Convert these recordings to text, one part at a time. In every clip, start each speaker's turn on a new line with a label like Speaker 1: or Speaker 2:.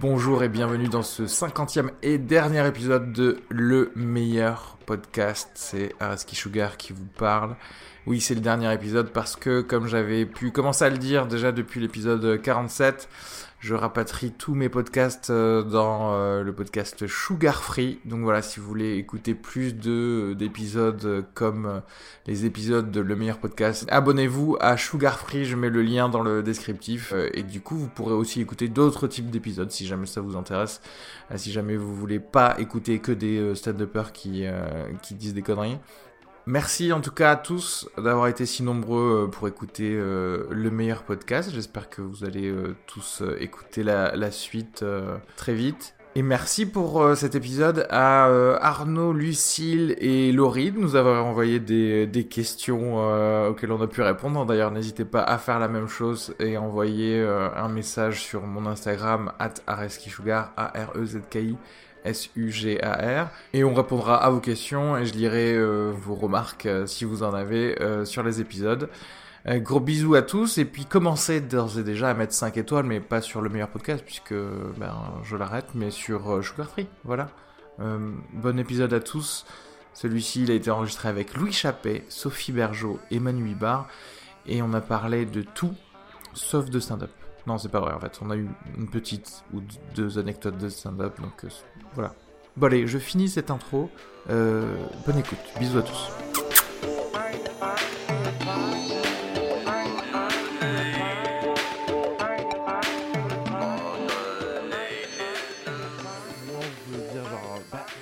Speaker 1: Bonjour et bienvenue dans ce 50e et dernier épisode de Le meilleur podcast. C'est Araski Sugar qui vous parle. Oui, c'est le dernier épisode parce que, comme j'avais pu commencer à le dire déjà depuis l'épisode 47, je rapatrie tous mes podcasts euh, dans euh, le podcast Sugar Free. Donc voilà, si vous voulez écouter plus de d'épisodes euh, comme les épisodes de Le Meilleur Podcast, abonnez-vous à Sugar Free. Je mets le lien dans le descriptif. Euh, et du coup, vous pourrez aussi écouter d'autres types d'épisodes si jamais ça vous intéresse. Euh, si jamais vous voulez pas écouter que des euh, stand-uppers qui, euh, qui disent des conneries. Merci en tout cas à tous d'avoir été si nombreux euh, pour écouter euh, le meilleur podcast. J'espère que vous allez euh, tous euh, écouter la, la suite euh, très vite. Et merci pour euh, cet épisode à euh, Arnaud, Lucille et Laurie de nous avoir envoyé des, des questions euh, auxquelles on a pu répondre. D'ailleurs, n'hésitez pas à faire la même chose et à envoyer euh, un message sur mon Instagram, at areskisugar, A-R-E-Z-K-I. S-U-G-A-R. Et on répondra à vos questions et je lirai euh, vos remarques euh, si vous en avez euh, sur les épisodes. Euh, gros bisous à tous et puis commencez d'ores et déjà à mettre 5 étoiles, mais pas sur le meilleur podcast puisque ben, je l'arrête, mais sur euh, Sugar Free. Voilà. Euh, bon épisode à tous. Celui-ci, il a été enregistré avec Louis Chappet, Sophie Bergeau et Manu Ibar. Et on a parlé de tout sauf de stand-up. Non, c'est pas vrai en fait. On a eu une petite ou deux anecdotes de stand-up, donc euh, voilà. Bon allez, je finis cette intro. Euh, bonne écoute, bisous à tous.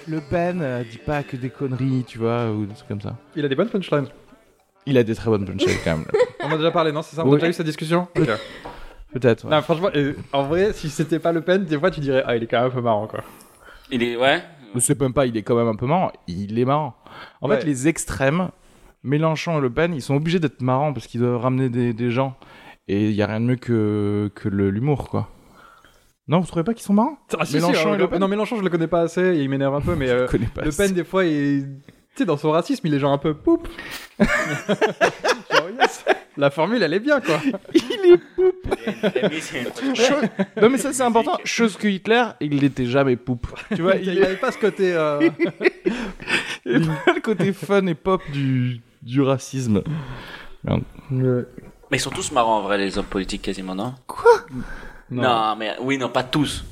Speaker 2: Le Ben euh, dit pas que des conneries, tu vois, ou des trucs comme ça.
Speaker 1: Il a des bonnes punchlines.
Speaker 2: Il a des très bonnes punchlines quand même.
Speaker 1: On en a déjà parlé, non C'est ça On a
Speaker 2: Oui.
Speaker 1: déjà eu cette discussion Ok.
Speaker 2: Peut-être. ouais.
Speaker 1: Non, franchement, euh, en vrai, si c'était pas Le Pen, des fois tu dirais Ah, il est quand même un peu marrant quoi.
Speaker 3: Il est ouais.
Speaker 2: Mais C'est même pas, il est quand même un peu marrant. Il est marrant. En
Speaker 1: Ouais.
Speaker 2: fait, les extrêmes, Mélenchon et Le Pen, ils sont obligés d'être marrants parce qu'ils doivent ramener des, des gens. Et il y a rien de mieux que, que le- l'humour, quoi. Non, vous trouvez pas qu'ils sont marrants
Speaker 1: Ah, si, si,
Speaker 2: Mélenchon
Speaker 1: euh,
Speaker 2: et Le Pen
Speaker 1: Non, Mélenchon, je le connais pas assez, et il m'énerve un peu, mais euh,
Speaker 2: Je connais pas
Speaker 1: Le
Speaker 2: ça.
Speaker 1: Pen, des fois, il. Tu sais, dans son racisme, il est genre un peu poup. Genre, yes. La formule, elle est bien quoi.
Speaker 2: Chose- Non, mais ça, c'est important. Chose que Hitler, il n'était jamais poupe. Tu vois,
Speaker 1: Il avait pas ce côté. euh,
Speaker 2: Il n'y a pas le côté fun et pop du, du racisme.
Speaker 3: Mais ils sont tous marrants en vrai, les hommes politiques quasiment, non non. mais oui, non, pas tous.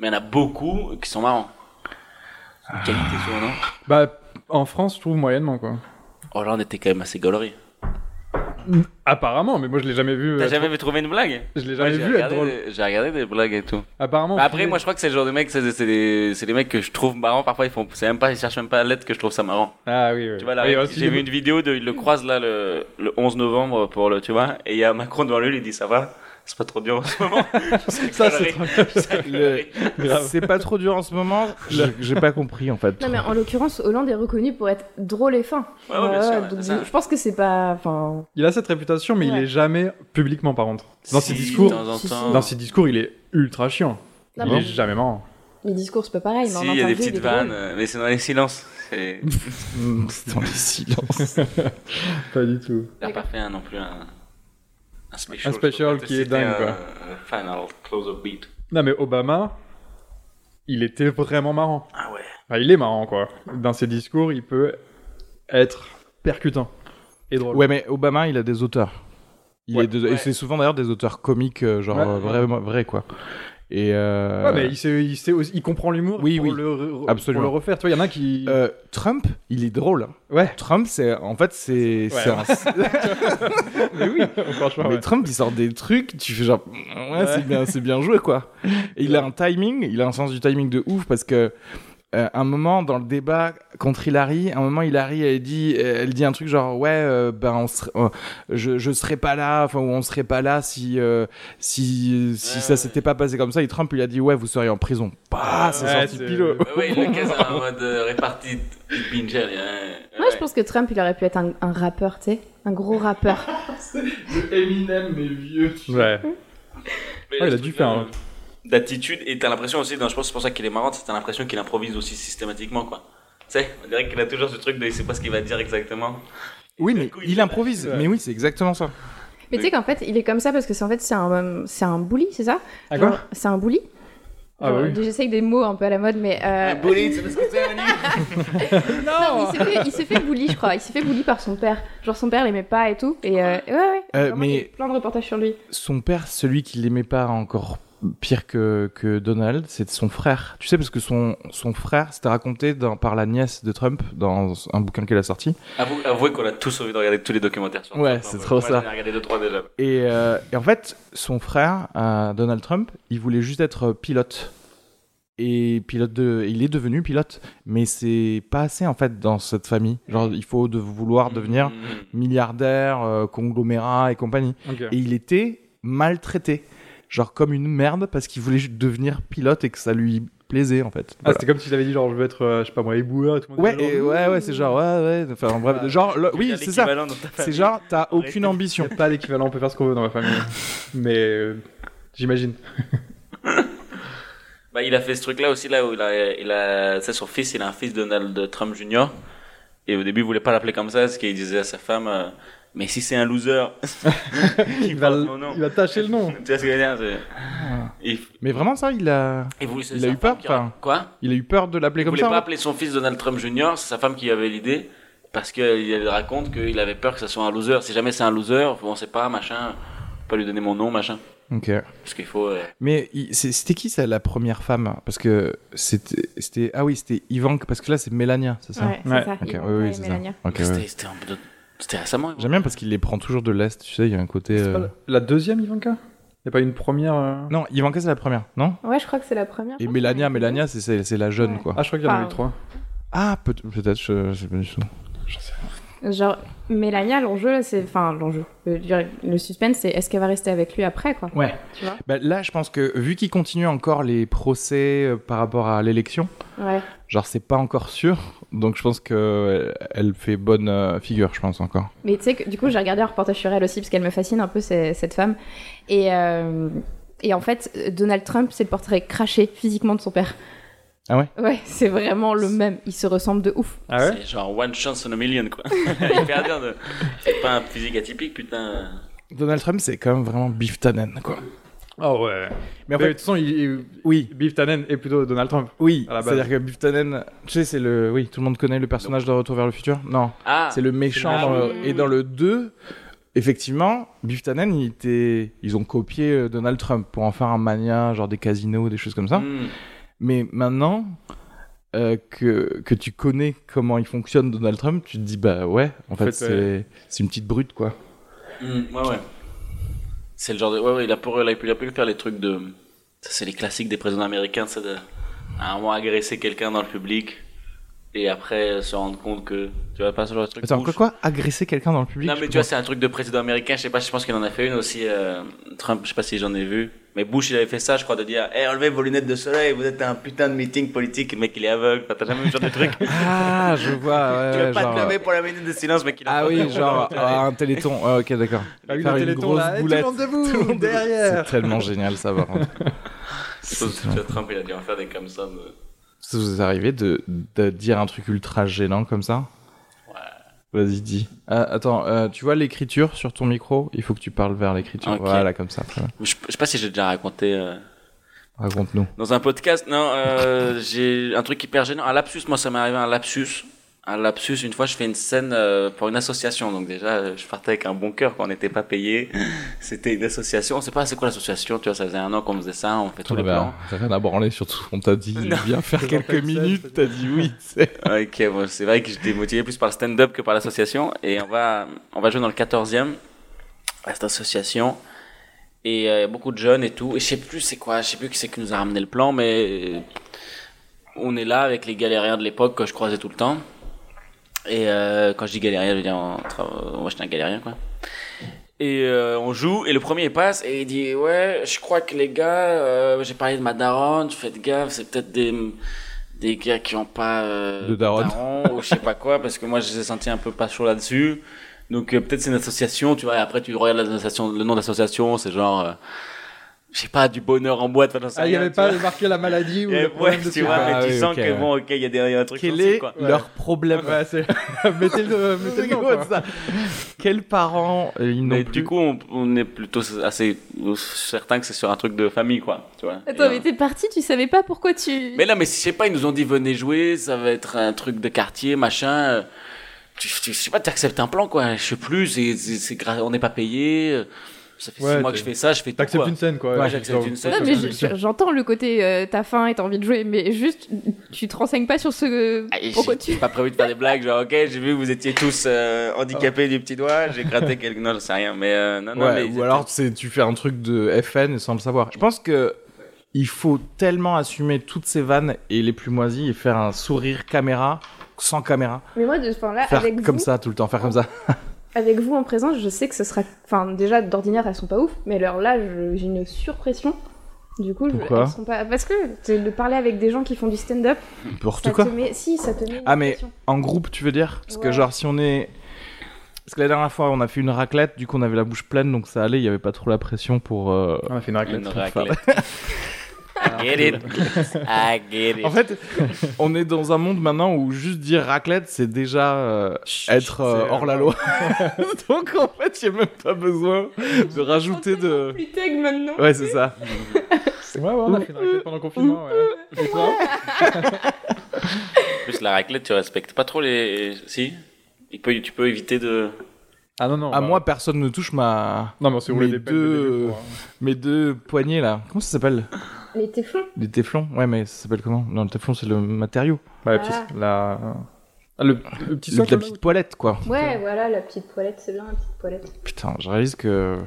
Speaker 3: Mais il y en a beaucoup qui sont marrants. C'est une Qualité souvent, non
Speaker 4: Bah, en France, je trouve moyennement, quoi.
Speaker 3: Hollande était quand même assez gaulerie.
Speaker 4: Apparemment, mais moi, je l'ai jamais vu.
Speaker 3: T'as
Speaker 4: euh,
Speaker 3: jamais vu trouver une blague
Speaker 4: Je l'ai
Speaker 3: Moi,
Speaker 4: jamais
Speaker 3: j'ai
Speaker 4: vu être
Speaker 3: regardé
Speaker 4: drôle.
Speaker 3: des- J'ai regardé des blagues et tout.
Speaker 4: Apparemment.
Speaker 3: Mais après,
Speaker 4: tu-
Speaker 3: moi, je crois que c'est le genre de mec, c'est c'est des, c'est des mecs que je trouve marrants. Parfois, ils font, c'est même pas, ils cherchent même pas à l'être que je trouve ça marrant.
Speaker 4: Ah oui, oui.
Speaker 3: Tu vois, là,
Speaker 4: Oui,
Speaker 3: j'ai
Speaker 4: aussi,
Speaker 3: vu une vidéo de, il le croise là le, le 11 novembre pour le, tu vois, et il y a Macron devant lui, il lui dit ça va, c'est pas trop dur en ce moment.
Speaker 4: Ça, c'est
Speaker 3: trop
Speaker 2: Le- C'est pas trop dur en ce moment. J'ai j'ai pas compris en fait.
Speaker 5: Non mais en l'occurrence, Hollande est reconnu pour être drôle et fin.
Speaker 3: Ah
Speaker 5: Euh,
Speaker 3: Ouais, ouais, bien sûr, ouais,
Speaker 5: donc
Speaker 3: c'est ça.
Speaker 5: je pense que c'est pas. Enfin,
Speaker 4: Il a cette réputation, mais il
Speaker 5: Ouais.
Speaker 4: est jamais publiquement, par contre. Dans ses
Speaker 3: Si,
Speaker 4: discours,
Speaker 3: De temps en
Speaker 5: si, si.
Speaker 2: Ah.
Speaker 3: temps.
Speaker 4: dans ses discours, il est ultra chiant.
Speaker 5: non,
Speaker 4: il
Speaker 5: mais
Speaker 4: est jamais marrant.
Speaker 5: les discours c'est pas pareil. mais en
Speaker 3: Si, Ah, il y a des
Speaker 5: interview, il
Speaker 3: petites
Speaker 5: est drôle.
Speaker 3: vannes, euh, mais c'est dans les silences. C'est-
Speaker 2: Mm, C'est dans les silences.
Speaker 4: Pas du tout.
Speaker 3: Il a pas fait un non plus un, un special.
Speaker 4: Un special qui est
Speaker 3: C'était
Speaker 4: dingue,
Speaker 3: un-
Speaker 4: quoi.
Speaker 3: un Final close up beat.
Speaker 4: Non, mais Obama, il était vraiment marrant.
Speaker 3: Ah ouais.
Speaker 4: Enfin, il est marrant, quoi. Dans ses discours, il peut être percutant et drôle.
Speaker 2: Ouais, mais Obama, il a des auteurs. Il
Speaker 4: Ouais.
Speaker 2: est de- Et
Speaker 3: Ouais.
Speaker 2: c'est souvent d'ailleurs des auteurs comiques, euh, genre
Speaker 4: Ouais.
Speaker 2: euh, vrai, vrai, quoi. Et euh,
Speaker 4: Ouais, mais il, sait, il, sait aussi- il comprend l'humour
Speaker 2: Oui,
Speaker 4: pour,
Speaker 2: oui.
Speaker 4: le, re- re-
Speaker 2: Absolument.
Speaker 4: pour le refaire. Tu vois, il y en a un qui.
Speaker 2: euh, Trump, il est drôle. hein.
Speaker 4: Ouais.
Speaker 2: Trump, c'est en fait c'est c'est un-
Speaker 4: Mais oui, franchement.
Speaker 2: mais
Speaker 4: ouais.
Speaker 2: Trump, il sort des trucs, tu fais genre mm, ouais, c'est
Speaker 4: Ouais.
Speaker 2: bien, c'est bien joué quoi. Et il a un timing, il a un sens du timing de ouf parce que euh, un moment dans le débat contre Hillary, un moment Hillary elle dit elle dit un truc genre ouais euh, ben on ser- euh, je je serais pas là enfin ou on serait pas là si euh, si si
Speaker 3: Ouais,
Speaker 2: ça
Speaker 3: ouais.
Speaker 2: s'était pas passé comme ça et Trump il a dit ouais vous seriez en prison. Bah, c'est
Speaker 4: Ouais,
Speaker 2: sorti
Speaker 4: c'est-
Speaker 2: pile au-
Speaker 3: Oui, le cas, c'est en mode euh, réparti. Pinger, ouais.
Speaker 5: Moi, je pense que Trump, il aurait pu être un, un rappeur, tu sais. Un gros rappeur.
Speaker 2: Eminem mais vieux.
Speaker 4: Ouais.
Speaker 3: Mais
Speaker 4: Ah, il
Speaker 3: le
Speaker 4: a
Speaker 3: truc
Speaker 4: dû faire
Speaker 3: de-
Speaker 4: un-
Speaker 3: D'attitude, et t'as l'impression aussi, non, je pense que c'est pour ça qu'il est marrant, c'est que t'as l'impression qu'il improvise aussi systématiquement, quoi. Tu sais, on dirait qu'il a toujours ce truc de il sait pas ce qu'il va dire exactement.
Speaker 2: Oui
Speaker 3: Et
Speaker 2: mais
Speaker 3: du coup,
Speaker 2: il improvise.
Speaker 4: Ouais.
Speaker 2: Mais oui c'est exactement ça.
Speaker 5: Mais tu sais qu'en fait, il est comme ça parce que c'est en fait, c'est un, euh, c'est un bully, c'est ça
Speaker 4: Ah, quoi
Speaker 5: Genre, C'est un bully
Speaker 4: Ah, bah
Speaker 5: Genre,
Speaker 4: oui.
Speaker 5: J'essaye des mots un peu à la mode, mais. euh,
Speaker 3: Un bully, c'est parce que c'est un
Speaker 5: non, mais il s'est fait- il s'est fait, bully, je crois. Il s'est fait bully par son père. Genre, son père l'aimait pas et tout. Et euh, ouais, ouais.
Speaker 2: Euh,
Speaker 5: Vraiment,
Speaker 2: mais-
Speaker 5: il y a Plein de reportages sur lui.
Speaker 2: son père, celui qui l'aimait pas encore pire que, que Donald, c'est son frère. Tu sais, parce que son, son frère, c'était raconté dans, par la nièce de Trump dans un bouquin qu'elle a sorti.
Speaker 3: Avouez, avouez qu'on a tous envie de regarder tous les documentaires sur
Speaker 2: Ouais,
Speaker 3: Trump,
Speaker 2: c'est
Speaker 3: hein.
Speaker 2: trop
Speaker 3: Moi,
Speaker 2: ça.
Speaker 3: J'en ai regardé deux, trois déjà.
Speaker 2: Et, euh, et en fait, son frère, euh, Donald Trump, il voulait juste être pilote. Et pilote de, il est devenu pilote, mais c'est pas assez en fait dans cette famille. Genre, il faut de vouloir devenir
Speaker 3: Mhm.
Speaker 2: milliardaire, euh, conglomérat et compagnie.
Speaker 4: Ok.
Speaker 2: Et il était maltraité. Genre comme une merde parce qu'il voulait juste devenir pilote et que ça lui plaisait en fait.
Speaker 4: Ah,
Speaker 2: Voilà.
Speaker 4: c'était comme s'il avait dit genre je veux être, euh, je sais pas moi, éboueur et tout le monde
Speaker 2: Ouais,
Speaker 4: était
Speaker 2: et
Speaker 4: genre,
Speaker 2: ouais, ouais, c'est genre, ouais, ouais, enfin, en bref,
Speaker 4: Bah,
Speaker 2: genre, le-
Speaker 3: Tu
Speaker 2: oui,
Speaker 3: regardes
Speaker 2: c'est ça,
Speaker 3: l'équivalent dans ta
Speaker 2: c'est
Speaker 3: famille.
Speaker 2: genre, t'as
Speaker 3: Arrête.
Speaker 2: aucune ambition.
Speaker 4: y a pas d'équivalent, on peut faire ce qu'on veut dans la famille. Mais euh, j'imagine.
Speaker 3: Bah, il a fait ce truc-là aussi, là où il a, il a, tu sais, son fils, il a un fils Donald Trump Jr. Et au début, il voulait pas l'appeler comme ça, parce qu'il disait à sa femme, euh, mais si c'est un loser,
Speaker 4: Il va,
Speaker 3: porte mon nom.
Speaker 4: il va tâcher le nom.
Speaker 3: tu vois ce que je veux dire c'est- Il,
Speaker 2: Mais vraiment, ça, il a,
Speaker 3: il voulait- c'est
Speaker 2: Ah. Il
Speaker 3: sa
Speaker 2: a eu
Speaker 3: femme
Speaker 2: peur,
Speaker 3: qui-
Speaker 2: enfin.
Speaker 3: Quoi
Speaker 2: il a eu peur de l'appeler
Speaker 3: Il
Speaker 2: comme
Speaker 3: voulait
Speaker 2: ça.
Speaker 3: pas
Speaker 2: hein.
Speaker 3: appeler son fils Donald Trump Jr., c'est sa femme qui avait l'idée, parce qu'il raconte qu'il avait peur que ça soit un loser. Si jamais c'est un loser, on sait pas, machin, faut pas lui donner mon nom, machin.
Speaker 2: hein. Ok.
Speaker 3: Parce qu'il faut. euh,
Speaker 2: Mais il- c'est- c'était qui, ça, la première femme Parce que c'était, c'était- ah oui, c'était Ivanka, parce que là, c'est Mélania, c'est ça
Speaker 5: Ouais, c'est
Speaker 4: Ouais.
Speaker 5: ça.
Speaker 2: Ok,
Speaker 5: Il-
Speaker 2: oui, oui,
Speaker 5: ouais,
Speaker 2: c'est ça.
Speaker 5: Mélania.
Speaker 2: Ok,
Speaker 3: c'était-
Speaker 2: ouais.
Speaker 3: C'était un peu de- c'était récemment.
Speaker 2: J'aime bien parce qu'il les prend toujours de l'Est, tu sais, il y a un côté.
Speaker 4: C'est
Speaker 2: euh,
Speaker 4: pas la- La deuxième Ivanka Y a pas une première euh
Speaker 2: Non, Ivanka, c'est la première, non
Speaker 5: Ouais, je crois que c'est la première.
Speaker 2: Et Mélania, Mélania, c'est- c'est c'est la jeune,
Speaker 5: Ah, Ouais.
Speaker 2: quoi.
Speaker 4: Ah, je crois qu'il y en a eu
Speaker 5: Ah.
Speaker 4: trois.
Speaker 2: Ah, peut- peut-être, je, je sais pas du tout.
Speaker 5: Genre, Mélania, l'enjeu, là, c'est. Enfin, l'enjeu. Le, le suspense, c'est est-ce qu'elle va rester avec lui après, quoi
Speaker 2: Ouais.
Speaker 5: Tu vois
Speaker 2: Bah, là, je pense que vu qu'il continue encore les procès euh, par rapport à l'élection,
Speaker 5: Ouais.
Speaker 2: genre c'est pas encore sûr, donc je pense que euh, elle fait bonne euh, figure, je pense encore.
Speaker 5: Mais tu sais que du coup, j'ai regardé un reportage sur elle aussi parce qu'elle me fascine un peu ces- cette femme. Et, euh, et en fait, euh, Donald Trump, c'est le portrait craché physiquement de son père.
Speaker 2: Ah ouais
Speaker 5: Ouais, c'est vraiment le même. Ils se ressemblent de ouf.
Speaker 4: Ah ouais
Speaker 3: C'est genre one chance on a million, quoi. Hyper dur de. C'est pas un physique atypique, putain.
Speaker 2: Donald Trump, c'est quand même vraiment beef tannen, quoi.
Speaker 4: Ah ouais.
Speaker 2: Mais
Speaker 4: Mais
Speaker 2: en
Speaker 4: de
Speaker 2: fait,
Speaker 4: toute façon, il- il-
Speaker 2: oui,
Speaker 4: euh, Biff Tannen est plutôt Donald Trump.
Speaker 2: oui,
Speaker 4: À la base.
Speaker 2: c'est-à-dire que beef tannen, tu sais, c'est le, oui, tout le monde connaît le personnage de Retour vers le futur. Non,
Speaker 3: Ah
Speaker 2: c'est le méchant
Speaker 4: méchant.
Speaker 2: dans le- et dans le 2 Effectivement, Biff Tannen, il était... ils ont copié euh, Donald Trump pour en faire un mania, genre des casinos, des choses comme ça.
Speaker 3: Hmm.
Speaker 2: Mais maintenant euh, que, que tu connais comment il fonctionne Donald Trump, tu te dis bah ouais, en, fait,
Speaker 4: fait,
Speaker 2: c'est c'est une petite brute quoi.
Speaker 3: Hmm, ouais, ouais. C'est le genre de. Ouais, ouais, il a, pour, il, a pu, il a pu faire les trucs de. Ça, c'est les classiques des présidents américains, c'est de. À un moment agresser quelqu'un dans le public et après euh, se rendre compte que. Tu vois, pas ce genre de truc.
Speaker 2: Attends,
Speaker 3: Ou
Speaker 2: quoi
Speaker 3: je-
Speaker 2: quoi Agresser quelqu'un dans le public
Speaker 3: Non, mais tu vois, c'est un truc de président américain, je sais pas, je pense qu'il en a fait une aussi. euh, Trump, je sais pas si j'en ai vu. Mais Bush, il avait fait ça, je crois, de dire Eh, enlevez vos lunettes de soleil, vous êtes à un putain de meeting politique, le mec, il est aveugle, Enfin, t'as jamais vu ce genre de truc.
Speaker 2: Ah, je vois. ouais,
Speaker 3: tu veux
Speaker 2: ouais,
Speaker 3: pas
Speaker 2: genre- euh,
Speaker 3: te laver pour la minute de silence, mec, il a
Speaker 2: Ah
Speaker 3: pas-
Speaker 2: oui, genre ah, un téléthon. Ah, ok, d'accord.
Speaker 4: Ah oui,
Speaker 2: Faire
Speaker 4: le
Speaker 2: une
Speaker 4: téléthon,
Speaker 2: grosse
Speaker 4: là, Eh,
Speaker 2: boulette.
Speaker 4: Tout le monde debout,
Speaker 2: Tout le monde- C'est
Speaker 4: derrière.
Speaker 2: tellement génial ça par contre.
Speaker 3: Je pense que Trump, il a dû en faire des comme ça. de-
Speaker 2: Ça vous est arrivé de, de dire un truc ultra gênant comme ça Ouais. Vas-y, dis. Ah, attends, euh, tu vois l'écriture sur ton micro Il faut que tu parles vers l'écriture.
Speaker 3: Ok.
Speaker 2: Voilà, comme ça. très bien.
Speaker 3: Je, je sais pas si j'ai déjà raconté. euh,
Speaker 2: Raconte-nous.
Speaker 3: Dans un podcast, non, euh, j'ai un truc hyper gênant. Un lapsus, moi ça m'est arrivé un lapsus un lapsus. Une fois, je fais une scène euh, pour une association. Donc déjà, je partais avec un bon cœur quand on n'était pas payé. C'était une association. On sait pas c'est quoi l'association. Tu vois, ça faisait un an qu'on faisait ça. On fait tous les plans.
Speaker 2: T'as Ah bah, rien à branler sur tout ce qu'on t'a dit.
Speaker 3: Non.
Speaker 2: Viens faire quelques
Speaker 4: personne,
Speaker 2: minutes, t'as dit oui. c'est-
Speaker 3: Ok, bon, c'est vrai que j'étais motivé plus par le stand-up que par l'association. Et on va, on va jouer dans le 14e à cette association. Et euh, beaucoup de jeunes et tout. Et je sais plus c'est quoi, je sais plus qui c'est qui nous a ramené le plan, mais euh, on est là avec les galériens de l'époque que je croisais tout le temps. Et euh, quand je dis galérien, je veux dire, on tra- moi j'étais un galérien quoi. Et euh, on joue, et le premier il passe, et il dit Ouais, je crois que les gars, euh, j'ai parlé de ma daronne, faites gaffe, c'est peut-être des, des gars qui ont pas euh,
Speaker 2: De daronne.
Speaker 3: daron, ou je sais pas quoi, parce que moi je les ai sentis un peu pas chaud là-dessus. Donc euh, peut-être c'est une association, tu vois, et après tu regardes l'association- le nom de l'association, c'est genre, euh, je sais pas, du bonheur en boîte, enfin, j'en sais
Speaker 4: Ah, il n'y
Speaker 3: rien,
Speaker 4: avait
Speaker 3: tu
Speaker 4: pas
Speaker 3: vois.
Speaker 4: marqué la maladie ou
Speaker 3: Et
Speaker 4: le
Speaker 3: ouais,
Speaker 4: problème de
Speaker 3: tu
Speaker 4: santé.
Speaker 3: vois,
Speaker 2: Ah
Speaker 3: mais tu
Speaker 2: oui,
Speaker 3: sens
Speaker 2: ok,
Speaker 3: que
Speaker 2: ouais.
Speaker 3: bon, ok, il y a des, il y a un truc
Speaker 2: Quel
Speaker 3: sensible,
Speaker 2: est
Speaker 3: quoi.
Speaker 4: Ouais.
Speaker 2: leur problème
Speaker 4: Ouais, c'est... mettez le, mettez le nom, quoi.
Speaker 2: bah, ça. Quels parents euh, ils n'ont
Speaker 3: Mais
Speaker 2: plus
Speaker 3: du coup, on, on est plutôt assez certain que c'est sur un truc de famille, quoi. Tu vois. Et,
Speaker 5: Attends,
Speaker 3: euh,
Speaker 5: mais t'es parti, tu savais pas pourquoi tu.
Speaker 3: mais là, mais je sais pas, ils nous ont dit venez jouer, ça va être un truc de quartier, machin. euh, Tu, tu, je sais pas, t'acceptes un plan, quoi. Je sais plus, c'est, c'est, c'est gra- on n'est pas payé. euh, Ça fait
Speaker 4: Ouais,
Speaker 3: six mois que
Speaker 4: t'es-
Speaker 3: je fais ça, je fais tout.
Speaker 4: T'acceptes
Speaker 3: quoi.
Speaker 4: une scène, quoi.
Speaker 3: Ouais, j'accepte une scène.
Speaker 5: Non, mais je- je- j'entends le côté euh, t'as faim et t'as envie de jouer, mais juste tu te renseignes pas sur ce.
Speaker 3: Ah, et
Speaker 5: Pourquoi
Speaker 3: j'ai
Speaker 5: tu.
Speaker 3: pas prévu de faire des blagues, genre ok, j'ai vu que vous étiez tous euh, handicapés du petit doigt, j'ai gratté quelques. Non, j'en sais rien, mais euh, non, non,
Speaker 2: Ouais,
Speaker 3: mais. ils
Speaker 2: ou
Speaker 3: étaient-
Speaker 2: alors c'est tu fais un truc de FN sans le savoir. Je pense que il faut tellement assumer toutes ces vannes et les plus moisies et faire un sourire caméra sans caméra,
Speaker 5: Mais moi, de ce là
Speaker 2: faire
Speaker 5: Bah, avec
Speaker 2: comme
Speaker 5: vous,
Speaker 2: ça tout le temps, faire comme ça.
Speaker 5: avec vous en présence, je sais que ce sera. Enfin, déjà, d'ordinaire, elles sont pas ouf, mais alors là, je- j'ai une surpression. Du coup, je-
Speaker 2: Pourquoi
Speaker 5: elles sont pas. Parce que t'es- de parler avec des gens qui font du stand-up,
Speaker 2: N'importe
Speaker 5: ça
Speaker 2: quoi.
Speaker 5: te met. Si, ça te met. une
Speaker 2: Ah, mais-
Speaker 5: pression.
Speaker 2: En groupe, tu veux dire Parce que
Speaker 5: Ouais.
Speaker 2: genre si on est parce que la dernière fois on a fait une raclette, du coup on avait la bouche pleine donc ça allait, il y avait pas trop la pression pour euh,
Speaker 4: On a fait une raclette.
Speaker 3: Une raclette. I get it. I get it.
Speaker 2: En fait, on est dans un monde maintenant où juste dire raclette, c'est déjà euh, être euh,
Speaker 4: c'est-
Speaker 2: hors la loi. Donc en fait, j'ai même pas besoin de rajouter de. Euh.
Speaker 5: Plus tag maintenant.
Speaker 2: Ouais, c'est ça.
Speaker 4: Ouais, ouais, on a fait une raclette pendant le confinement, ouais. Et toi
Speaker 3: En plus, la raclette, tu respectes pas trop les. Si Il peut, Tu peux éviter de.
Speaker 4: Ah non, non.
Speaker 2: À
Speaker 4: bah-
Speaker 2: moi, personne ne touche ma
Speaker 4: Non, mais on s'est roulé
Speaker 2: mes
Speaker 4: des
Speaker 2: deux-
Speaker 4: deux.
Speaker 2: mes deux poignets là. Comment ça s'appelle
Speaker 5: Mais t'es fou.
Speaker 2: Les téflons. Ouais, mais ça s'appelle comment Non, le téflon, c'est le matériau.
Speaker 4: Bah,
Speaker 5: Ah.
Speaker 4: la... Ah, le, le petit
Speaker 2: La
Speaker 4: socle.
Speaker 2: petite poilette, quoi.
Speaker 5: Ouais, voilà, la petite poilette, c'est bien la petite poilette.
Speaker 2: Putain, je réalise que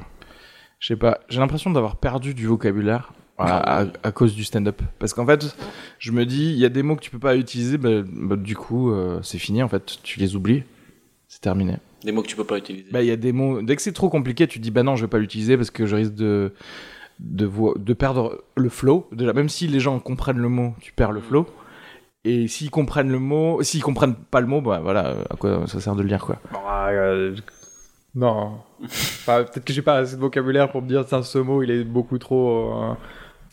Speaker 2: je sais pas, j'ai l'impression d'avoir perdu du vocabulaire à, à- à cause du stand-up. Parce qu'en fait, je me dis, il y a des mots que tu peux pas utiliser, bah, bah, du coup, euh, c'est fini en fait, tu les oublies, c'est terminé.
Speaker 3: Des mots que tu peux pas utiliser.
Speaker 2: Bah, il y a des mots, dès que c'est trop compliqué, tu te dis, bah non, je vais pas l'utiliser parce que je risque de, de, vo- de perdre le flow. Déjà, même si les gens comprennent le mot, tu perds le flow. Et s'ils comprennent le mot, s'ils comprennent pas le mot, bah voilà, à quoi ça sert de le lire quoi.
Speaker 4: Oh, euh, Non. Enfin, peut-être que j'ai pas assez de vocabulaire pour me dire, tiens, ce mot, il est beaucoup trop. euh,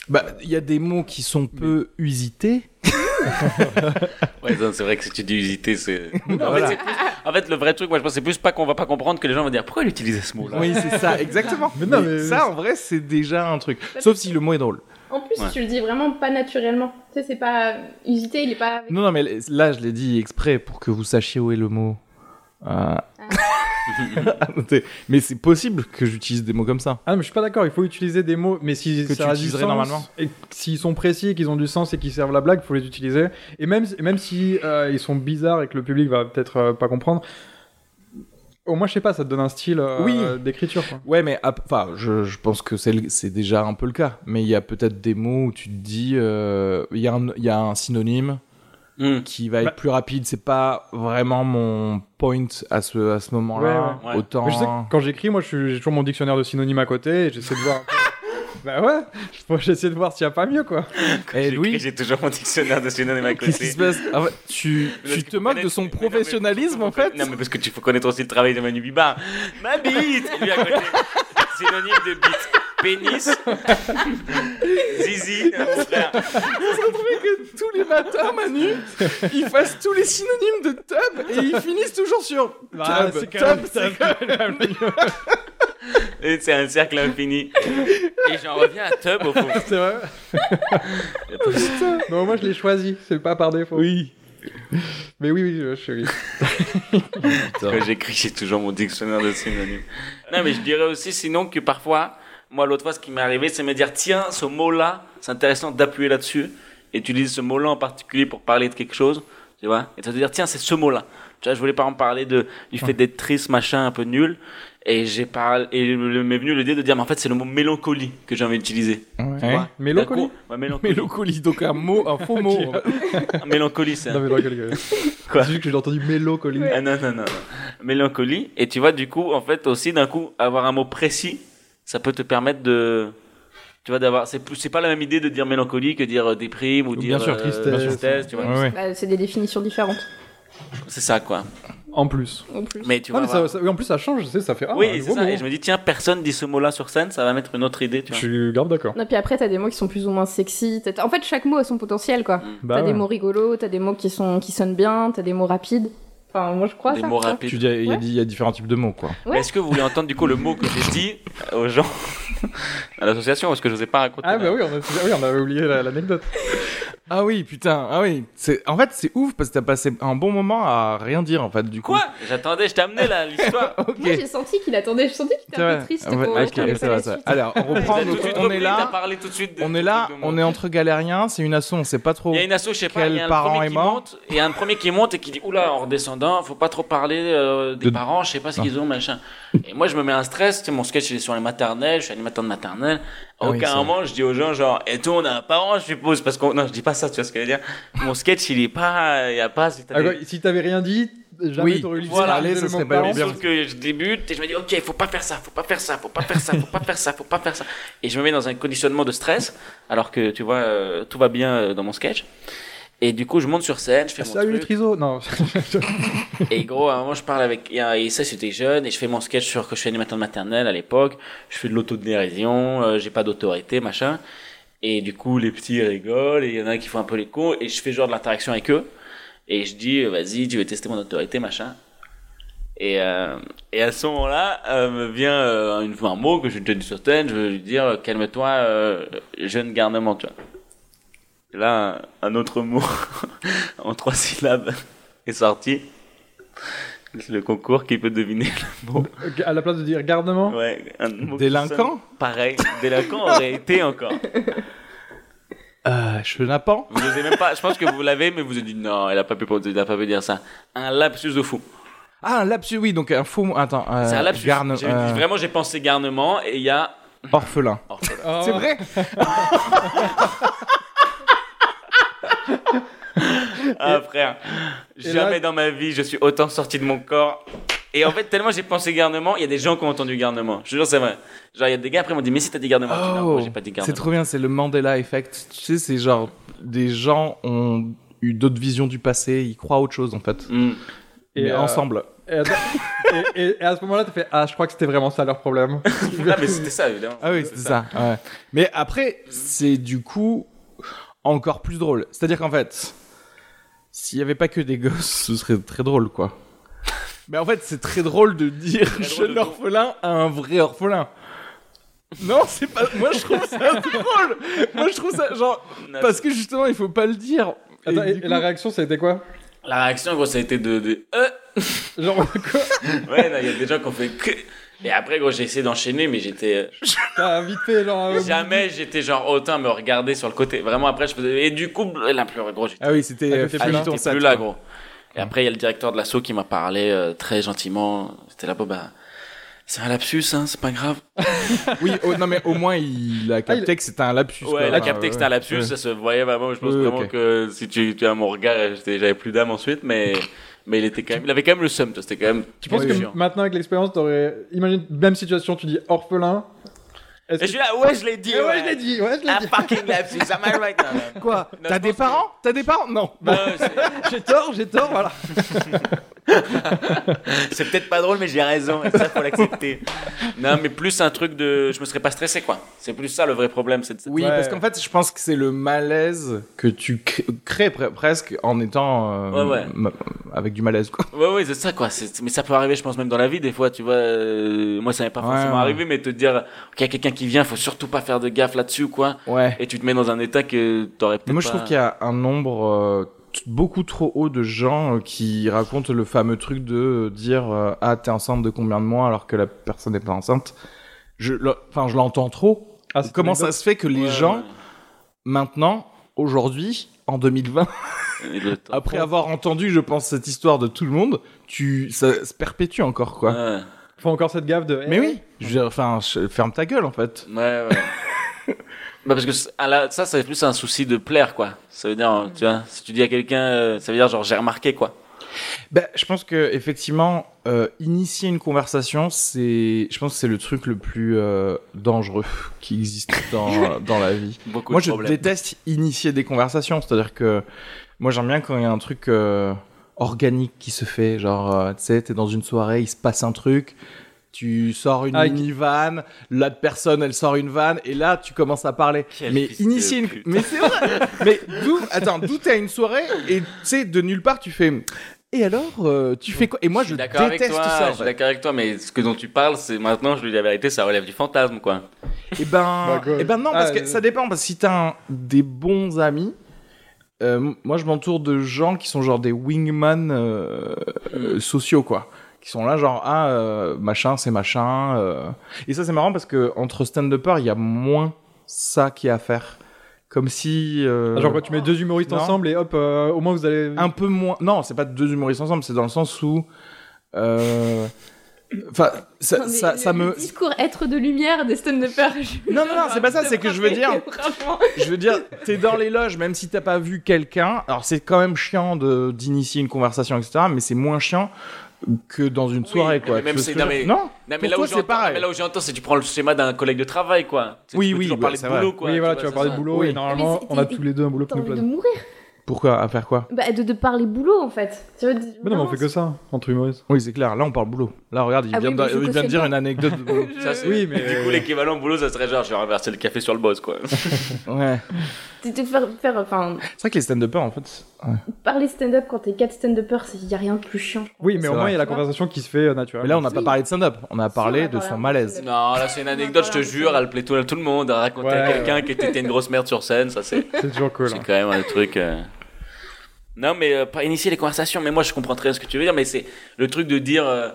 Speaker 2: Bah, il y a des mots qui sont peu usités.
Speaker 3: Ouais, non, c'est vrai que si tu dis usiter, c'est. en,
Speaker 2: Voilà.
Speaker 3: fait, c'est plus- en fait, le vrai truc, moi, je pense, c'est plus pas qu'on va pas comprendre que les gens vont dire pourquoi il utilisait ce mot-là.
Speaker 2: Oui, c'est ça, exactement.
Speaker 4: Mais non,
Speaker 2: Mais
Speaker 4: mais-
Speaker 2: ça, en vrai, c'est déjà un truc. Sauf si le mot est drôle.
Speaker 5: En plus,
Speaker 3: Ouais.
Speaker 5: tu le dis vraiment pas naturellement. Tu sais, c'est pas usité, il est pas.
Speaker 2: Non, non, mais là, je l'ai dit exprès pour que vous sachiez où est le mot. Euh, à noter. mais c'est possible que j'utilise des mots comme ça.
Speaker 4: Ah non, mais je suis pas d'accord, il faut utiliser des mots, mais si
Speaker 2: Que
Speaker 4: ça
Speaker 2: tu
Speaker 4: a du
Speaker 2: utiliserais
Speaker 4: sens,
Speaker 2: normalement.
Speaker 4: Et que- s'ils sont précis, et qu'ils ont du sens et qu'ils servent la blague, faut les utiliser. Et même, et même si euh, ils sont bizarres et que le public va peut-être euh, pas comprendre, au moins, je sais pas, ça te donne un style euh,
Speaker 2: Oui.
Speaker 4: d'écriture. quoi.
Speaker 2: Ouais, mais ap- enfin, je, je pense que c'est le- c'est déjà un peu le cas. Mais il y a peut-être des mots où tu te dis, euh, il y, a un- il y a un synonyme
Speaker 3: Hmm.
Speaker 2: qui va être
Speaker 4: Bah-
Speaker 2: plus rapide. C'est pas vraiment mon point à ce, à ce moment-là.
Speaker 3: Ouais, ouais. Ouais.
Speaker 2: Autant.
Speaker 4: Mais je sais que quand j'écris, moi, je suis- j'ai toujours mon dictionnaire de synonymes à côté et j'essaie de voir. un peu- bah ouais, je- j'essaie de voir s'il y a pas mieux, quoi.
Speaker 3: Quand
Speaker 2: Eh,
Speaker 3: j'écris,
Speaker 2: Louis
Speaker 3: J'ai toujours mon dictionnaire de synonymes à côté.
Speaker 2: Qu'est-ce qui se passe Ah ouais, tu,
Speaker 3: Parce
Speaker 2: tu
Speaker 3: que
Speaker 2: te moques de
Speaker 3: connaître-
Speaker 2: son
Speaker 3: mais non, mais-
Speaker 2: professionnalisme en fait
Speaker 3: Non, mais parce que tu faut connaître aussi le travail de Manu Bibar. Ma bite Lui à côté. Synonyme de bite. Pénis. Zizi. Mon frère.
Speaker 2: que tous les matins, Manu, il fasse tous les synonymes de tub et ils finissent toujours sur
Speaker 4: Ah,
Speaker 2: tub.
Speaker 4: c'est quand même
Speaker 2: Tub,
Speaker 4: ça.
Speaker 2: c'est quand même-
Speaker 3: Et C'est un cercle infini. Et j'en reviens à Tub au fond.
Speaker 4: C'est vrai. Mais au moins, je l'ai choisi, c'est pas par défaut. Oui. Mais oui, oui, je suis oui.
Speaker 3: Quand j'écris, j'ai toujours mon dictionnaire de synonymes. Non, mais je dirais aussi sinon que parfois, moi, l'autre fois, ce qui m'est arrivé, c'est me dire tiens, ce mot-là, c'est intéressant d'appuyer là-dessus et utiliser ce mot-là en particulier pour parler de quelque chose, tu vois. Et de te dire tiens, c'est ce mot-là. Tu vois, je voulais pas en parler de, du fait d'être triste, machin, un peu nul. Et j'ai parlé, et le- m'est venu l'idée de dire, mais en fait, c'est le mot mélancolie que j'ai envie d'utiliser.
Speaker 2: Ouais.
Speaker 3: vois. D'un coup-
Speaker 4: Mélancolie
Speaker 3: Ouais, mélancolie.
Speaker 2: Mélancolie, donc un mot, un faux mot.
Speaker 3: mélancolie, c'est un-
Speaker 4: Non, mélancolie. ouais.
Speaker 3: Quoi
Speaker 4: C'est juste que j'ai entendu mélancolie.
Speaker 3: Ah non, non, non. non. Mélancolie. Et tu vois, du coup, en fait, aussi, d'un coup, avoir un mot précis, ça peut te permettre de. Tu vois, d'avoir. C'est plus... c'est pas la même idée de dire mélancolie que dire euh, déprime ou
Speaker 4: Bien
Speaker 3: dire.
Speaker 4: sûr,
Speaker 3: euh,
Speaker 4: tristesse.
Speaker 3: tristesse, tu vois.
Speaker 2: Ouais, ouais.
Speaker 5: Bah, c'est des définitions différentes.
Speaker 3: C'est ça, quoi.
Speaker 4: En plus.
Speaker 5: En plus.
Speaker 3: Mais tu
Speaker 4: Ah,
Speaker 3: vois.
Speaker 4: mais ça,
Speaker 3: voilà.
Speaker 4: ça- oui, en plus, ça change, tu sais, ça fait. Ah, un
Speaker 3: oui, c'est
Speaker 4: nouveau
Speaker 3: ça.
Speaker 4: mot.
Speaker 3: Et je me dis, tiens, personne dit ce mot-là sur scène, ça va mettre une autre idée, tu
Speaker 4: Je
Speaker 3: vois.
Speaker 4: suis grave d'accord.
Speaker 5: Non, puis après, t'as des mots qui sont plus ou moins sexy. T'as- En fait, chaque mot a son potentiel, quoi.
Speaker 4: Bah
Speaker 5: t'as des
Speaker 4: ouais.
Speaker 5: mots rigolos, t'as des mots qui, sont... qui sonnent bien, t'as des mots rapides. Enfin, moi, je crois
Speaker 3: Des
Speaker 5: ça.
Speaker 3: mots
Speaker 5: tu vois.
Speaker 3: rapides.
Speaker 2: Tu dis, il y, a-
Speaker 5: Ouais.
Speaker 2: il y a différents types de mots, quoi.
Speaker 3: Mais
Speaker 5: Ouais.
Speaker 3: Est-ce que vous voulez entendre, du coup, le mot que j'ai dit euh, aux gens à l'association Parce que je vous ai pas raconté.
Speaker 4: Ah,
Speaker 3: là.
Speaker 4: bah oui, on, a, ah oui, on avait oublié la- l'anecdote.
Speaker 2: Ah oui, putain, ah oui. C'est- En fait, c'est ouf parce que t'as passé un bon moment à rien dire, en fait, du coup.
Speaker 3: Quoi J'attendais, je t'ai amené là, l'histoire.
Speaker 2: Ok.
Speaker 5: Moi, j'ai senti qu'il attendait. Je sentis qu'il était
Speaker 2: C'est
Speaker 5: un
Speaker 2: vrai.
Speaker 5: peu triste.
Speaker 2: Ah ouais,
Speaker 5: qu'on-
Speaker 2: ok,
Speaker 5: qu'on ait
Speaker 2: ça
Speaker 5: pas
Speaker 2: va,
Speaker 5: la
Speaker 2: ça va.
Speaker 5: suite.
Speaker 2: Alors, on
Speaker 3: Vous
Speaker 2: reprend.
Speaker 3: avez tout
Speaker 2: donc,
Speaker 3: de suite
Speaker 2: on est
Speaker 3: compris, t'as
Speaker 2: là.
Speaker 3: parlé tout de suite de-
Speaker 2: On est là,
Speaker 3: de mots.
Speaker 2: on est entre galériens, c'est une asso, on sait pas trop.
Speaker 3: Il y a une asso, je sais pas,
Speaker 2: Quel
Speaker 3: il y a un
Speaker 2: parent
Speaker 3: premier
Speaker 2: est
Speaker 3: qui
Speaker 2: mort
Speaker 3: monte, et un premier qui monte et qui dit oula en redescendant, faut pas trop parler euh, des
Speaker 2: De-
Speaker 3: parents, je sais pas ce
Speaker 2: Non.
Speaker 3: qu'ils ont machin. Et moi je me mets un stress, tu sais, mon sketch il est sur les maternelles, je suis animateur de maternelle. À
Speaker 2: Ah oui,
Speaker 3: aucun
Speaker 2: ça.
Speaker 3: moment je dis aux gens genre et toi on a un parent je suppose parce qu'on non je dis pas ça tu vois ce que je veux dire. Mon sketch il est pas il y a pas si t'as
Speaker 4: Ah,
Speaker 3: des-
Speaker 4: quoi, si t'avais rien dit, jamais
Speaker 2: Oui,
Speaker 4: t'aurais eu l'idée
Speaker 3: voilà,
Speaker 4: d'utiliser
Speaker 2: ça
Speaker 4: le
Speaker 2: serait
Speaker 4: mot
Speaker 2: pas
Speaker 4: parent.
Speaker 2: bien.
Speaker 3: Sauf que je débute et je me dis ok, faut pas faire ça, faut pas faire ça, faut pas faire ça, faut pas faire ça, faut pas faire ça. Et je me mets dans un conditionnement de stress, alors que tu vois euh, tout va bien euh, dans mon sketch. Et du coup, je monte sur scène, je
Speaker 2: Ah,
Speaker 3: fais mon
Speaker 4: Salut les
Speaker 3: truc.
Speaker 4: trisos Non,
Speaker 3: Et gros, à un moment, je parle avec. et, euh, Et ça, c'était jeune, et je fais mon sketch sur que je suis animateur de maternelle à l'époque. Je fais de l'autodérision, euh, j'ai pas d'autorité, machin. Et du coup, les petits rigolent, et il y en a qui font un peu les cons, et je fais genre de l'interaction avec eux. Et je dis, euh, vas-y, tu veux tester mon autorité, machin. Et, euh, et à ce moment-là, euh, me vient euh, une, un mot que je te dis sur scène, je veux lui dire, euh, calme-toi, euh, jeune garnement, tu vois. Et là, un, un autre mot en trois syllabes est sorti. C'est le concours qui peut deviner le mot.
Speaker 4: à la place de dire gardement,
Speaker 3: Ouais, un mot qui sonne
Speaker 2: Délinquant
Speaker 3: Pareil, délinquant aurait été encore.
Speaker 2: euh, Chenapan
Speaker 3: Vous n'osez même pas, je pense que vous l'avez, mais vous avez dit non, elle a pas pu, elle a pas pu dire ça. Un lapsus de fou.
Speaker 2: Ah, un lapsus, oui, donc un faux mot. Attends, euh,
Speaker 3: C'est un lapsus.
Speaker 2: garne-
Speaker 3: J'ai-
Speaker 2: euh,
Speaker 3: Vraiment, j'ai pensé garnement et il y a.
Speaker 2: orphelin.
Speaker 3: oh,
Speaker 2: C'est vrai
Speaker 3: ah frère,
Speaker 4: et
Speaker 3: jamais
Speaker 4: là-
Speaker 3: dans ma vie je suis autant sorti de mon corps. Et en fait, tellement j'ai pensé garnement, il y a des gens qui ont entendu garnement. Je te jure, c'est vrai. Genre, il y a des gars après ils m'ont dit, mais si t'as dit garnement, Je dis, non, moi, j'ai pas dit
Speaker 2: Oh, c'est
Speaker 3: garnement.
Speaker 2: trop bien, c'est le Mandela Effect. Tu sais, c'est genre des gens ont eu d'autres visions du passé, ils croient à autre chose en fait.
Speaker 3: Hmm.
Speaker 4: Et,
Speaker 2: Mais
Speaker 4: euh,
Speaker 2: ensemble.
Speaker 4: Et, attends- et- et- et à ce moment-là, t'as fait Ah, je crois que c'était vraiment ça leur problème.
Speaker 3: Ah, mais c'était ça, évidemment.
Speaker 2: Ah oui, c'est ça. ouais. Mais après, c'est du coup encore plus drôle. C'est-à-dire qu'en fait, s'il n'y avait pas que des gosses, ce serait très drôle, quoi. Mais en fait, c'est très drôle de dire
Speaker 3: drôle de
Speaker 2: jeune
Speaker 3: dire.
Speaker 2: orphelin à un vrai orphelin. Non, c'est pas. Moi, je trouve ça drôle. Moi, je trouve ça genre
Speaker 3: Ah,
Speaker 2: parce que justement, il faut pas le dire. Et
Speaker 4: Attends, et,
Speaker 2: du
Speaker 4: et la
Speaker 2: coup-
Speaker 4: réaction, ça a été quoi
Speaker 3: La réaction, gros, ça a été de. de... Euh,
Speaker 4: Genre, quoi
Speaker 3: Ouais, non, il y a des gens qui ont fait que. Et après, gros, j'ai essayé d'enchaîner, mais j'étais.
Speaker 4: T'as vite fait, genre. euh,
Speaker 3: Jamais j'étais genre autant me regarder sur le côté. Vraiment, après, je faisais. Et du coup, elle a pleuré, gros. J'étais
Speaker 2: Ah oui, c'était.
Speaker 4: Ah,
Speaker 2: euh,
Speaker 4: t'étais
Speaker 3: ah,
Speaker 4: plus là.
Speaker 2: Fabien
Speaker 3: j'étais
Speaker 2: Tonsat,
Speaker 3: plus là,
Speaker 2: quoi.
Speaker 3: gros. Et après, il y a le directeur de l'assaut qui m'a parlé euh, très gentiment. C'était là, bon, bah. C'est un lapsus, hein, c'est pas grave.
Speaker 2: Oui, oh, non mais au moins Ah, il a capté que c'était un lapsus. quoi.
Speaker 3: Ouais, il a capté que c'était un lapsus,
Speaker 2: ouais.
Speaker 3: ça se voyait vraiment. Je pense
Speaker 2: Ouais,
Speaker 3: vraiment
Speaker 2: ok.
Speaker 3: que si tu, tu as mon regard, euh, j'étais- j'avais plus d'âme ensuite, mais. Mais il était quand même, il avait quand même le seum, toi, c'était quand même.
Speaker 4: Tu penses que
Speaker 3: chiant.
Speaker 4: maintenant, avec l'expérience, t'aurais. Imagine, même situation, tu dis orphelin. Est-ce
Speaker 3: Et je
Speaker 4: que-
Speaker 3: suis là, ouais, Ah. je l'ai dit.
Speaker 4: Eh ouais, je l'ai dit, ouais, je l'ai
Speaker 3: Un
Speaker 4: dit.
Speaker 3: fucking lapsus, am I right now, man?
Speaker 2: Quoi
Speaker 3: je
Speaker 2: T'as
Speaker 3: pense
Speaker 2: des
Speaker 3: que-
Speaker 2: parents T'as des parents Non.
Speaker 3: Ouais, c'est-
Speaker 4: J'ai tort, j'ai tort, voilà.
Speaker 3: C'est peut-être pas drôle, mais j'ai raison. Et ça, faut l'accepter. non, mais plus un truc de. Je me serais pas stressé, quoi. C'est plus ça le vrai problème. C'est de cette-
Speaker 2: Oui,
Speaker 4: Ouais.
Speaker 2: parce qu'en fait, je pense que c'est le malaise que tu crées, crées pre- presque en étant euh,
Speaker 3: Ouais, ouais.
Speaker 2: m- avec du malaise, quoi.
Speaker 3: Ouais, ouais, c'est ça, quoi. C'est- Mais ça peut arriver, je pense, même dans la vie, des fois, tu vois. euh, Moi, ça m'est pas
Speaker 2: Ouais,
Speaker 3: forcément
Speaker 2: ouais.
Speaker 3: arrivé, mais te dire qu'il y a quelqu'un qui vient, faut surtout pas faire de gaffe là-dessus, quoi.
Speaker 2: Ouais.
Speaker 3: Et tu te mets dans un état que t'aurais peut-être.
Speaker 2: Moi, je
Speaker 3: pas-
Speaker 2: trouve qu'il y a un nombre euh, t- beaucoup trop haut de gens euh, qui racontent le fameux truc de euh, dire euh, ah t'es enceinte de combien de mois alors que la personne n'est pas enceinte. Je, le- enfin, je l'entends trop.
Speaker 4: Ah, c'est
Speaker 2: Comment
Speaker 4: une
Speaker 2: ça se fait que les
Speaker 3: Ouais,
Speaker 2: gens
Speaker 3: ouais.
Speaker 2: maintenant, aujourd'hui, en 2020,
Speaker 3: Et le temps.
Speaker 2: après avoir entendu, je pense, cette histoire de tout le monde, tu, ça se perpétue encore quoi.
Speaker 3: Ouais,
Speaker 4: anecdote. Faut encore cette gaffe de. eh,
Speaker 2: Mais oui, je veux dire, enfin, je- ferme ta gueule en fait.
Speaker 3: ouais, ouais. Bah, parce que c'est- à la- ça, c'est plus un souci de plaire, quoi. Ça veut dire, euh, tu vois, si tu dis à quelqu'un, euh, ça veut dire genre j'ai remarqué, quoi.
Speaker 2: Ben, je pense que effectivement, euh, initier une conversation, c'est, je pense, que c'est le truc le plus euh, dangereux qui existe dans, dans la vie.
Speaker 3: Beaucoup
Speaker 2: Moi,
Speaker 3: de
Speaker 2: je
Speaker 3: problèmes.
Speaker 2: déteste initier des conversations. C'est-à-dire que moi, j'aime bien quand il y a un truc euh, organique qui se fait. Genre, euh, tu sais, t'es dans une soirée, il se passe un truc. Tu sors une
Speaker 4: Ah, qui-
Speaker 2: mini-van, l'autre personne, elle sort une vanne, et là, tu commences à parler.
Speaker 3: Quel
Speaker 2: mais
Speaker 3: fils de
Speaker 2: initier une...
Speaker 3: pute.
Speaker 2: Mais c'est vrai Mais d'où... Attends, d'où t'as une soirée, et tu sais, de nulle part, tu fais... Et alors, euh, tu fais quoi Et moi, je,
Speaker 3: suis d'accord avec
Speaker 2: déteste
Speaker 3: toi,
Speaker 2: ça. en
Speaker 3: Je suis
Speaker 2: fait.
Speaker 3: d'accord avec toi, mais ce que dont tu parles, c'est maintenant, je lui dis la vérité, ça relève du fantasme, quoi.
Speaker 2: Eh ben,
Speaker 4: Bah, quoi.
Speaker 2: eh ben non, parce
Speaker 4: Ah,
Speaker 2: que
Speaker 4: euh.
Speaker 2: ça dépend. Parce que si t'as un- des bons amis, euh, moi je m'entoure de gens qui sont genre des wingman euh, euh, sociaux, quoi. Qui sont là, genre, ah, euh, machin, c'est machin. euh. Et ça, c'est marrant parce que entre stand-uppers, il y a moins ça qui est à faire. Comme si. euh,
Speaker 4: Ah, Genre quand tu mets deux humoristes
Speaker 2: Non.
Speaker 4: ensemble et hop, euh, au moins vous allez.
Speaker 2: un peu moins. Non, c'est pas deux humoristes ensemble, c'est dans le sens où. euh, Enfin, ça,
Speaker 5: Attendez,
Speaker 2: ça,
Speaker 5: le-
Speaker 2: ça
Speaker 5: le
Speaker 2: me.
Speaker 5: discours être de lumière des stand-uppers. je-
Speaker 2: Non, non, non, c'est pas ça, c'est que je veux dire-
Speaker 5: Vraiment.
Speaker 2: Je veux dire, t'es dans les loges, même si t'as pas vu quelqu'un. Alors c'est quand même chiant de d'initier une conversation, etc. Mais c'est moins chiant que dans une soirée, quoi.
Speaker 3: mais même
Speaker 2: Tu vois
Speaker 3: c'est-
Speaker 2: ce que
Speaker 3: non,
Speaker 2: je veux
Speaker 3: mais-
Speaker 2: dire Non,
Speaker 3: Non, mais
Speaker 2: Pour
Speaker 3: là,
Speaker 2: toi,
Speaker 3: où
Speaker 2: c'est
Speaker 3: j'entends-
Speaker 2: pareil.
Speaker 3: mais là où j'entends, c'est tu prends le schéma d'un collègue de travail, quoi. Tu sais,
Speaker 2: Oui,
Speaker 3: tu peux
Speaker 2: oui,
Speaker 3: toujours
Speaker 2: ouais,
Speaker 3: parler
Speaker 2: ça
Speaker 3: de
Speaker 2: va.
Speaker 3: boulot, quoi.
Speaker 4: oui, voilà, tu
Speaker 3: vois,
Speaker 4: vas parler
Speaker 3: ça,
Speaker 4: de
Speaker 3: ça.
Speaker 4: boulot
Speaker 2: Oui.
Speaker 4: et normalement
Speaker 5: Mais
Speaker 4: on a
Speaker 5: c'était-
Speaker 4: tous les deux un boulot
Speaker 5: T'as
Speaker 4: plein
Speaker 5: envie de
Speaker 4: plein.
Speaker 5: mourir.
Speaker 2: Pourquoi à faire quoi
Speaker 5: Bah, de, de parler boulot en fait. Tu vois, de-
Speaker 4: Mais non, mais on
Speaker 5: vraiment,
Speaker 4: fait que ça entre humoristes.
Speaker 2: Oui, c'est clair. Là, on parle boulot. Là, regarde, il
Speaker 5: Ah
Speaker 2: vient,
Speaker 5: oui,
Speaker 2: de,
Speaker 5: mais je
Speaker 2: il vient de
Speaker 5: cautionne
Speaker 2: dire
Speaker 5: pas.
Speaker 2: une anecdote. de-
Speaker 3: Ça, c'est-
Speaker 4: Oui, mais-
Speaker 2: euh,
Speaker 3: Du coup, l'équivalent de boulot, ça serait genre, genre verser le café sur le boss, quoi.
Speaker 2: ouais.
Speaker 5: de- de faire, faire, enfin,
Speaker 2: C'est vrai que les stand-uppers, en fait. ouais.
Speaker 5: parler stand-up quand t'es 4 stand-uppers, il y a rien de plus chiant.
Speaker 4: Oui, mais
Speaker 2: C'est
Speaker 4: au moins
Speaker 2: vrai.
Speaker 4: il y a la conversation qui se fait euh,
Speaker 2: Mais là, on
Speaker 4: naturellement.
Speaker 2: n'a pas
Speaker 5: Oui.
Speaker 2: parlé de stand-up. On a
Speaker 5: Si,
Speaker 2: parlé
Speaker 5: on a
Speaker 2: de
Speaker 5: parlé
Speaker 2: son
Speaker 5: un peu
Speaker 2: malaise.
Speaker 3: Non, là, c'est une anecdote, je te jure, elle plaît tout, tout le monde. à Raconter à
Speaker 4: Ouais,
Speaker 3: quelqu'un qui était une grosse merde sur scène, ça, c'est
Speaker 4: C'est toujours cool.
Speaker 3: c'est
Speaker 4: hein.
Speaker 3: quand même un truc. euh. Non, mais euh, pas initier les conversations, mais moi, je comprends très bien ce que tu veux dire, mais c'est le truc de dire. euh,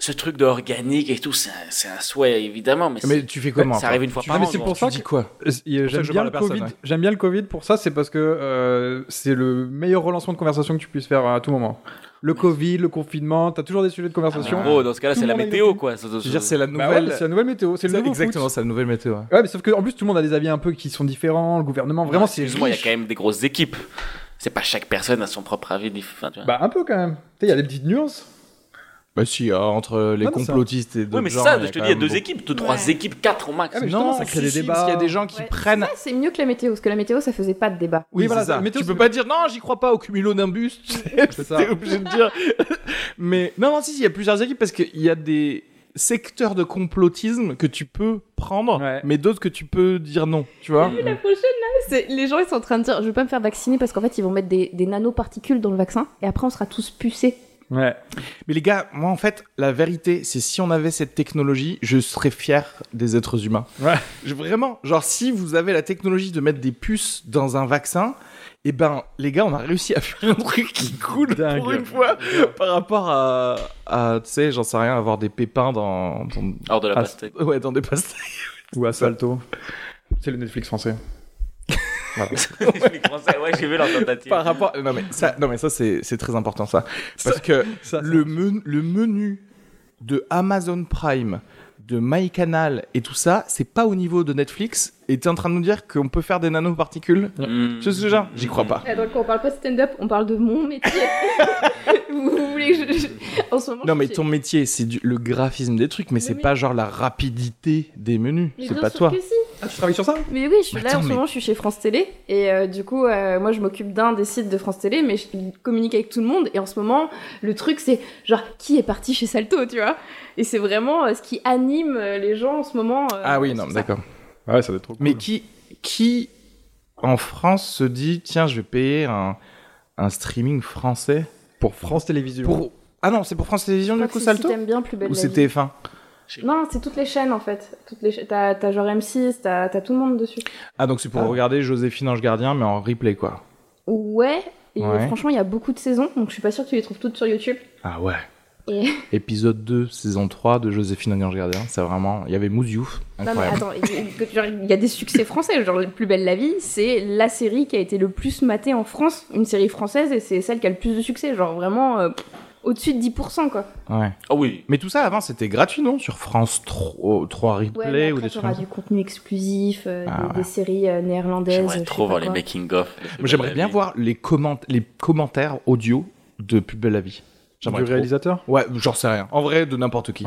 Speaker 3: ce truc d'organique et tout, c'est un, c'est un souhait évidemment, mais,
Speaker 2: Mais
Speaker 3: c'est-
Speaker 2: tu fais comment
Speaker 3: ça arrive une fois
Speaker 4: Ah,
Speaker 3: par
Speaker 4: mais
Speaker 3: an.
Speaker 4: c'est
Speaker 3: gros.
Speaker 4: pour
Speaker 2: Tu
Speaker 4: ça
Speaker 2: dis quoi
Speaker 4: Euh, il y a-
Speaker 2: pour ça que
Speaker 4: J'aime
Speaker 2: je
Speaker 4: bien,
Speaker 2: parle
Speaker 4: le
Speaker 2: à personne,
Speaker 4: Covid.
Speaker 2: ouais.
Speaker 4: J'aime bien le Covid pour ça, c'est parce que euh, c'est le meilleur relancement de conversation que tu puisses faire à tout moment. Le Covid, le confinement, t'as toujours des sujets de conversation.
Speaker 3: En gros, dans ce cas-là,
Speaker 4: Tout
Speaker 3: c'est
Speaker 4: le
Speaker 3: la
Speaker 4: monde a une
Speaker 3: météo,
Speaker 4: opinion.
Speaker 3: quoi.
Speaker 2: Je veux dire, c'est la
Speaker 4: Bah
Speaker 2: Ah, nouvelle.
Speaker 4: ouais, c'est la nouvelle météo, c'est le nouveau foot.
Speaker 2: Exactement, c'est la nouvelle météo. hein. ouais.
Speaker 4: Ouais, mais sauf que en plus tout le monde a des avis un peu qui sont différents, le gouvernement, vraiment c'est
Speaker 3: Excuse-moi, il y a
Speaker 4: riche.
Speaker 3: quand même des grosses équipes. C'est pas chaque personne a son propre avis. diff- Enfin, tu vois.
Speaker 4: Bah un peu quand même. Tu sais, il y a des petites nuances.
Speaker 2: Bah si, euh, entre les
Speaker 4: Non, mais ça-
Speaker 2: complotistes et
Speaker 3: oui,
Speaker 2: Bah, d'autres
Speaker 3: mais c'est
Speaker 2: gens,
Speaker 3: ça,
Speaker 2: il
Speaker 3: je
Speaker 2: y a
Speaker 3: te dis,
Speaker 2: quand
Speaker 3: il y a
Speaker 2: même
Speaker 3: deux
Speaker 2: beaucoup-
Speaker 3: équipes, deux, trois
Speaker 5: Ouais.
Speaker 3: équipes, quatre au max.
Speaker 4: Ah, mais
Speaker 2: non,
Speaker 4: justement, ça crée
Speaker 2: si,
Speaker 4: des
Speaker 2: si,
Speaker 4: débats.
Speaker 2: parce qu'il y a des gens qui
Speaker 5: Ouais,
Speaker 2: prennent.
Speaker 5: ça, C'est mieux que la météo, parce que la météo, ça faisait pas de débat.
Speaker 4: Oui,
Speaker 2: Oui,
Speaker 4: voilà,
Speaker 2: voilà.
Speaker 4: la météo,
Speaker 2: tu
Speaker 4: c'est-
Speaker 2: peux pas dire non, j'y crois pas au cumulonimbus. tu sais,
Speaker 4: C'est ça.
Speaker 2: T'es obligé de dire. Mais non, non, si, si, il y a plusieurs équipes parce qu'il y a des secteurs de complotisme que tu peux prendre,
Speaker 4: Ouais.
Speaker 2: mais d'autres que tu peux dire non, tu vois.
Speaker 5: La prochaine, là, c'est les gens, ils sont en train de dire, je veux pas me faire vacciner parce qu'en fait, ils vont mettre des, des nanoparticules dans le vaccin et après, on sera tous pucés.
Speaker 4: Ouais.
Speaker 2: Mais les gars, moi en fait, la vérité, c'est si on avait cette technologie, je serais fier des êtres humains.
Speaker 4: Ouais.
Speaker 2: Je- vraiment, genre si vous avez la technologie de mettre des puces dans un vaccin, eh ben les gars, on a réussi à faire un truc qui coule
Speaker 4: Dingue.
Speaker 2: pour une fois par rapport à, à, tu sais, j'en sais rien, avoir des pépins dans, dans-
Speaker 3: Hors de la
Speaker 2: Ah,
Speaker 3: pastèque.
Speaker 2: ouais, dans des pastèques.
Speaker 4: Ou Asfalto. C'est le Netflix français.
Speaker 3: Les Français, ouais, j'ai vu leur tentative.
Speaker 2: par rapport, non mais ça, non mais ça c'est c'est très important ça, parce que
Speaker 4: Ça,
Speaker 2: le, men- le menu de Amazon Prime, de MyCanal et tout ça, c'est pas au niveau de Netflix. Et t'es en train de nous dire qu'on peut faire des nanoparticules
Speaker 3: Mmh.
Speaker 2: Je sais genre, j'y crois pas.
Speaker 5: Eh, donc, on parle pas stand-up, on parle de mon métier. Vous voulez que je... En ce moment,
Speaker 2: Non mais ton métier, c'est du- le graphisme des trucs, mais c'est
Speaker 5: mais-
Speaker 2: pas genre la rapidité des menus. C'est pas toi.
Speaker 4: Ah, tu travailles sur ça
Speaker 5: Mais oui, je suis là
Speaker 2: Attends,
Speaker 5: en ce
Speaker 2: mais-
Speaker 5: moment, je suis chez France Télé et euh, du coup, euh, moi je m'occupe d'un des sites de France Télé, mais je communique avec tout le monde et en ce moment, le truc c'est genre qui est parti chez Salto, tu vois Et c'est vraiment euh, ce qui anime euh, les gens en ce moment. euh,
Speaker 2: Ah oui, non,
Speaker 5: sur ça.
Speaker 2: d'accord.
Speaker 4: Ouais, ça doit être trop cool.
Speaker 2: Mais qui, qui en France se dit tiens je vais payer un, un streaming français
Speaker 4: Pour France Télévisions.
Speaker 2: pour ah non c'est pour France Télévisions
Speaker 5: Je
Speaker 2: du
Speaker 5: crois
Speaker 2: coup
Speaker 5: que c'est si
Speaker 2: Salto
Speaker 5: t'aimes bien plus belle
Speaker 2: ou
Speaker 5: la
Speaker 2: c'est
Speaker 5: Vie.
Speaker 2: TF1
Speaker 5: Non, c'est toutes les chaînes en fait. Toutes les cha- t'as, t'as genre M6, t'as, t'as tout le monde dessus.
Speaker 2: ah donc c'est pour
Speaker 4: Ah.
Speaker 2: regarder Joséphine Ange Gardien mais en replay quoi
Speaker 5: Ouais. Et
Speaker 2: Ouais.
Speaker 5: franchement, il y a beaucoup de saisons, donc je suis pas sûre que tu les trouves toutes sur YouTube.
Speaker 2: Ah ouais.
Speaker 5: Et-
Speaker 2: Épisode 2, saison 3 de Joséphine Ange Gardien. C'est vraiment. Il y avait Mouziouf.
Speaker 5: Non mais
Speaker 2: Incroyable.
Speaker 5: attends, il- genre, il y a des succès français, genre Plus belle la vie, c'est la série qui a été le plus matée en France, une série française, et c'est celle qui a le plus de succès, genre vraiment euh, au-dessus de 10%, quoi.
Speaker 2: Ouais.
Speaker 3: Ah oui.
Speaker 2: Mais tout ça avant, c'était gratuit, non Sur France 3, 3
Speaker 5: Ouais,
Speaker 2: Replay
Speaker 5: mais après,
Speaker 2: ou des trucs.
Speaker 5: t'auras
Speaker 2: comme ça.
Speaker 5: du contenu exclusif, euh,
Speaker 2: Ah
Speaker 5: des,
Speaker 2: ouais.
Speaker 5: des séries euh, néerlandaises. je
Speaker 3: J'aimerais
Speaker 5: sais
Speaker 3: trop
Speaker 5: pas
Speaker 3: voir les
Speaker 5: quoi.
Speaker 3: making-of.
Speaker 2: Moi, J'aimerais bien voir les, comment- les commentaires audio de Plus belle la vie. J'aimerais
Speaker 4: Du
Speaker 2: trop.
Speaker 4: réalisateur
Speaker 2: Ouais, j'en sais rien. En vrai, de n'importe qui.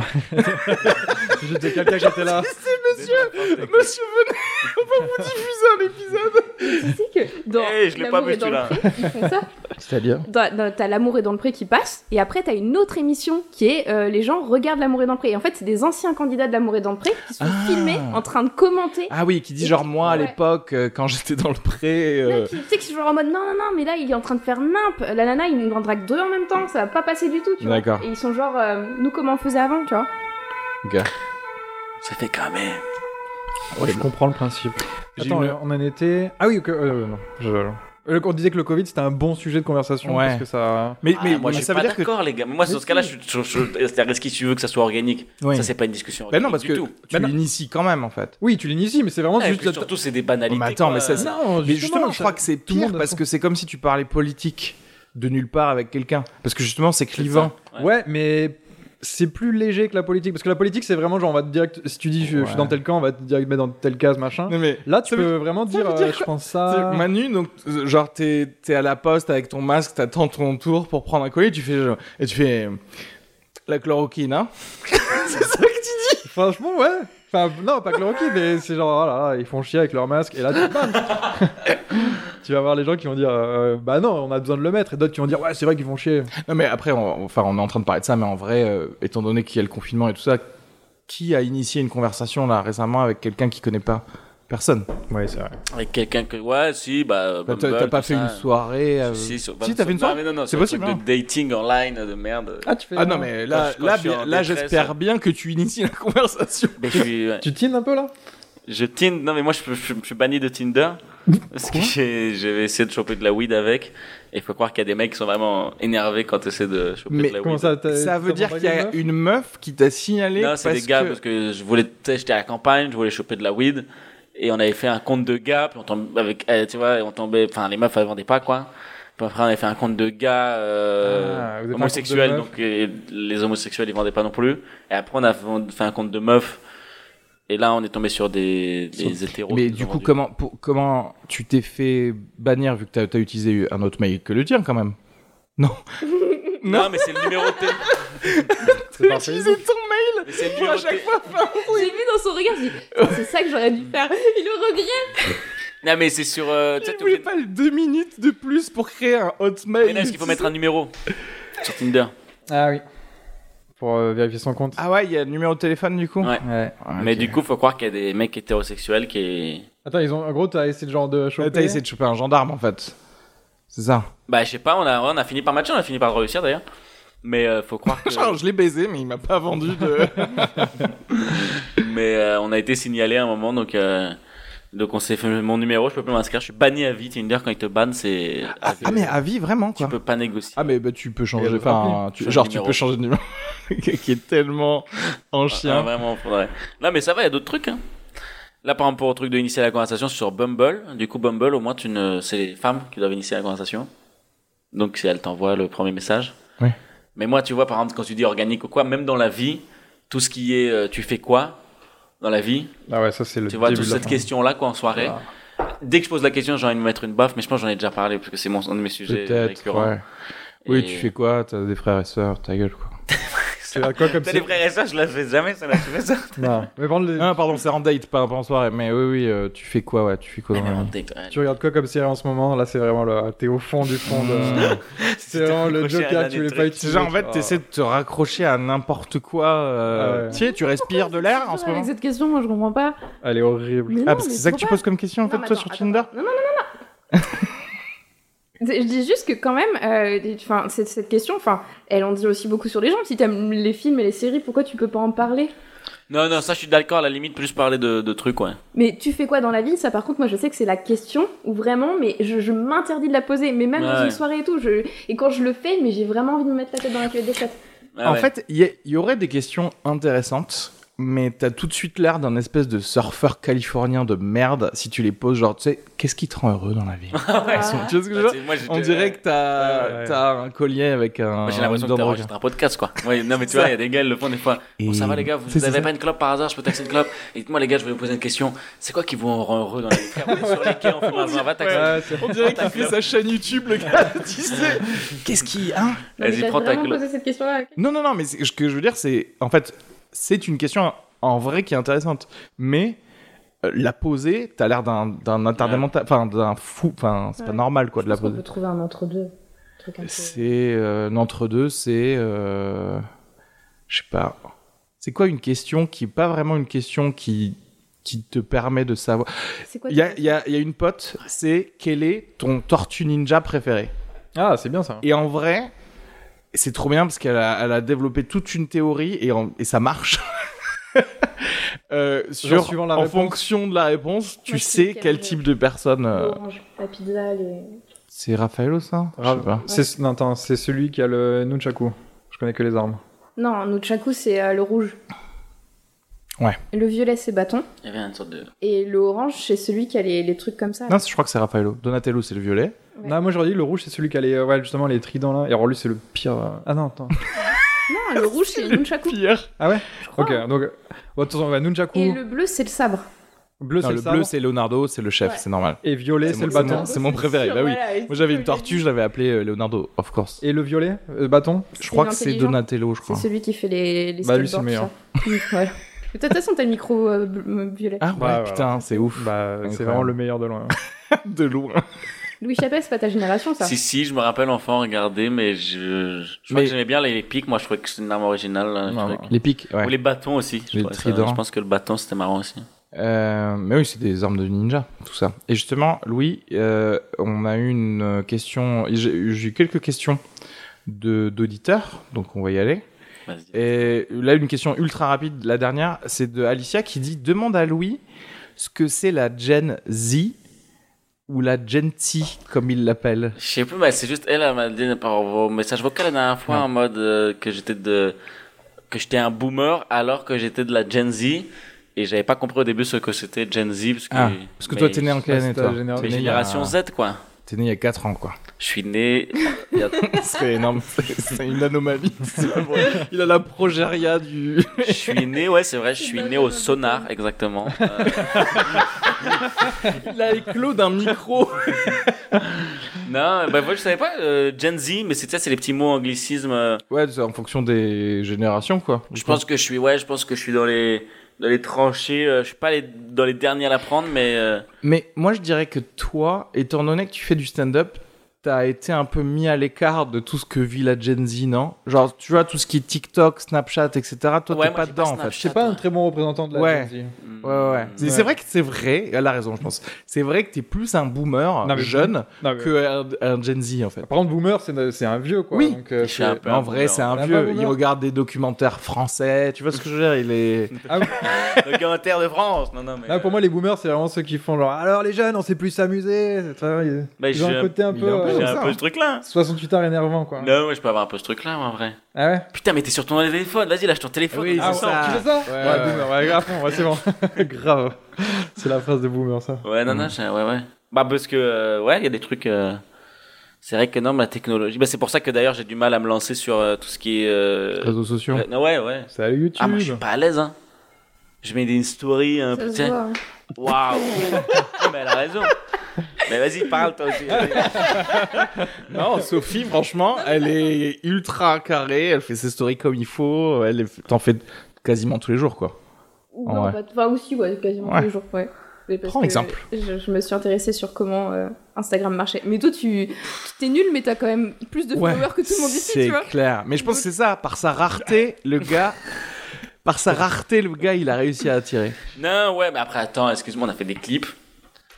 Speaker 4: J'étais quelqu'un qui était là.
Speaker 3: Monsieur
Speaker 2: Monsieur, venez, on va vous diffuser un épisode.
Speaker 5: Tu sais que dans
Speaker 3: Hey, Eh, je l'ai pas
Speaker 5: L'amour
Speaker 3: vu,
Speaker 5: et dans le
Speaker 3: celui-là.
Speaker 5: pré, ils font ça.
Speaker 2: C'est-à-dire
Speaker 5: Dans- dans- bah, T'as l'amour et dans le pré qui passe, et après t'as une autre émission qui est euh, les gens regardent l'amour et dans le pré. Et en fait, c'est des anciens candidats de l'amour et dans le pré qui sont
Speaker 2: Ah.
Speaker 5: filmés en train de commenter.
Speaker 2: Ah oui, qui dit genre moi à
Speaker 5: Ouais.
Speaker 2: l'époque euh, quand j'étais dans le pré. euh,
Speaker 5: Là, qui- Tu sais que je suis genre en mode non, non, non, mais là il est en train de faire nimp. La nana il nous en drague deux en même temps, ça va pas passer du tout, tu vois.
Speaker 2: D'accord.
Speaker 5: Et ils sont genre, euh, nous comment on faisait avant, tu vois.
Speaker 3: Ça fait quand même.
Speaker 4: Ouais, je comprends le principe.
Speaker 2: J'ai
Speaker 4: Attends,
Speaker 2: une-
Speaker 4: euh, on en était. Ah oui, que... euh, non. je- Euh, On disait que le Covid c'était un bon sujet de conversation
Speaker 2: Ouais.
Speaker 4: parce que ça.
Speaker 2: Mais,
Speaker 3: Ah,
Speaker 2: mais, mais
Speaker 3: moi, je suis
Speaker 2: ça veut
Speaker 3: pas
Speaker 2: dire que.
Speaker 3: d'accord, les gars. Mais moi,
Speaker 2: Mais
Speaker 3: dans ce cas-là,
Speaker 2: si.
Speaker 3: je, je, je, c'est-à-dire, est-ce que tu veux que ça soit organique
Speaker 2: Oui.
Speaker 3: Ça, c'est pas une discussion.
Speaker 2: Ben non,
Speaker 3: organique
Speaker 2: parce que
Speaker 3: du tout.
Speaker 2: tu
Speaker 4: Bah non.
Speaker 2: l'inities quand même en fait.
Speaker 4: Oui, tu l'inities, mais c'est vraiment
Speaker 3: Ah, et
Speaker 4: juste.
Speaker 3: puis surtout, c'est des banalités.
Speaker 2: Oh, Mais attends,
Speaker 3: quoi.
Speaker 2: mais ça, c'est-
Speaker 4: Non,
Speaker 2: Mais justement, je
Speaker 4: ça-
Speaker 2: crois que c'est
Speaker 4: tout le
Speaker 2: pire
Speaker 4: monde a
Speaker 2: parce
Speaker 4: son-
Speaker 2: que c'est comme si tu parlais politique de nulle part avec quelqu'un. Parce que justement, c'est
Speaker 3: C'est
Speaker 2: clivant.
Speaker 3: ça.
Speaker 4: Ouais, mais c'est plus léger que la politique parce que la politique c'est vraiment genre on va te direct. Si tu dis je, je suis
Speaker 2: Ouais.
Speaker 4: dans tel camp, on va te direct mettre dans telle case machin.
Speaker 2: Non, mais
Speaker 4: Là, tu
Speaker 2: Ça
Speaker 4: peux
Speaker 2: veut-
Speaker 4: vraiment
Speaker 2: ça
Speaker 4: dire,
Speaker 2: veut dire
Speaker 4: euh, je
Speaker 2: quoi
Speaker 4: pense
Speaker 2: C'est-
Speaker 4: ça.
Speaker 2: Manu, donc, euh, genre, t'es t'es à la poste avec ton masque, t'attends ton tour pour prendre un colis, tu fais. genre- Et tu fais. euh, La chloroquine, hein
Speaker 4: Franchement, ouais. Enfin, non, pas chloroquine, mais c'est genre, oh là là, ils font chier avec leur masque. Et là, tu, bam Tu vas voir les gens qui vont dire, euh, bah non, on a besoin de le mettre. Et d'autres qui vont dire, ouais, c'est vrai qu'ils font chier.
Speaker 2: Non, mais après, on, enfin, on est en train de parler de ça, mais en vrai, euh, étant donné qu'il y a le confinement et tout ça, qui a initié une conversation là récemment avec quelqu'un qui connaît pas Personne.
Speaker 4: Ouais, c'est vrai.
Speaker 3: Avec quelqu'un que. Ouais, si, bah.
Speaker 2: T'as-
Speaker 3: Bumble,
Speaker 2: T'as pas
Speaker 3: tout
Speaker 2: fait
Speaker 3: ça.
Speaker 2: une soirée euh,
Speaker 3: Si, sur-
Speaker 2: t'as fait une
Speaker 3: non,
Speaker 2: soirée
Speaker 3: mais Non, non,
Speaker 2: C'est
Speaker 3: c'est possible.
Speaker 2: possible, hein.
Speaker 3: de dating online de merde.
Speaker 4: Ah, tu fais.
Speaker 2: Ah non, mais là,
Speaker 3: Quand je- quand
Speaker 2: là,
Speaker 3: je suis
Speaker 2: bien-
Speaker 3: en
Speaker 2: là
Speaker 3: détresse. hein.
Speaker 2: j'espère bien que tu inities la conversation.
Speaker 3: Mais je suis. ouais.
Speaker 4: Tu tines un peu là
Speaker 3: Je Tinder. Non, mais moi, je, peux- je- je suis banni de Tinder. Parce que j'ai- j'avais essayé de choper de la weed avec. Et il faut croire qu'il y a des mecs qui sont vraiment énervés quand tu essaies de choper
Speaker 2: Mais
Speaker 3: de la weed.
Speaker 4: Comment ça t'as-
Speaker 2: Ça
Speaker 4: t'as
Speaker 2: veut dire
Speaker 4: pas
Speaker 2: qu'il y a
Speaker 4: meuf
Speaker 2: une meuf qui t'a signalé.
Speaker 3: Non, c'est
Speaker 2: parce
Speaker 3: des gars
Speaker 2: que-
Speaker 3: parce que je voulais, tu sais, j'étais à la campagne, je voulais choper de la weed. Et on avait fait un compte de gars, puis on tombait avec, euh, tu vois, on tombait, enfin, les meufs, elles vendaient pas, quoi. Puis après, on avait fait un compte de
Speaker 4: Ah,
Speaker 3: gars,
Speaker 4: vous
Speaker 3: euh,
Speaker 4: avez fait un
Speaker 3: homosexuels,
Speaker 4: compte de meufs.
Speaker 3: donc euh, et les homosexuels, ils vendaient pas non plus. Et après, on a vend- fait un compte de meufs. Et là, on est tombé sur des, des hétéros.
Speaker 2: Mais
Speaker 3: qui nous
Speaker 2: du
Speaker 3: ont
Speaker 2: coup,
Speaker 3: vendu.
Speaker 2: comment, pour- comment tu t'es fait bannir vu que t'as as utilisé un autre mail que le tien quand même Non.
Speaker 3: Non, mais c'est le numéro de téléphone.
Speaker 4: C'est
Speaker 2: T'as
Speaker 4: par
Speaker 2: utilisé
Speaker 4: Facebook
Speaker 2: ton mail
Speaker 3: Mais c'est le
Speaker 2: pour
Speaker 3: numéro
Speaker 2: à
Speaker 3: de
Speaker 2: chaque
Speaker 3: téléphone.
Speaker 2: fois.
Speaker 5: J'ai vu dans son regard, j'ai dit, Putain, c'est ça que j'aurais dû faire. Il le regrette.
Speaker 3: Non, mais c'est sur, euh, tu sais,
Speaker 2: Tu
Speaker 3: t'es
Speaker 2: voulais
Speaker 3: obligé de-
Speaker 2: pas le deux minutes de plus pour créer un hotmail
Speaker 3: Mais non, est-ce qu'il faut mettre un numéro sur Tinder.
Speaker 4: Ah oui. Pour euh, vérifier son compte.
Speaker 2: Ah ouais, il y a le numéro de téléphone du coup
Speaker 3: Ouais.
Speaker 4: Ouais.
Speaker 3: Mais du coup, faut croire qu'il y a des mecs hétérosexuels qui,
Speaker 4: Attends, ils ont... en gros, t'as essayé de genre de choper.
Speaker 2: T'as essayé de choper un gendarme en fait. C'est ça.
Speaker 3: Bah, je sais pas, on a, on a fini par matcher, on a fini par réussir d'ailleurs. Mais euh, faut croire
Speaker 2: Genre,
Speaker 3: que.
Speaker 2: je l'ai baisé, mais il m'a pas vendu de.
Speaker 3: mais euh, on a été signalé à un moment, donc. euh, Donc on s'est fait mon numéro, je peux plus m'inscrire, je suis banni à vie. Tinder quand ils te bannent, c'est
Speaker 2: ah, ah, mais à vie, vraiment
Speaker 3: tu
Speaker 2: quoi.
Speaker 3: peux pas négocier.
Speaker 2: Ah mais bah, tu peux
Speaker 4: Et
Speaker 2: changer,
Speaker 4: le
Speaker 2: enfin, tu-
Speaker 3: Changer
Speaker 2: genre
Speaker 3: de
Speaker 2: tu
Speaker 3: numéro.
Speaker 2: peux changer de numéro, qui est tellement en
Speaker 3: Ah,
Speaker 2: chien.
Speaker 3: vraiment, faudrait. Non mais ça va, il y a d'autres trucs. Hein. Là par exemple pour le truc de initier la conversation c'est sur Bumble, du coup Bumble au moins tu ne, c'est les femmes qui doivent initier la conversation. Donc si elle t'envoie le premier message.
Speaker 2: Oui.
Speaker 3: Mais moi tu vois par exemple quand tu dis organique ou quoi, même dans la vie, tout ce qui est euh, tu fais quoi dans la vie,
Speaker 4: Ah ouais, ça c'est le.
Speaker 3: Tu vois,
Speaker 4: début
Speaker 3: toute
Speaker 4: de la
Speaker 3: cette
Speaker 4: fin.
Speaker 3: question-là, quoi, en soirée.
Speaker 4: Voilà.
Speaker 3: Dès que je pose la question, j'ai envie de me mettre une baffe, mais je pense que j'en ai déjà parlé, parce que c'est mon, un de mes sujets
Speaker 2: Peut-être,
Speaker 3: récurrents.
Speaker 2: ouais. Oui,
Speaker 3: Et-
Speaker 2: tu fais quoi T'as des frères et sœurs, ta gueule quoi.
Speaker 4: C'est à quoi comme
Speaker 3: T'as
Speaker 4: ça
Speaker 3: des frères et sœurs, je la fais jamais, ça, là, tu fais ça.
Speaker 4: Non. Mais par contre, les-
Speaker 2: Ah pardon, c'est en date, pas, pas en soirée, mais oui, oui, euh, tu fais quoi, ouais, tu fais quoi dans
Speaker 3: Mais
Speaker 2: la
Speaker 3: non,
Speaker 2: vie
Speaker 3: t'es- ouais.
Speaker 4: Tu regardes quoi comme série en ce moment Là, c'est vraiment le. T'es au fond du fond de. c'est vraiment le
Speaker 3: accroché à l'un
Speaker 4: Joker,
Speaker 3: des
Speaker 4: tu voulais
Speaker 3: trucs.
Speaker 4: pas
Speaker 2: C'est
Speaker 4: utiliser.
Speaker 2: Hmm. genre en fait,
Speaker 4: Ah.
Speaker 2: t'essaies de te raccrocher à n'importe quoi.
Speaker 4: Ah
Speaker 2: euh,
Speaker 4: ouais.
Speaker 2: Tu sais, tu respires de l'air en ce moment.
Speaker 5: Avec cette question, moi je comprends pas.
Speaker 4: Elle est horrible.
Speaker 2: Ah
Speaker 5: Mais non,
Speaker 2: parce que
Speaker 5: mais
Speaker 2: c'est ça que tu
Speaker 5: pourquoi
Speaker 2: poses comme question en fait
Speaker 5: Non, mais
Speaker 2: toi
Speaker 5: attends,
Speaker 2: sur
Speaker 5: attends,
Speaker 2: Tinder.
Speaker 5: Non, non, non, non, non. Je dis juste que quand même, euh, enfin, cette, cette question, enfin, elle en dit aussi beaucoup sur les gens. Si t'aimes les films et les séries, pourquoi tu peux pas en parler
Speaker 3: Non, non, ça je suis d'accord, à la limite, plus parler de, de trucs, ouais.
Speaker 5: Mais tu fais quoi dans la vie Ça, par contre, moi, je sais que c'est la question où vraiment, mais je, je m'interdis de la poser. Mais même
Speaker 3: Ouais,
Speaker 5: dans
Speaker 3: ouais.
Speaker 5: une soirée et tout, je... et quand je le fais, mais j'ai vraiment envie de me mettre la tête dans la cuvette des chiottes.
Speaker 3: Ah
Speaker 2: en
Speaker 3: ouais.
Speaker 2: fait, il y, a- il y aurait des questions intéressantes, mais t'as tout de suite l'air d'un espèce de surfeur californien de merde si tu les poses, genre, tu sais, qu'est-ce qui te rend heureux dans la vie
Speaker 5: Ah.
Speaker 2: Tu vois ce que je veux
Speaker 3: Bah,
Speaker 2: dire
Speaker 3: t'sais, moi, j'étais-
Speaker 2: On dirait que t'as
Speaker 4: Ouais, ouais, ouais.
Speaker 2: t'as un collier avec un.
Speaker 3: Moi, j'ai l'impression que
Speaker 2: une dent
Speaker 3: t'as
Speaker 2: de requin.
Speaker 3: enregistré un podcast, quoi. Euh, Ouais, non, mais tu vois, il y a des gars, ils le font des fois. Bon,
Speaker 2: Et-
Speaker 3: ça va, les gars, vous
Speaker 2: C'est- c'est
Speaker 3: n'avez
Speaker 2: ça.
Speaker 3: pas une clope par hasard, je peux taxer une clope. Et dites-moi, les gars, je vais vous poser une question. C'est quoi qui vous rend heureux dans la vie Frère, on est sur les quais, on fume un joint, va taxer.
Speaker 4: Ah. Ouais, c'est-
Speaker 2: On dirait qu'il fait sa chaîne YouTube, le gars. tu sais, qu'est-ce qui. Hein
Speaker 5: Non, mais
Speaker 3: Vas-y,
Speaker 5: t'as
Speaker 3: prends ta
Speaker 5: vraiment
Speaker 3: clope.
Speaker 5: posé cette question-là. ok.
Speaker 2: Non, non, non, mais c'est- ce que je veux dire, c'est. En fait, c'est une question en vrai qui est intéressante. Mais euh, la poser, t'as l'air d'un d'un interdimental. Enfin, d'un fou. Enfin, c'est pas
Speaker 5: Ouais.
Speaker 2: normal, quoi, de la
Speaker 5: Est-ce qu'on
Speaker 2: poser.
Speaker 5: peut trouver un entre-deux Un truc un peu-
Speaker 2: C'est. euh, un Entre-deux, c'est. euh, Je sais pas. C'est quoi une question qui est pas vraiment une question qui qui te permet de savoir.
Speaker 5: C'est quoi
Speaker 2: Il y
Speaker 5: ta-
Speaker 2: a, il y a- il y a une pote, c'est quel est ton tortue ninja préféré
Speaker 4: Ah, c'est bien ça.
Speaker 2: Et en vrai, c'est trop bien parce qu'elle a, elle a développé toute une théorie et, en- et ça marche. Euh, sur,
Speaker 4: suivant la
Speaker 2: en
Speaker 4: réponse.
Speaker 2: fonction de la réponse, tu
Speaker 5: Moi, je sais
Speaker 2: sais
Speaker 5: lequel,
Speaker 2: quel
Speaker 5: mais-
Speaker 2: type de personne. euh,
Speaker 5: Orange, la pizza, les...
Speaker 2: C'est Raphaël ça Je sais
Speaker 4: Ra-
Speaker 2: pas.
Speaker 4: C'est non, attends, c'est celui qui a le nunchaku. Je connais que les armes.
Speaker 5: Non, Nunchaku, c'est euh, le rouge.
Speaker 2: Ouais.
Speaker 5: Le violet, c'est bâton.
Speaker 3: Il y avait une sorte de.
Speaker 5: Et le orange, c'est celui qui a les, les trucs comme ça. là.
Speaker 2: Non, c'est- je crois que c'est Raffaello. Donatello, c'est le violet.
Speaker 5: Ouais.
Speaker 4: Non, moi j'aurais dit le rouge, c'est celui qui a les, euh, ouais, justement les tridents là. Et alors lui, c'est le pire. euh. Ah non, attends.
Speaker 5: Non, le rouge, c'est Nunchaku.
Speaker 2: Pierre.
Speaker 4: ok, donc euh, bon, attends, ouais, nunchaku.
Speaker 5: Oh. Et le bleu, c'est le sabre.
Speaker 4: Bleu, c'est
Speaker 2: Non,
Speaker 4: le,
Speaker 2: le
Speaker 4: sabre,
Speaker 2: bleu, c'est Leonardo, c'est le chef,
Speaker 5: Ouais.
Speaker 2: c'est normal.
Speaker 4: Et violet,
Speaker 2: c'est
Speaker 4: c'est le
Speaker 2: mon-
Speaker 4: bâton.
Speaker 2: c'est mon préféré,
Speaker 5: sûr,
Speaker 2: bah oui.
Speaker 5: voilà, et
Speaker 2: Moi, j'avais
Speaker 5: tu
Speaker 2: une
Speaker 5: l'as
Speaker 2: tortue,
Speaker 5: dit.
Speaker 2: je l'avais appelé euh, Leonardo, of course.
Speaker 4: Et le violet, euh, bâton.
Speaker 2: Je crois que
Speaker 5: C'est
Speaker 2: c'est
Speaker 5: l'intelligent.
Speaker 2: Donatello, je
Speaker 5: C'est
Speaker 2: crois.
Speaker 5: celui qui fait les, les
Speaker 4: Bah, lui, c'est le
Speaker 5: skateboards, tout ça. Mm, voilà. Mais De toute façon, t'as le micro euh, bleu- violet.
Speaker 2: Ah ouais,
Speaker 4: Bah,
Speaker 2: putain, c'est
Speaker 4: Bah,
Speaker 2: ouf.
Speaker 4: c'est
Speaker 2: Incroyable.
Speaker 4: vraiment le meilleur de loin.
Speaker 2: de loin.
Speaker 5: Louis Chappelle, c'est pas ta génération, ça.
Speaker 3: Si, si, je me rappelle enfant regarder, mais je, je crois
Speaker 2: Mais-
Speaker 3: que j'aimais bien les, les pics. Moi, je trouvais que c'était une arme originale. là, je
Speaker 4: Non,
Speaker 3: trouvais
Speaker 4: non.
Speaker 3: que-
Speaker 2: Les pics, ouais.
Speaker 3: Ou les bâtons aussi. Je,
Speaker 2: Les
Speaker 3: trouvais ça-
Speaker 2: tridents.
Speaker 3: je pense que le bâton, c'était marrant aussi.
Speaker 2: Euh, mais oui, c'est des armes de ninja, tout ça. Et justement, Louis, euh, on a eu une euh, question. J'ai j'ai eu quelques questions de- d'auditeurs, donc on va y aller.
Speaker 3: Vas-y.
Speaker 2: Et là, une question ultra rapide, la dernière, c'est de Alicia qui dit Demande à Louis ce que c'est la Gen Z ou la Gen T, comme il l'appelle.
Speaker 3: Je sais plus, mais c'est juste elle, elle m'a dit par vos messages vocaux la dernière fois
Speaker 2: Ouais.
Speaker 3: en mode euh, que j'étais de que j'étais un boomer alors que j'étais de la Gen Z et j'avais pas compris au début ce que c'était Gen Z parce que,
Speaker 2: Ah, parce que toi, t'es né en quelle
Speaker 4: c'est
Speaker 2: année
Speaker 4: ta
Speaker 2: toi
Speaker 4: génération.
Speaker 2: T'es
Speaker 3: mais
Speaker 2: né il y a-
Speaker 3: génération Z quoi.
Speaker 2: T'es né il y a 4 ans, quoi.
Speaker 3: Je suis né
Speaker 2: C'est énorme, c'est c'est une anomalie. c'est pas vrai. Il a la progéria du.
Speaker 3: je suis né ouais, c'est vrai, je suis né au sonar exactement. Euh,
Speaker 2: Il a éclos d'un micro.
Speaker 3: non, bah moi je savais pas euh, Gen Z mais c'est ça c'est les petits mots anglicismes euh,
Speaker 2: Ouais, c'est en fonction des générations, quoi.
Speaker 3: Je pense que je suis ouais, je pense que je suis dans les dans les tranchées, euh, je suis pas les, dans les derniers à la prendre mais euh,
Speaker 2: Mais moi, je dirais que toi, étant donné que tu fais du stand-up, t'as été un peu mis à l'écart de tout ce que vit la Gen Z, non Genre, tu vois, tout ce qui est TikTok, Snapchat, etc. Toi,
Speaker 3: Ouais,
Speaker 2: t'es
Speaker 3: moi,
Speaker 2: pas
Speaker 3: j'ai
Speaker 2: dedans, en
Speaker 3: Snapchat,
Speaker 2: fait.
Speaker 4: C'est pas un
Speaker 3: ouais.
Speaker 4: très bon représentant de la
Speaker 2: Ouais.
Speaker 4: Gen Z.
Speaker 2: Ouais, ouais,
Speaker 3: hmm.
Speaker 2: ouais. C'est- C'est
Speaker 4: Ouais.
Speaker 2: vrai que c'est vrai, elle a raison, je pense. C'est vrai que t'es plus un boomer
Speaker 4: Non, mais-
Speaker 2: jeune
Speaker 4: Non, mais-
Speaker 2: que un, un Gen Z, en fait.
Speaker 4: Par contre, boomer, c'est c'est un vieux quoi.
Speaker 2: Oui.
Speaker 4: donc, euh,
Speaker 3: Je
Speaker 4: c'est-
Speaker 3: suis un peu-
Speaker 2: En vrai, c'est un
Speaker 4: Ah, pas
Speaker 2: vieux.
Speaker 4: boomer.
Speaker 2: Il regarde des documentaires français. Tu vois ce que je veux dire Il est.
Speaker 4: Ah, oui.
Speaker 3: documentaire de France. Non non mais euh,
Speaker 4: Ah, pour moi, les boomers, c'est vraiment ceux qui font genre alors les jeunes, on sait plus s'amuser. c'est très- Ils,
Speaker 3: Bah,
Speaker 4: ils ont
Speaker 3: j'ai
Speaker 4: un
Speaker 3: un-
Speaker 4: côté un
Speaker 2: il
Speaker 4: peu.
Speaker 2: a un
Speaker 4: euh,
Speaker 2: peu-
Speaker 3: j'ai
Speaker 2: comme
Speaker 3: un
Speaker 2: ça,
Speaker 3: peu
Speaker 2: hein.
Speaker 3: ce truc là.
Speaker 4: 68 ans énervant quoi.
Speaker 3: Non, ouais, je peux avoir un peu ce truc-là, moi, en vrai.
Speaker 4: Ah ouais
Speaker 3: Putain, mais t'es sur ton téléphone, vas-y, lâche ton téléphone.
Speaker 2: Oui,
Speaker 4: Ah
Speaker 2: c'est
Speaker 4: ouais,
Speaker 2: ça.
Speaker 4: tu fais ça
Speaker 2: Ouais,
Speaker 4: Ouais,
Speaker 2: ouais.
Speaker 4: boomer, ouais, grave, ouais, c'est bon. grave. C'est la phrase de boomer ça.
Speaker 3: Ouais, non, non, je- ouais, ouais. Bah, parce que, euh, ouais, il y a des trucs. euh, C'est vrai que non, mais la technologie. Bah, c'est pour ça que d'ailleurs, j'ai du mal à me lancer sur euh, tout ce qui est. euh,
Speaker 2: Réseaux sociaux.
Speaker 3: euh, Ouais, ouais.
Speaker 4: Salut YouTube.
Speaker 3: Ah, moi, je suis pas à l'aise, hein. Je mets des stories, un
Speaker 5: Ça
Speaker 3: peu.
Speaker 5: se voit. hein.
Speaker 3: Waouh! Ah, mais elle a raison. Mais vas-y, parle, toi aussi. vas-y.
Speaker 2: Non, Sophie, franchement, elle est ultra carrée, elle fait ses stories comme il faut, elle est- t'en fais quasiment tous les jours, quoi.
Speaker 5: Ou
Speaker 2: En
Speaker 5: non,
Speaker 2: vrai.
Speaker 5: bah, enfin, aussi, ouais, quasiment
Speaker 2: Ah Ouais.
Speaker 5: tous les jours, ouais. Mais parce
Speaker 2: Prends
Speaker 5: que
Speaker 2: exemple.
Speaker 5: Je, je me suis intéressée sur comment euh, Instagram marchait. Mais toi, tu tu- t'es nul, mais t'as quand même plus de followers que tout le monde ici,
Speaker 2: c'est
Speaker 5: tu vois.
Speaker 2: clair. Mais je pense que c'est ça, par sa rareté, le gars... Par sa rareté, le gars, il a réussi à attirer.
Speaker 3: Non, ouais, mais après, attends, excuse-moi, on a fait des clips.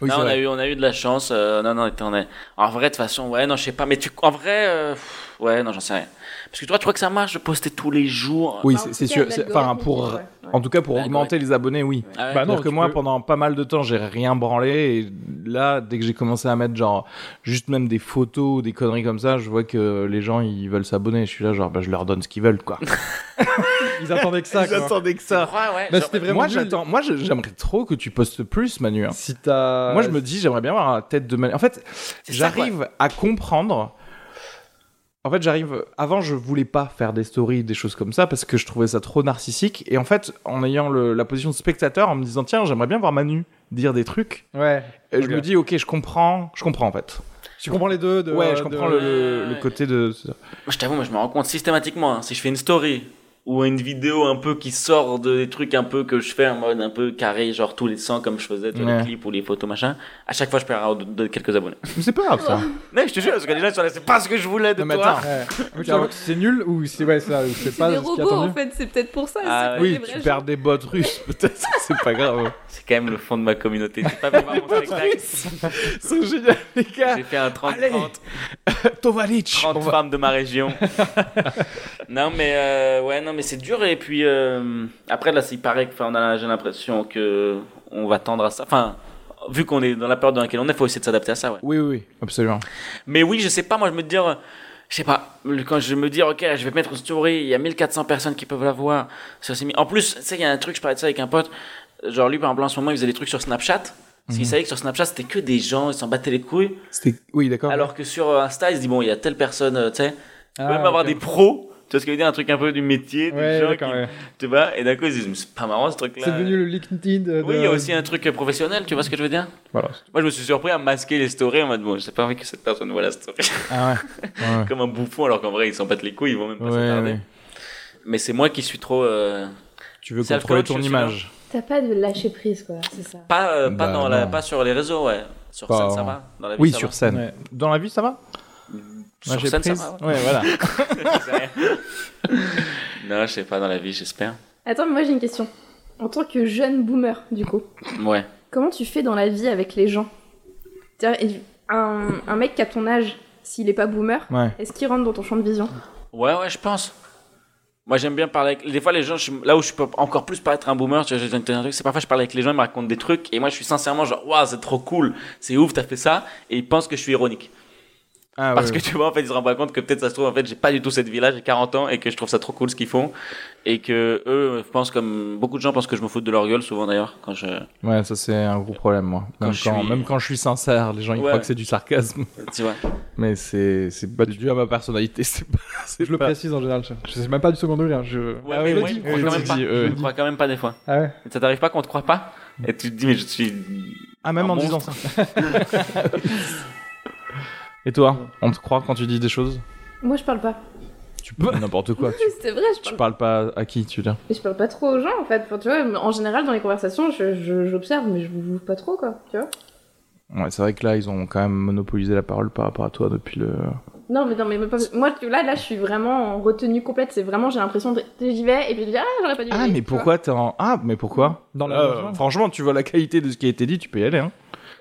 Speaker 2: Oui,
Speaker 3: non,
Speaker 2: c'est
Speaker 3: on a
Speaker 2: vrai.
Speaker 3: eu, on a eu de la chance. euh, non, non, attends, on est- en vrai, de toute façon, ouais, non, je sais pas, mais tu, en vrai, euh, pff, Ouais, non, j'en sais rien. Parce que toi, tu crois que ça marche de poster tous les jours
Speaker 2: Oui,
Speaker 5: Bah, en
Speaker 2: c'est-
Speaker 5: tout
Speaker 2: c'est
Speaker 5: cas,
Speaker 2: sûr. c'est- Enfin,
Speaker 5: l'algorithme,
Speaker 2: pour.
Speaker 5: ouais, ouais.
Speaker 2: En tout cas, pour
Speaker 3: euh, L'algorithme.
Speaker 2: augmenter les abonnés, oui.
Speaker 3: Ah ouais.
Speaker 4: Bah, non,
Speaker 2: Alors que
Speaker 4: tu
Speaker 2: moi,
Speaker 4: peux-
Speaker 2: pendant pas mal de temps, j'ai rien branlé. Et là, dès que j'ai commencé à mettre, genre, juste même des photos, ou des conneries comme ça, je vois que les gens, ils veulent s'abonner. Je suis là, genre, bah, je leur donne ce qu'ils veulent, quoi.
Speaker 4: Ils attendaient que ça. quoi.
Speaker 2: attendaient que
Speaker 3: Tu crois, ouais.
Speaker 4: Bah,
Speaker 3: genre-
Speaker 4: c'était vraiment
Speaker 2: Moi,
Speaker 4: nul.
Speaker 2: j'attends. Moi, je- j'aimerais trop que tu postes plus, Manu. hein.
Speaker 4: Si t'as.
Speaker 2: Moi, je me dis, j'aimerais bien avoir la tête de Manu. En fait,
Speaker 3: C'est ça, quoi.
Speaker 2: j'arrive à comprendre. En fait, j'arrive. Avant, je voulais pas faire des stories, des choses comme ça, parce que je trouvais ça trop narcissique. Et en fait, en ayant le- la position de spectateur, en me disant, tiens, j'aimerais bien voir Manu dire des trucs,
Speaker 4: Ouais.
Speaker 2: et
Speaker 4: Ok.
Speaker 2: je me dis, ok, je comprends, je comprends en fait.
Speaker 4: Tu comprends les deux. De,
Speaker 2: ouais, je
Speaker 4: de-
Speaker 2: comprends le, le-
Speaker 3: Ouais.
Speaker 2: le côté de.
Speaker 3: Moi, je t'avoue, moi, je me rends compte systématiquement. hein, si je fais une story ou une vidéo un peu qui sort de- des trucs un peu que je fais en mode un peu carré, genre tous les 100 comme je faisais, tu vois,
Speaker 2: Ouais.
Speaker 3: les clips ou les photos, machin, à chaque fois, je perds de, de quelques abonnés.
Speaker 2: Mais c'est pas grave ça.
Speaker 3: Mais je te jure, parce que les gens, ils sont là, c'est pas ce que je voulais de
Speaker 2: Non, mais
Speaker 3: toi.
Speaker 2: attends.
Speaker 4: Ouais. Mais tu vois que c'est nul ou c'est ouais, ça, ou c'est
Speaker 5: C'est
Speaker 4: pas
Speaker 5: des
Speaker 4: ce qui est
Speaker 5: robots en
Speaker 4: attendu.
Speaker 5: fait, c'est peut-être pour ça.
Speaker 3: Ah,
Speaker 5: c'est
Speaker 2: Oui,
Speaker 5: pas des
Speaker 2: tu
Speaker 5: vrais
Speaker 2: perds des bottes russes, peut-être, c'est pas grave.
Speaker 3: C'est quand même le fond de ma communauté. T'es pas venu voir mon spectacle.
Speaker 2: C'est génial, les gars.
Speaker 3: J'ai fait un 30
Speaker 2: Allez.
Speaker 3: 30,
Speaker 2: Tovaric.
Speaker 3: 30 femmes de ma région. non, mais euh, ouais, non, mais c'est dur. Et puis euh, après, là, c'est paraît que enfin, on a- j'ai l'impression que on va tendre à ça. Enfin, vu qu'on est dans la période dans laquelle on est, faut essayer de s'adapter à ça, ouais.
Speaker 2: Oui, oui, oui, absolument.
Speaker 3: Mais oui, je sais pas, moi, je me dire, euh, je sais pas, le- quand je me dis, ok, je vais mettre une story, il y a 1400 personnes qui peuvent la voir. Ça, c'est mis- En plus, tu sais, il y a un truc, je parlais de ça avec un pote, euh, genre lui, par exemple, en ce moment, il faisait des trucs sur Snapchat. Parce
Speaker 4: Mhm.
Speaker 3: qu'il savait que sur Snapchat, c'était que des gens, ils s'en battaient les couilles.
Speaker 2: C'était. Oui, d'accord.
Speaker 3: Alors que sur euh, Insta, il se dit, bon, il y a telle personne, euh, tu sais,
Speaker 4: Ah,
Speaker 3: même avoir
Speaker 4: ok.
Speaker 3: des pros. Tu vois ce que je veux dire, un truc un peu du métier, des
Speaker 4: Ouais,
Speaker 3: gens
Speaker 4: d'accord,
Speaker 3: qui-
Speaker 4: ouais.
Speaker 3: tu vois, et d'un coup ils se disent, mais c'est pas marrant ce truc-là.
Speaker 4: C'est devenu le LinkedIn. De...
Speaker 3: Oui, il y a aussi un truc euh, professionnel, tu vois ce que je veux dire
Speaker 4: Voilà.
Speaker 3: Moi, je me suis surpris à masquer les stories en mode, bon, j'ai pas envie que cette personne voit la story
Speaker 2: Ah ouais. ouais.
Speaker 3: comme un bouffon alors qu'en vrai ils s'en battent les couilles, ils vont même pas
Speaker 2: Ouais,
Speaker 3: s'attarder.
Speaker 2: ouais.
Speaker 3: Mais c'est moi qui suis trop euh,
Speaker 2: Tu veux
Speaker 3: Self-coach,
Speaker 2: contrôler ton
Speaker 3: je suis
Speaker 2: image.
Speaker 5: T'as pas de lâcher prise quoi, c'est ça.
Speaker 3: pas euh, pas
Speaker 2: Bah,
Speaker 3: dans la
Speaker 2: non.
Speaker 3: pas sur les réseaux ouais. Sur
Speaker 2: Pas
Speaker 3: scène
Speaker 2: en-
Speaker 3: ça va dans la vie,
Speaker 2: Oui,
Speaker 3: Ah ça
Speaker 2: sur
Speaker 3: va.
Speaker 2: scène.
Speaker 4: Ouais.
Speaker 2: Dans la vie, ça va Moi,
Speaker 3: sur
Speaker 2: j'ai
Speaker 3: scène
Speaker 2: prise.
Speaker 3: ça va.
Speaker 2: Ouais, voilà.
Speaker 3: ouais. C'est rien. non, je sais pas dans la vie, j'espère.
Speaker 5: Attends, mais moi j'ai une question. En tant que jeune boomer, du coup,
Speaker 3: Ouais.
Speaker 5: comment tu fais dans la vie avec les gens C'est-à-dire, et- un, un mec qui a ton âge, s'il est pas boomer,
Speaker 2: Ouais.
Speaker 5: est-ce qu'il rentre dans ton champ de vision
Speaker 3: Ouais ouais, je pense. Moi, j'aime bien parler avec. Des fois, les gens, je suis- là où je peux encore plus paraître un boomer, tu vois, je viens de te dire un truc, c'est parfois je parle avec les gens, ils me racontent des trucs, et moi, je suis sincèrement genre, waouh, c'est trop cool, c'est ouf, t'as fait ça, et ils pensent que je suis ironique.
Speaker 2: Ah,
Speaker 3: Parce
Speaker 2: ouais,
Speaker 3: que tu vois, en fait, ils se rendent pas compte que peut-être ça se trouve, en fait, j'ai pas du tout cette vie-là, j'ai 40 ans et que je trouve ça trop cool ce qu'ils font. Et que eux pensent comme. Beaucoup de gens pensent que je me fous de leur gueule, souvent d'ailleurs, quand je.
Speaker 2: ouais. Ouais, ça c'est un gros problème, moi.
Speaker 3: Quand
Speaker 2: même,
Speaker 3: je
Speaker 2: quand,
Speaker 3: suis-
Speaker 2: même quand je suis sincère, les gens ils
Speaker 3: Ouais.
Speaker 2: croient que c'est du sarcasme.
Speaker 3: Tu vois.
Speaker 2: Mais c'est c'est pas dû à ma personnalité. C'est pas. c'est
Speaker 4: Je le
Speaker 2: pas-
Speaker 4: précise en général. Je, je sais même pas du second degré. hein, Je...
Speaker 3: Ouais,
Speaker 2: Ah
Speaker 3: mais
Speaker 2: oui,
Speaker 3: moi,
Speaker 2: oui,
Speaker 3: je
Speaker 2: oui,
Speaker 3: crois quand
Speaker 2: je
Speaker 3: même
Speaker 2: dis,
Speaker 3: pas.
Speaker 2: euh,
Speaker 3: Je crois quand même pas des fois.
Speaker 4: Ah ouais.
Speaker 3: Ça t'arrive pas qu'on te croit pas Et tu te dis, mais je suis.
Speaker 2: Ah, même
Speaker 3: Un
Speaker 2: en disant ça. Et toi, on te croit quand tu dis des choses
Speaker 5: Moi je parle pas.
Speaker 2: Tu peux n'importe quoi. Tu,
Speaker 5: C'est vrai, je
Speaker 2: tu
Speaker 5: parle,
Speaker 2: parles pas à qui, tu veux dire
Speaker 5: je parle pas trop aux gens en fait. Enfin, tu vois, en général dans les conversations, je- je- j'observe, mais je m'ouvre pas trop quoi. Tu vois
Speaker 2: Ouais, c'est vrai que là, ils ont quand même monopolisé la parole par rapport à toi depuis le.
Speaker 5: Non, mais non, mais même pas- Moi, tu- là, là, je suis vraiment en retenue complète. C'est vraiment, j'ai l'impression de. J'y vais, et puis je dis, ah, j'aurais pas dû. y
Speaker 2: Ah,
Speaker 5: aller,
Speaker 2: mais
Speaker 5: tu vois.
Speaker 2: pourquoi t'es en. Ah, mais pourquoi
Speaker 4: Dans la
Speaker 2: Euh, Franchement, tu vois la qualité de ce qui a été dit, tu peux y aller. Hein.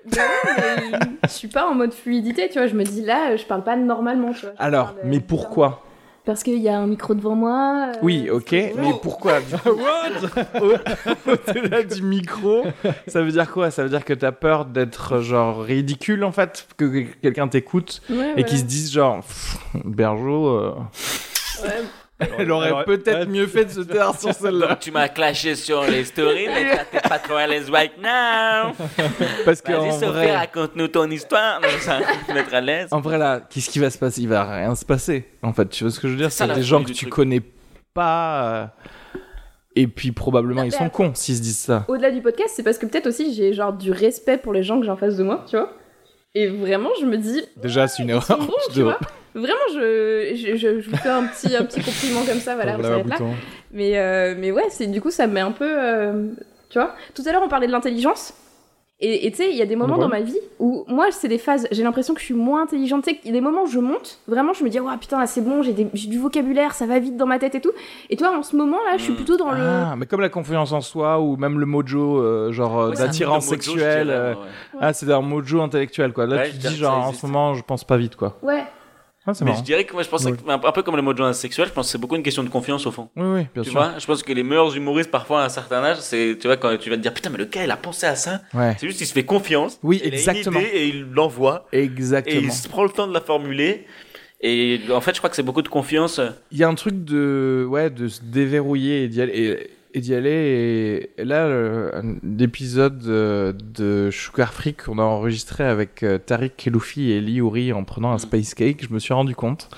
Speaker 5: Bah ouais, mais Je suis pas en mode fluidité, tu vois. Je me dis, là, je parle pas normalement, tu vois. Je
Speaker 3: Ah,
Speaker 2: Alors,
Speaker 5: parle, euh,
Speaker 2: mais pourquoi
Speaker 5: Parce qu'il y a un micro devant moi. euh,
Speaker 2: Oui, ok,
Speaker 5: c'est-
Speaker 2: mais pourquoi Au-delà du micro, ça veut dire quoi Ça veut dire que t'as peur d'être genre ridicule en fait, que que quelqu'un t'écoute
Speaker 5: Ouais,
Speaker 2: et
Speaker 5: voilà.
Speaker 2: qu'il se dise genre Pff, Bergeot, euh,
Speaker 5: Ouais.
Speaker 2: elle aurait
Speaker 4: Alors,
Speaker 2: peut-être
Speaker 4: ouais.
Speaker 2: mieux fait de se taire sur celle-là.
Speaker 3: Tu m'as clashé sur les stories, mais toi, t'es pas trop à l'aise right now.
Speaker 2: Parce que
Speaker 3: Vas-y,
Speaker 2: en
Speaker 3: Sophie,
Speaker 2: vrai,
Speaker 3: raconte-nous ton histoire. Non, Ça va te mettre à l'aise.
Speaker 2: en vrai là, qu'est-ce qui va se passer Il va rien se passer en fait. Tu vois ce que je veux dire
Speaker 3: C'est ça,
Speaker 2: C'est
Speaker 3: la
Speaker 2: des gens
Speaker 3: folie
Speaker 2: que
Speaker 3: du
Speaker 2: tu
Speaker 3: truc.
Speaker 2: connais pas. euh, Et puis probablement
Speaker 5: Non,
Speaker 2: ils
Speaker 5: mais
Speaker 2: sont
Speaker 5: attends.
Speaker 2: cons s'ils se disent ça.
Speaker 5: Au-delà du podcast, c'est parce que peut-être aussi j'ai genre du respect pour les gens que j'ai en face de moi, tu vois. Et vraiment, je me dis,
Speaker 2: Déjà c'est une
Speaker 5: c'est
Speaker 2: erreur.
Speaker 5: bon,
Speaker 2: Oh, je
Speaker 5: tu
Speaker 2: devrais-
Speaker 5: vois. Vraiment, je, je, je, je vous fais un petit, un petit compliment comme ça, voilà, vous
Speaker 4: Voilà,
Speaker 5: savez là.
Speaker 4: bouton.
Speaker 5: Mais, euh, mais ouais, c'est du coup, ça me met un peu. euh, tu vois Tout à l'heure, on parlait de l'intelligence. Et et tu sais, il y a des moments
Speaker 4: Ouais.
Speaker 5: dans ma vie où moi, c'est des phases, j'ai l'impression que je suis moins intelligente. Tu sais, il y a des moments où je monte, vraiment, je me dis, ouais, putain, là, c'est bon, j'ai des- j'ai du vocabulaire, ça va vite dans ma tête et tout. Et toi, en ce moment, là, je suis
Speaker 3: Mm.
Speaker 5: plutôt dans le.
Speaker 2: Ah, mais comme la confiance en soi ou même le mojo, euh, genre euh,
Speaker 3: Ouais, c'est un
Speaker 2: d'attirance
Speaker 3: truc de mojo, je
Speaker 2: sexuelle.
Speaker 3: dirais,
Speaker 2: euh,
Speaker 3: ouais.
Speaker 2: Ah, c'est un mojo intellectuel quoi. Là,
Speaker 3: Ouais,
Speaker 2: tu
Speaker 3: je
Speaker 2: te
Speaker 3: dirais
Speaker 2: dis
Speaker 3: que
Speaker 2: genre
Speaker 3: ça
Speaker 2: en
Speaker 3: existe.
Speaker 2: ce moment, je pense pas vite quoi.
Speaker 5: Ouais.
Speaker 2: Ah, c'est
Speaker 3: Mais
Speaker 2: marrant.
Speaker 3: je dirais que moi, je pense que c'est un un peu comme le mot de journaliste sexuel, je pense que c'est beaucoup une question de confiance au fond.
Speaker 2: Oui, oui, bien
Speaker 3: tu
Speaker 2: sûr.
Speaker 3: vois, je pense que les meilleurs humoristes parfois à un certain âge, c'est tu vois quand tu vas te dire putain mais le gars il a pensé à ça,
Speaker 2: Ouais.
Speaker 3: c'est juste il se fait confiance.
Speaker 2: Oui,
Speaker 3: il a une
Speaker 2: exactement.
Speaker 3: idée et il l'envoie et il
Speaker 2: Exactement.
Speaker 3: se prend le temps de la formuler. Et en fait, je crois que c'est beaucoup de confiance.
Speaker 2: Il y a un truc de, ouais, de se déverrouiller et d'y aller. Et, et d'y aller. Et, et là, le- un- l'épisode euh, de Sugar Freak qu'on a enregistré avec euh, Tariq Keloufi et Lee Ouri en
Speaker 3: Mm.
Speaker 2: prenant un space cake, je me suis rendu compte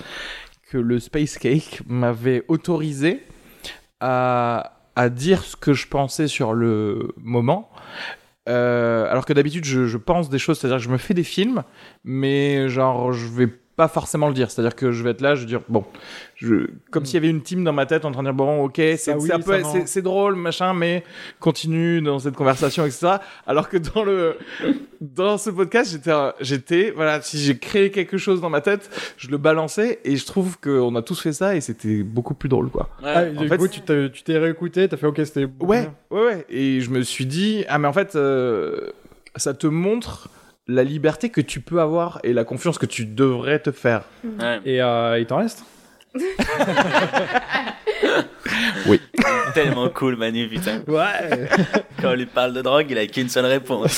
Speaker 2: que le space cake m'avait autorisé à, à dire ce que je pensais sur le moment. Euh, alors que d'habitude, je, je pense des choses, c'est-à-dire que je me fais des films, mais genre, je vais pas forcément le dire. C'est-à-dire que je vais être là, je vais dire, bon, je, comme s'il y avait une team dans ma tête en train de dire, bon, ok, c'est
Speaker 4: oui,
Speaker 2: ça peut-
Speaker 4: ça non.
Speaker 2: c'est- c'est drôle, machin, mais continue dans cette conversation, etc. Alors que dans le, dans ce podcast, j'étais, euh, j'étais, voilà, si j'ai créé quelque chose dans ma tête, je le balançais et je trouve qu'on a tous fait ça et c'était beaucoup plus drôle, quoi.
Speaker 3: Ouais.
Speaker 4: Ah, et du
Speaker 2: fait,
Speaker 4: coup, tu t'es tu t'es réécouté, t'as fait ok, c'était. beaucoup
Speaker 2: Ouais,
Speaker 4: bien.
Speaker 2: ouais, ouais. Et je me suis dit, ah, mais en fait, euh, ça te montre la liberté que tu peux avoir et la confiance que tu devrais te faire.
Speaker 3: Ouais.
Speaker 4: Et euh, il t'en reste
Speaker 3: Tellement cool, Manu, putain.
Speaker 4: Ouais
Speaker 3: Quand on lui parle de drogue, il a qu'une seule réponse.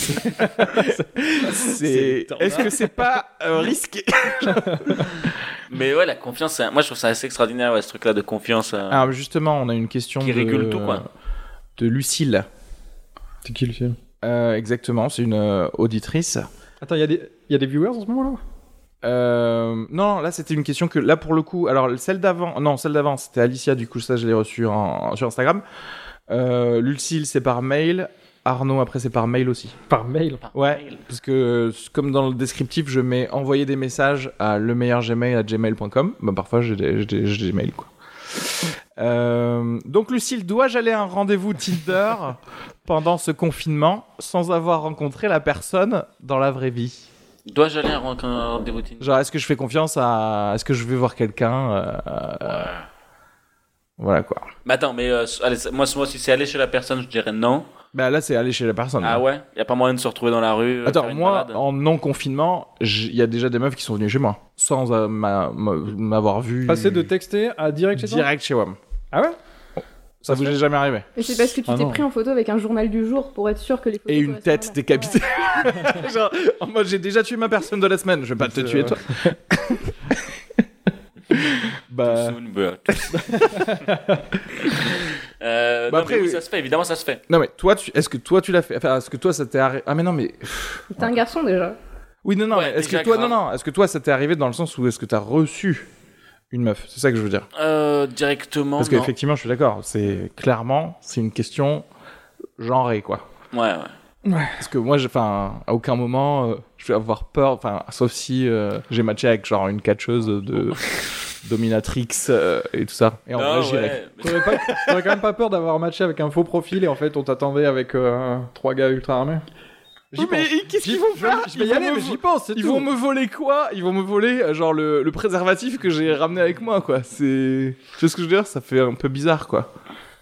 Speaker 2: C'est.
Speaker 3: C'est-
Speaker 2: Est-ce que c'est pas euh, risqué
Speaker 3: Mais ouais, la confiance, c'est un- moi je trouve ça assez extraordinaire, ouais, ce truc-là de confiance. euh.
Speaker 2: Alors Ah, justement, on a une question
Speaker 3: Qui
Speaker 2: de...
Speaker 3: régule tout, quoi.
Speaker 2: De Lucille.
Speaker 4: C'est qui le film
Speaker 2: Euh, exactement, c'est une euh, auditrice.
Speaker 4: Attends, il y, a des- il y a des viewers en ce moment là
Speaker 2: Euh, non, là c'était une question que là pour le coup, alors celle d'avant, non celle d'avant c'était Alicia du coup ça je l'ai reçue en- sur Instagram. Euh, Lucille c'est par mail, Arnaud après c'est par mail aussi.
Speaker 4: Par mail
Speaker 3: Par
Speaker 2: Ah, Ouais,
Speaker 3: mail.
Speaker 2: parce que euh, comme dans le descriptif je mets envoyer des messages à le meilleur gmail à gmail.com, bah parfois j'ai des, j'ai des- j'ai des mails quoi. Euh, donc Lucille, dois-je aller à un rendez-vous Tinder pendant ce confinement sans avoir rencontré la personne dans la vraie vie
Speaker 3: Dois-je aller à un rendez-vous Tinder
Speaker 2: Genre, est-ce que je fais confiance à. Est-ce que je vais voir quelqu'un euh, euh, Voilà quoi.
Speaker 3: Mais attends, mais euh, allez, ça- moi, moi, si c'est aller chez la personne, je dirais non.
Speaker 2: Bah là, c'est aller chez la personne.
Speaker 3: Ah ouais Y a pas moyen de se retrouver dans la rue euh, faire
Speaker 2: Attends,
Speaker 3: une
Speaker 2: moi,
Speaker 3: balade
Speaker 2: en non-confinement, j- il y a déjà des meufs qui sont venues chez moi. Sans euh, m'a- m'a- m'avoir vu.
Speaker 4: Passer de texter à direct chez toi
Speaker 2: Hmm. Direct chez WAM.
Speaker 4: Ah ouais
Speaker 2: Ça vous est jamais arrivé.
Speaker 5: Mais c'est parce que tu
Speaker 4: Ah
Speaker 5: t'es
Speaker 4: non.
Speaker 5: pris en photo avec un journal du jour pour être sûr que les photos
Speaker 2: Et une
Speaker 5: correspondent à-
Speaker 2: tête décapitée. Genre, en mode, j'ai déjà tué ma personne de la semaine, je vais pas te
Speaker 4: C'est
Speaker 2: tuer
Speaker 4: vrai.
Speaker 2: toi. bah.
Speaker 3: Soon, but- Euh,
Speaker 2: Bah
Speaker 3: non,
Speaker 2: après,
Speaker 3: mais oui,
Speaker 2: oui.
Speaker 3: ça se fait, évidemment, ça se fait.
Speaker 2: Non mais toi, tu... est-ce que toi tu l'as fait Enfin, est-ce que toi ça t'est arrivé Ah mais non mais
Speaker 5: Ouais. T'es un garçon déjà.
Speaker 2: Oui, non, non,
Speaker 3: Ouais,
Speaker 2: mais est-ce que
Speaker 3: déjà
Speaker 2: toi,
Speaker 3: grave.
Speaker 2: non, non, est-ce que toi, ça t'est arrivé dans le sens où est-ce que t'as reçu une meuf C'est ça que je veux dire.
Speaker 3: Euh, directement.
Speaker 2: Parce
Speaker 3: non.
Speaker 2: qu'effectivement, je suis d'accord. C'est clairement, c'est une question genrée, quoi.
Speaker 3: Ouais, ouais.
Speaker 2: Parce que moi, j'ai- enfin, à aucun moment, euh, je vais avoir peur. Enfin, sauf si euh, j'ai matché avec genre une catcheuse de dominatrix euh, et tout ça. Et en
Speaker 3: Non,
Speaker 2: vrai, j'irais.
Speaker 3: ouais. Mais-
Speaker 4: T'aurais pas- t'aurais quand même pas peur d'avoir matché avec un faux profil et en fait on t'attendait avec euh, trois gars ultra armés J'y
Speaker 2: Oui, Oh, mais
Speaker 4: pense.
Speaker 2: qu'est-ce
Speaker 4: J'y-
Speaker 2: qu'ils vont
Speaker 4: je-
Speaker 2: faire
Speaker 4: Je vais
Speaker 2: Ils
Speaker 4: y
Speaker 2: vont
Speaker 4: aller,
Speaker 2: me
Speaker 4: mais
Speaker 2: vo-
Speaker 4: j'y pense, c'est
Speaker 2: Ils
Speaker 4: tout.
Speaker 2: vont me voler quoi Ils vont me voler euh, genre le, le préservatif que j'ai ramené avec moi quoi. C'est, tu vois ce que je veux dire Ça fait un peu bizarre quoi.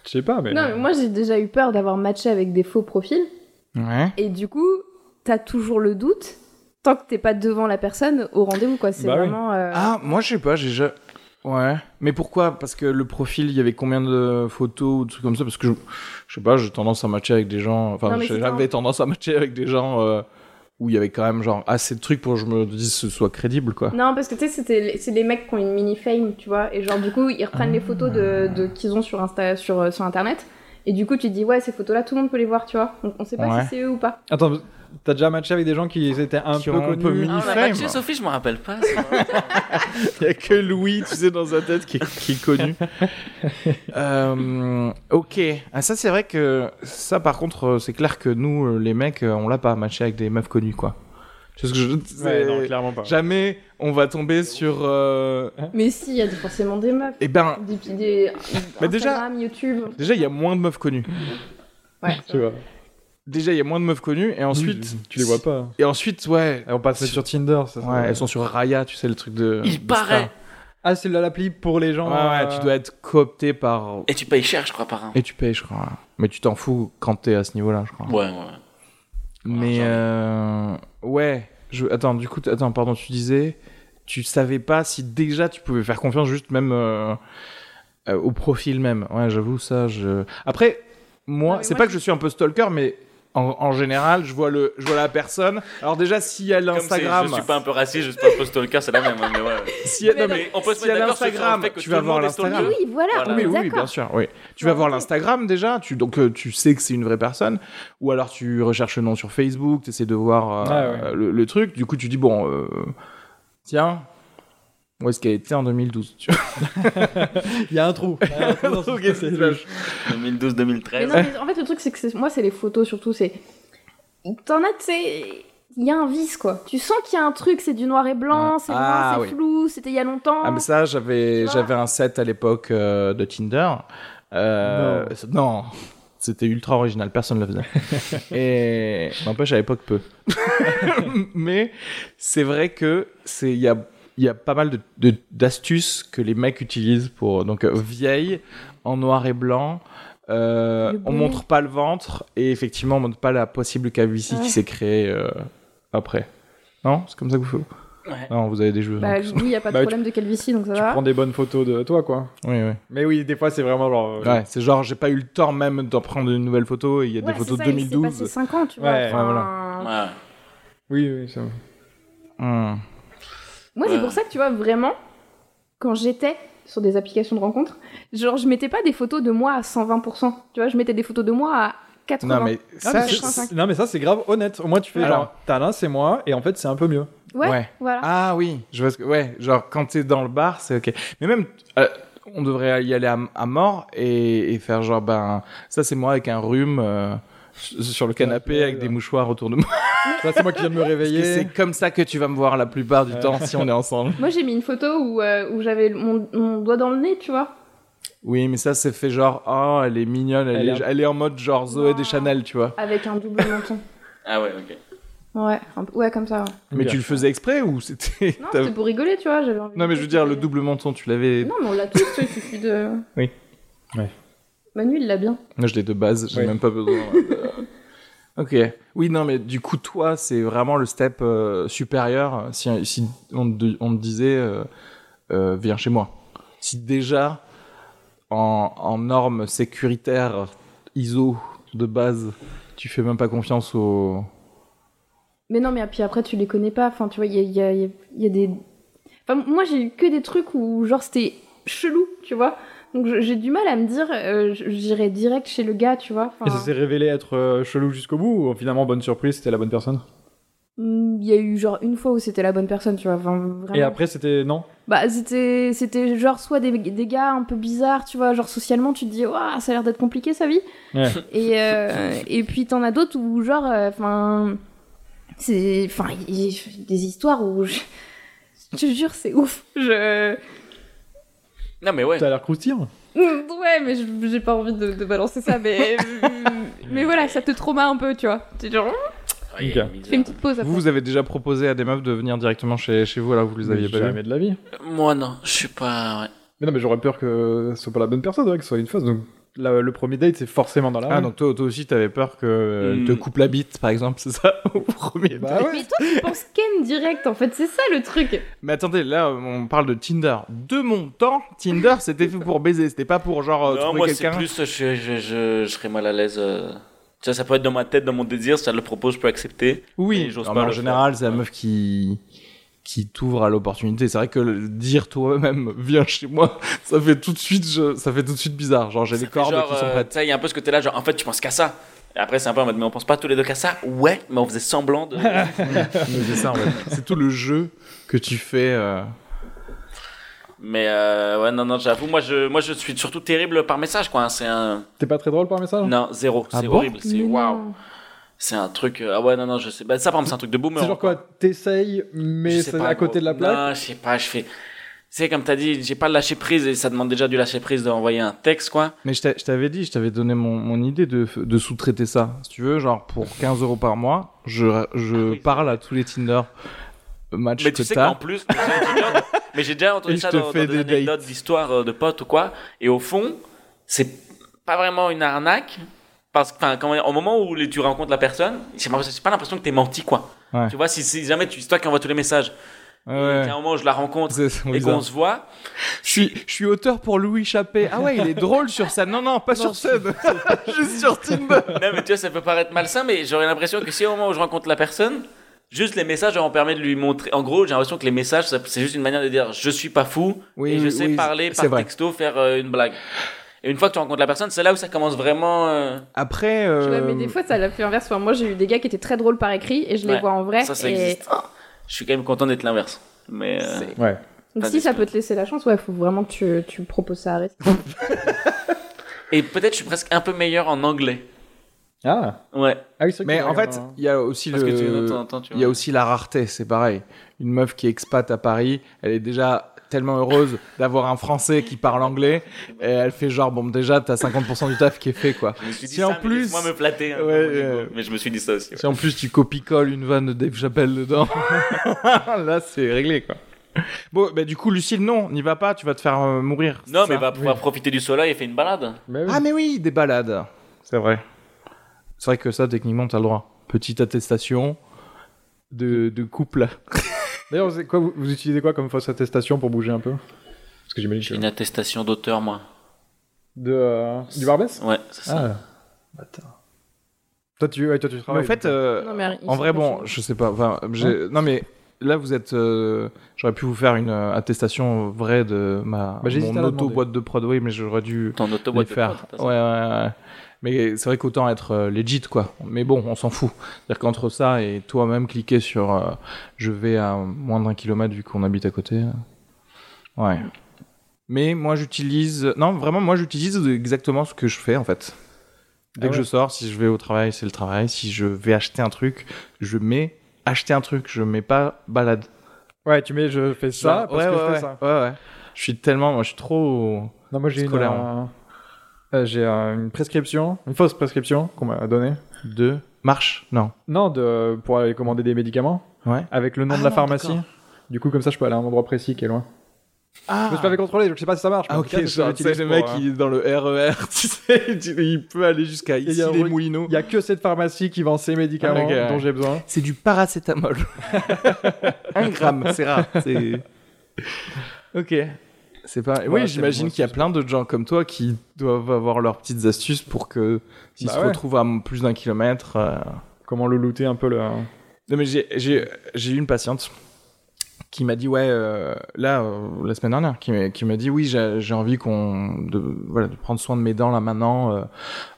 Speaker 4: Je sais pas, mais.
Speaker 5: Non, mais moi j'ai déjà eu peur d'avoir matché avec des faux profils.
Speaker 2: Ouais.
Speaker 5: Et du coup, t'as toujours le doute tant que t'es pas devant la personne au rendez-vous, quoi. C'est
Speaker 4: Bah oui.
Speaker 5: vraiment. euh,
Speaker 2: Ah, moi je sais pas, j'ai déjà. Ouais. Mais pourquoi Parce que le profil, il y avait combien de photos ou de trucs comme ça Parce que je, je sais pas, j'ai tendance à matcher avec des gens. Enfin,
Speaker 5: Non, mais c'est
Speaker 2: j'avais tendance à matcher avec des gens euh, où il y avait quand même genre assez de trucs pour que je me dise que ce soit crédible quoi.
Speaker 5: Non, parce que tu sais, c'était les- c'est les mecs qui ont une mini fame, tu vois. Et genre, du coup, ils reprennent les photos de, de- qu'ils ont sur, Insta, sur, euh, sur Internet. Et du coup, tu te dis, ouais, ces photos-là, tout le monde peut les voir, tu vois. Donc, on sait pas
Speaker 2: Ouais.
Speaker 5: si c'est eux ou pas.
Speaker 4: Attends, t'as déjà matché avec des gens qui étaient un
Speaker 2: Qui
Speaker 4: peu
Speaker 2: ont un
Speaker 4: connus
Speaker 2: peu mis-
Speaker 3: Ah, on a
Speaker 2: Fame.
Speaker 3: matché Sophie, je me rappelle pas. ça.
Speaker 2: Il y a que Louis, tu sais, dans sa tête qui est, qui est connu. Euh, ok. Ah, ça, c'est vrai que ça, par contre, euh, c'est clair que nous, euh, les mecs, euh, on l'a pas matché avec des meufs connues quoi. Tu sais ce que je
Speaker 4: Ouais,
Speaker 2: c'est-
Speaker 4: non, clairement pas.
Speaker 2: Jamais on va tomber sur. euh,
Speaker 5: Mais si, il y a forcément des meufs.
Speaker 2: Eh ben,
Speaker 5: Des, des
Speaker 2: Mais
Speaker 5: mais
Speaker 2: déjà-
Speaker 5: Instagram, YouTube.
Speaker 2: déjà, il y a moins de meufs connues.
Speaker 5: Ouais.
Speaker 4: Tu vois.
Speaker 2: Déjà, il y a moins de meufs connues. Et ensuite.
Speaker 4: tu, tu les vois pas.
Speaker 2: Et ensuite, ouais.
Speaker 4: Et on passe sur Tinder, ça. ça-
Speaker 2: ouais, elles sont sur Raya, tu sais, le truc de.
Speaker 3: Il
Speaker 2: de
Speaker 3: paraît.
Speaker 4: Ah, c'est la- l'appli pour les gens.
Speaker 2: star. Ouais, ouais,
Speaker 4: euh,
Speaker 2: tu dois être coopté par.
Speaker 3: Et tu payes cher, je crois, par an.
Speaker 2: Et tu payes, je crois. Mais tu t'en fous quand t'es à ce niveau-là, je crois.
Speaker 3: Ouais, ouais.
Speaker 2: Mais.
Speaker 3: j'en ai.
Speaker 2: euh, Ouais. Je... Attends, du coup, t- attends, pardon, tu disais. tu savais pas si déjà tu pouvais faire confiance juste même euh, euh, au profil même. Ouais, j'avoue ça. Je... Après,
Speaker 5: Non,
Speaker 2: moi,
Speaker 5: mais
Speaker 2: c'est
Speaker 5: moi,
Speaker 2: pas que je suis un peu stalker, mais en, en général, je vois le, je vois la personne. Alors déjà, si elle a
Speaker 3: Comme c'est-
Speaker 2: Instagram,
Speaker 3: Je suis pas un peu raciste, je suis pas un peu stalker, c'est la même. hein, mais ouais.
Speaker 2: si elle,
Speaker 5: Mais
Speaker 2: non,
Speaker 5: non.
Speaker 2: mais
Speaker 3: on peut se
Speaker 2: si
Speaker 3: mettre
Speaker 2: elle a
Speaker 3: d'accord sur le
Speaker 2: Instagram,
Speaker 3: fait que
Speaker 2: tu
Speaker 3: tout
Speaker 2: vas
Speaker 3: le
Speaker 2: voir
Speaker 3: monde est
Speaker 5: Mais
Speaker 2: l'Instagram.
Speaker 3: stalker.
Speaker 5: oui, voilà,
Speaker 3: Voilà.
Speaker 5: on
Speaker 2: Ah Oui,
Speaker 5: est
Speaker 2: oui,
Speaker 5: d'accord.
Speaker 2: bien sûr, oui. Tu
Speaker 5: Ouais,
Speaker 2: vas voir
Speaker 5: ouais.
Speaker 2: l'Instagram déjà, tu, donc euh, tu sais que c'est une vraie personne, ou alors tu recherches le nom sur Facebook, tu essaies de
Speaker 4: Ouais,
Speaker 2: voir euh,
Speaker 4: ouais.
Speaker 2: euh, Le, le truc, du coup tu dis, bon, euh, tiens, où est-ce qu'elle était en 2012 tu vois
Speaker 4: Il y a un trou. Il y a un trou dans ce-
Speaker 2: Ok, c'est
Speaker 4: c'est-
Speaker 2: flash.
Speaker 3: 2012-2013.
Speaker 5: Mais non, mais en fait, le truc, c'est que c'est- moi, c'est les photos surtout. C'est. T'en as, tu sais. Il y a un vice, quoi. Tu sens qu'il y a un truc, c'est du noir et blanc, c'est
Speaker 2: Ah,
Speaker 5: noir, c'est
Speaker 2: oui.
Speaker 5: flou, c'était il y a longtemps.
Speaker 2: Ah mais ça, j'avais
Speaker 5: Tu vois
Speaker 2: j'avais un set à l'époque euh, de Tinder. Euh, c'est- non. C'était ultra original, personne ne le faisait. Et n'empêche, à l'époque, peu. mais c'est vrai que c'est il y a il y a pas mal de- de d'astuces que les mecs utilisent pour donc euh, vieille en noir et blanc. euh,
Speaker 5: Le
Speaker 2: on
Speaker 5: bonnet.
Speaker 2: montre pas le ventre et effectivement on montre pas la possible calvitie
Speaker 5: Ouais.
Speaker 2: qui s'est créée euh, après. Non, c'est comme ça que vous faites.
Speaker 3: Ouais.
Speaker 2: Non, vous avez des jeux.
Speaker 5: Bah,
Speaker 2: donc.
Speaker 5: lui, il n'y a pas de
Speaker 4: Bah, tu-
Speaker 5: problème de calvitie, donc ça
Speaker 4: Tu
Speaker 5: va.
Speaker 4: prends des bonnes photos de toi, quoi.
Speaker 2: Oui, oui.
Speaker 4: Mais oui, des fois, c'est vraiment genre. euh,
Speaker 2: Ouais, c'est genre, j'ai pas eu le temps même d'en prendre une nouvelle photo et il y a
Speaker 5: Ouais,
Speaker 2: des photos
Speaker 5: c'est
Speaker 2: de
Speaker 5: ça, il s'est
Speaker 2: 2012.
Speaker 5: passé 5 ans, tu vois.
Speaker 4: Ouais,
Speaker 5: enfin,
Speaker 2: ouais,
Speaker 3: Ouais.
Speaker 4: Oui, oui, ça.
Speaker 2: Hmm.
Speaker 5: Moi, c'est
Speaker 3: Ouais.
Speaker 5: pour ça que tu vois, vraiment, quand j'étais sur des applications de rencontres, genre, je mettais pas des photos de moi à 120%. Tu vois, je mettais des photos de moi à 80%.
Speaker 2: Non, mais
Speaker 4: Ah,
Speaker 2: ça,
Speaker 4: mais
Speaker 5: je-
Speaker 4: c'est- c'est- non, mais ça, c'est grave honnête. Au moins, tu fais
Speaker 2: Alors.
Speaker 4: genre, t'as l'un, c'est moi, et en fait, c'est un peu mieux.
Speaker 5: Ouais,
Speaker 2: ouais.
Speaker 5: voilà.
Speaker 2: Ah oui, je vois ce que. Ouais, genre quand t'es dans le bar, c'est ok. Mais même, euh, on devrait y aller à, à mort et, et faire genre, ben, ça c'est moi avec un rhume euh, s- sur le canapé avec des mouchoirs autour de moi.
Speaker 4: Ça, c'est moi qui viens de me
Speaker 2: Parce que
Speaker 4: réveiller.
Speaker 2: c'est comme ça que tu vas me voir la plupart du
Speaker 4: Ouais.
Speaker 2: temps si on est ensemble.
Speaker 5: Moi, j'ai mis une photo où, euh, où j'avais mon, mon doigt dans le nez, tu vois.
Speaker 2: Oui, mais ça c'est fait genre, oh, elle est mignonne, elle,
Speaker 4: Elle
Speaker 2: est,
Speaker 4: est-
Speaker 2: elle est en mode genre Zoé
Speaker 5: Non.
Speaker 2: Deschanel, tu vois.
Speaker 5: Avec un double menton.
Speaker 3: Ah ouais, ok.
Speaker 5: Ouais, un peu- ouais, comme ça. ouais.
Speaker 2: Mais tu le faisais exprès ou c'était.
Speaker 5: Non,
Speaker 2: t'as-
Speaker 5: c'était pour rigoler, tu vois. j'avais envie
Speaker 2: Non,
Speaker 5: de-
Speaker 2: mais je veux dire, le double menton, tu l'avais.
Speaker 5: Non, mais on l'a tous, tu vois, il suffit de.
Speaker 2: Oui.
Speaker 4: Ouais.
Speaker 5: Manu, il l'a bien.
Speaker 2: Moi, je l'ai de base, j'ai
Speaker 4: Oui.
Speaker 2: même pas besoin. euh, ok. Oui, non, mais du coup, toi, c'est vraiment le step euh, supérieur. Si, si on, te, on te disait, euh, euh, viens chez moi. Si déjà, en, en normes sécuritaires ISO de base, tu fais même pas confiance au.
Speaker 5: Mais non, mais puis après, tu les connais pas. Enfin, tu vois, il y a, il y a- il y a- il y a des. Enfin, moi, j'ai eu que des trucs où, genre, c'était chelou, tu vois. Donc, je- j'ai du mal à me dire, euh, j- j'irai direct chez le gars, tu vois.
Speaker 4: Et ça s'est
Speaker 5: Enfin,
Speaker 4: révélé être euh, chelou jusqu'au bout, ou finalement, bonne surprise, c'était la bonne personne
Speaker 5: mm, il y a eu, genre, une fois où c'était la bonne personne, tu vois. Enfin, vraiment.
Speaker 4: Et après, c'était non
Speaker 5: Bah, c'était, c'était genre, soit des, des gars un peu bizarres, tu vois. Genre, socialement, tu te dis, waouh, ça a l'air d'être compliqué sa vie.
Speaker 4: Ouais.
Speaker 5: Et, euh, et puis, t'en as d'autres où, genre, euh, enfin. c'est. Enfin, il y a des histoires où. Je, je te jure, c'est ouf. Je.
Speaker 3: Non, mais ouais.
Speaker 4: T'as l'air croustillant.
Speaker 5: Mm, Ouais, mais je- j'ai pas envie de, de balancer ça, mais. mais voilà, ça te trauma un peu, tu vois. Tu genre,
Speaker 3: Ah, il y a
Speaker 4: Ok.
Speaker 3: une misère.
Speaker 5: fais une petite pause après.
Speaker 2: Vous, vous avez déjà proposé à des meufs de venir directement chez, chez vous, alors vous les aviez pas vus.
Speaker 4: jamais de la vie.
Speaker 3: Moi, non, je suis pas. ouais.
Speaker 4: Mais non, mais j'aurais peur que ce soit pas la bonne personne, ouais, que ce soit une fausse. Donc, la- le premier date, c'est forcément dans la
Speaker 2: Ah,
Speaker 4: rue.
Speaker 2: donc toi, toi aussi, t'avais peur qu'elle te
Speaker 3: Hmm.
Speaker 2: coupe la bite, par exemple, c'est ça, au premier
Speaker 4: Bah ouais.
Speaker 5: Mais toi, tu penses Ken direct, en fait, c'est ça le truc.
Speaker 2: Mais attendez, là, on parle de Tinder. De mon temps, Tinder, c'était fait pour baiser. C'était pas pour, genre, euh,
Speaker 3: non,
Speaker 2: trouver
Speaker 3: moi, c'est
Speaker 2: quelqu'un.
Speaker 3: plus. euh, Je, je, je, je serais mal à l'aise. euh. Ça, ça peut être dans ma tête, dans mon désir, ça le propose, je peux accepter.
Speaker 2: Oui,
Speaker 3: Mais j'ose
Speaker 2: Non,
Speaker 3: pas
Speaker 2: mais en
Speaker 3: le
Speaker 2: général, c'est la meuf qui qui t'ouvre à l'opportunité. C'est vrai que le- dire toi-même viens chez moi, ça fait tout de suite je- ça fait tout de suite bizarre. Genre j'ai les
Speaker 3: Fait
Speaker 2: cordes
Speaker 3: genre,
Speaker 2: qui sont
Speaker 3: euh,
Speaker 2: prêtes.
Speaker 3: Tu sais, il y a un peu ce côté-là, genre, en fait, tu penses qu'à ça. Et après, c'est un peu en mode, mais on pense pas tous les deux qu'à ça. Ouais, mais on faisait semblant de.
Speaker 2: Mais c'est ça, en fait. C'est tout le jeu que tu fais euh,
Speaker 3: mais euh, ouais, non, non, j'avoue, moi je, moi, je suis surtout terrible par message, quoi. hein, C'est un.
Speaker 4: T'es pas très drôle par message
Speaker 3: Non, zéro.
Speaker 2: Ah
Speaker 3: c'est
Speaker 2: bon
Speaker 3: horrible. C'est
Speaker 5: Mais
Speaker 3: waouh.
Speaker 5: non.
Speaker 3: C'est un truc. euh, Ah ouais, non, non, je sais. Bah, ça, par exemple, c'est un truc de boomer.
Speaker 4: C'est genre quoi T'essayes, mais
Speaker 3: Je sais
Speaker 4: c'est
Speaker 3: pas,
Speaker 4: à côté
Speaker 3: gros.
Speaker 4: de la plaque
Speaker 3: Non, je sais pas, je fais. Tu sais, comme t'as dit, j'ai pas lâché prise et ça demande déjà du lâcher prise d'envoyer un texte, quoi.
Speaker 2: Mais je t'a- je t'avais dit, je t'avais donné mon, mon idée de, f- de sous-traiter ça. Si tu veux, genre pour 15 euros par mois, je, je
Speaker 3: Ah oui.
Speaker 2: parle à tous les Tinder matchs
Speaker 3: Mais
Speaker 2: que
Speaker 3: tu sais
Speaker 2: t'as.
Speaker 3: qu'en plus, les gens qui regardent- mais j'ai déjà
Speaker 2: Et
Speaker 3: entendu
Speaker 2: je
Speaker 3: ça
Speaker 2: te
Speaker 3: dans, dans
Speaker 2: fais
Speaker 3: des
Speaker 2: des
Speaker 3: anecdotes
Speaker 2: dates.
Speaker 3: d'histoires euh, de potes ou quoi. Et au fond, c'est pas vraiment une arnaque. Parce que, enfin, quand- au moment où les- tu rencontres la personne, c'est pas, c'est pas l'impression que t'es menti, quoi.
Speaker 2: Ouais.
Speaker 3: Tu vois, si, si jamais tu, c'est toi qui envoies tous les messages. Et
Speaker 2: Ouais.
Speaker 3: qu'à un moment, je la rencontre
Speaker 2: C'est- c'est
Speaker 3: et
Speaker 2: bizarre.
Speaker 3: qu'on se voit.
Speaker 2: Je suis, je suis auteur pour Louis Chappé. Ah ouais, il est drôle sur scène. Non, non, pas sur scène. Juste sur Tinder.
Speaker 3: Non, mais tu vois, ça peut paraître malsain, mais j'aurais l'impression que si au moment où je rencontre la personne, juste les messages, on permet de lui montrer. En gros, j'ai l'impression que les messages, ça- c'est juste une manière de dire je suis pas fou
Speaker 2: Oui,
Speaker 3: et je
Speaker 2: oui,
Speaker 3: sais
Speaker 2: oui,
Speaker 3: parler
Speaker 2: c'est
Speaker 3: par
Speaker 2: vrai.
Speaker 3: texto, faire euh, une blague. Et une fois que tu rencontres la personne, c'est là où ça commence vraiment. euh,
Speaker 2: Après.
Speaker 5: Tu vois,
Speaker 2: Euh...
Speaker 5: mais des fois, ça a l'effet inverse. Enfin, moi, j'ai eu des gars qui étaient très drôles par écrit et je les
Speaker 3: Ouais,
Speaker 5: vois en vrai.
Speaker 3: ça, ça
Speaker 5: et
Speaker 3: existe. Je suis quand même content d'être l'inverse. Mais. euh,
Speaker 5: C'est-
Speaker 4: Ouais.
Speaker 5: Donc,
Speaker 3: Pas
Speaker 5: si ça
Speaker 3: d'esprit.
Speaker 5: peut te laisser la chance, ouais, faut vraiment que tu, tu proposes ça à Arès.
Speaker 3: Et peut-être je suis presque un peu meilleur en anglais.
Speaker 4: Ah.
Speaker 3: Ouais.
Speaker 4: ah oui, c'est vrai que
Speaker 2: Mais
Speaker 4: tu
Speaker 2: en
Speaker 4: regardes,
Speaker 2: fait,
Speaker 4: hein.
Speaker 2: il y a aussi
Speaker 3: Parce
Speaker 2: le.
Speaker 3: que tu de temps en temps, tu
Speaker 2: Il y a
Speaker 3: vois.
Speaker 2: aussi la rareté, c'est pareil. Une meuf qui est expat à Paris, elle est déjà tellement heureuse d'avoir un Français qui parle anglais, et elle fait genre, bon, déjà, t'as 50% du taf qui est fait, quoi.
Speaker 3: Je me suis dit
Speaker 2: Si
Speaker 3: ça,
Speaker 2: en
Speaker 3: mais
Speaker 2: plus-
Speaker 3: laisse-moi me flatter. hein,
Speaker 2: Ouais,
Speaker 3: dans mon
Speaker 2: euh,
Speaker 3: ego. Mais je me suis dit ça aussi. ouais.
Speaker 2: Si en plus tu copie-colles une vanne de Dave Chappelle dedans, là, c'est réglé, quoi. Bon, bah, du coup, Lucille, non, n'y va pas, tu vas te faire euh, mourir.
Speaker 3: Non,
Speaker 2: c'est
Speaker 3: mais
Speaker 2: ça
Speaker 3: va pouvoir profiter du soleil et faire une balade.
Speaker 4: Mais oui.
Speaker 2: Ah, mais oui, des balades. C'est vrai. C'est vrai que ça, techniquement, t'as le droit. Petite attestation de, de couple.
Speaker 4: D'ailleurs, vous, quoi, vous, vous utilisez quoi comme fausse attestation pour bouger un peu Parce que j'imagine
Speaker 3: J'ai
Speaker 4: que...
Speaker 3: une attestation d'auteur, moi.
Speaker 4: De, euh, du Barbès
Speaker 3: Ouais, c'est ça.
Speaker 4: Ah. Bâtard. Toi, tu, ouais, toi, tu
Speaker 2: Mais
Speaker 4: travailles.
Speaker 2: en fait, euh,
Speaker 5: Non, mais ils
Speaker 2: En
Speaker 5: sont
Speaker 2: vrai,
Speaker 5: pas
Speaker 2: bon,
Speaker 5: chez Hein nous.
Speaker 2: je sais pas. Enfin, j'ai- non, mais là, vous êtes. euh, J'aurais pu vous faire une euh, attestation vraie de ma
Speaker 4: Bah, j'hésite à
Speaker 2: mon
Speaker 4: la
Speaker 2: auto boîte de prod, oui, mais j'aurais dû
Speaker 3: Ton auto
Speaker 2: les faire. Ouais, ouais, ouais. Mais c'est vrai qu'autant être euh, legit, quoi. Mais bon, on s'en fout. C'est-à-dire qu'entre ça et toi-même cliquer sur euh, je vais à moins d'un kilomètre vu qu'on habite à côté. euh, Ouais.
Speaker 5: Mm.
Speaker 2: Mais moi, j'utilise. Non, vraiment, moi, j'utilise exactement ce que je fais, en fait. Dès
Speaker 4: Ah
Speaker 2: que
Speaker 4: ouais.
Speaker 2: je sors, si je vais au travail, c'est le travail. Si je vais acheter un truc, je mets acheter un truc. Je mets pas balade.
Speaker 4: Ouais, tu mets je fais ça
Speaker 2: Genre,
Speaker 4: parce
Speaker 2: ouais,
Speaker 4: que
Speaker 2: ouais,
Speaker 4: je fais
Speaker 2: ouais.
Speaker 4: ça.
Speaker 2: Ouais, ouais. Je suis tellement. Moi, je suis trop.
Speaker 4: Non, moi j'ai une,
Speaker 2: Scolaire,
Speaker 4: euh,
Speaker 2: hein.
Speaker 4: euh, j'ai euh, une prescription, une fausse prescription qu'on m'a donnée.
Speaker 2: De. Marche Non.
Speaker 4: Non, de, pour aller commander des médicaments
Speaker 2: Ouais.
Speaker 4: avec le nom
Speaker 2: Ah
Speaker 4: de la
Speaker 2: non,
Speaker 4: pharmacie.
Speaker 2: d'accord.
Speaker 4: Du coup, comme ça, je peux aller à un endroit précis qui est loin.
Speaker 2: Ah
Speaker 4: Je me suis pas fait contrôler, donc je sais pas si ça marche. mais
Speaker 2: Ah
Speaker 4: en
Speaker 2: ok,
Speaker 4: tout cas, c'est ce que
Speaker 2: genre, tu sais,
Speaker 4: j'utilise
Speaker 2: le
Speaker 4: pour,
Speaker 2: mec
Speaker 4: euh,
Speaker 2: il est dans le RER, tu sais, il dit- il peut aller jusqu'à
Speaker 4: y
Speaker 2: ici
Speaker 4: a un
Speaker 2: les
Speaker 4: rec-
Speaker 2: moulineaux.
Speaker 4: Il y a que cette pharmacie qui vend ces médicaments
Speaker 2: Ah, ok, ouais.
Speaker 4: dont j'ai besoin.
Speaker 2: C'est du paracétamol. Un gramme, c'est rare. c'est- ok. C'est pas...
Speaker 4: Voilà,
Speaker 2: oui,
Speaker 4: c'est
Speaker 2: j'imagine
Speaker 4: mon
Speaker 2: qu'il y a
Speaker 4: astuce.
Speaker 2: plein de gens comme toi qui doivent avoir leurs petites astuces pour que s'ils
Speaker 4: Bah
Speaker 2: se
Speaker 4: ouais.
Speaker 2: retrouvent à plus d'un kilomètre... euh,
Speaker 4: Comment le looter un peu le.
Speaker 2: Non, mais j'ai- j'ai j'ai eu une patiente qui m'a dit, ouais, euh, là, euh, la semaine dernière, qui m'a- qui m'a dit, oui, j'ai j'ai envie qu'on de, voilà, de prendre soin de mes dents là maintenant, euh,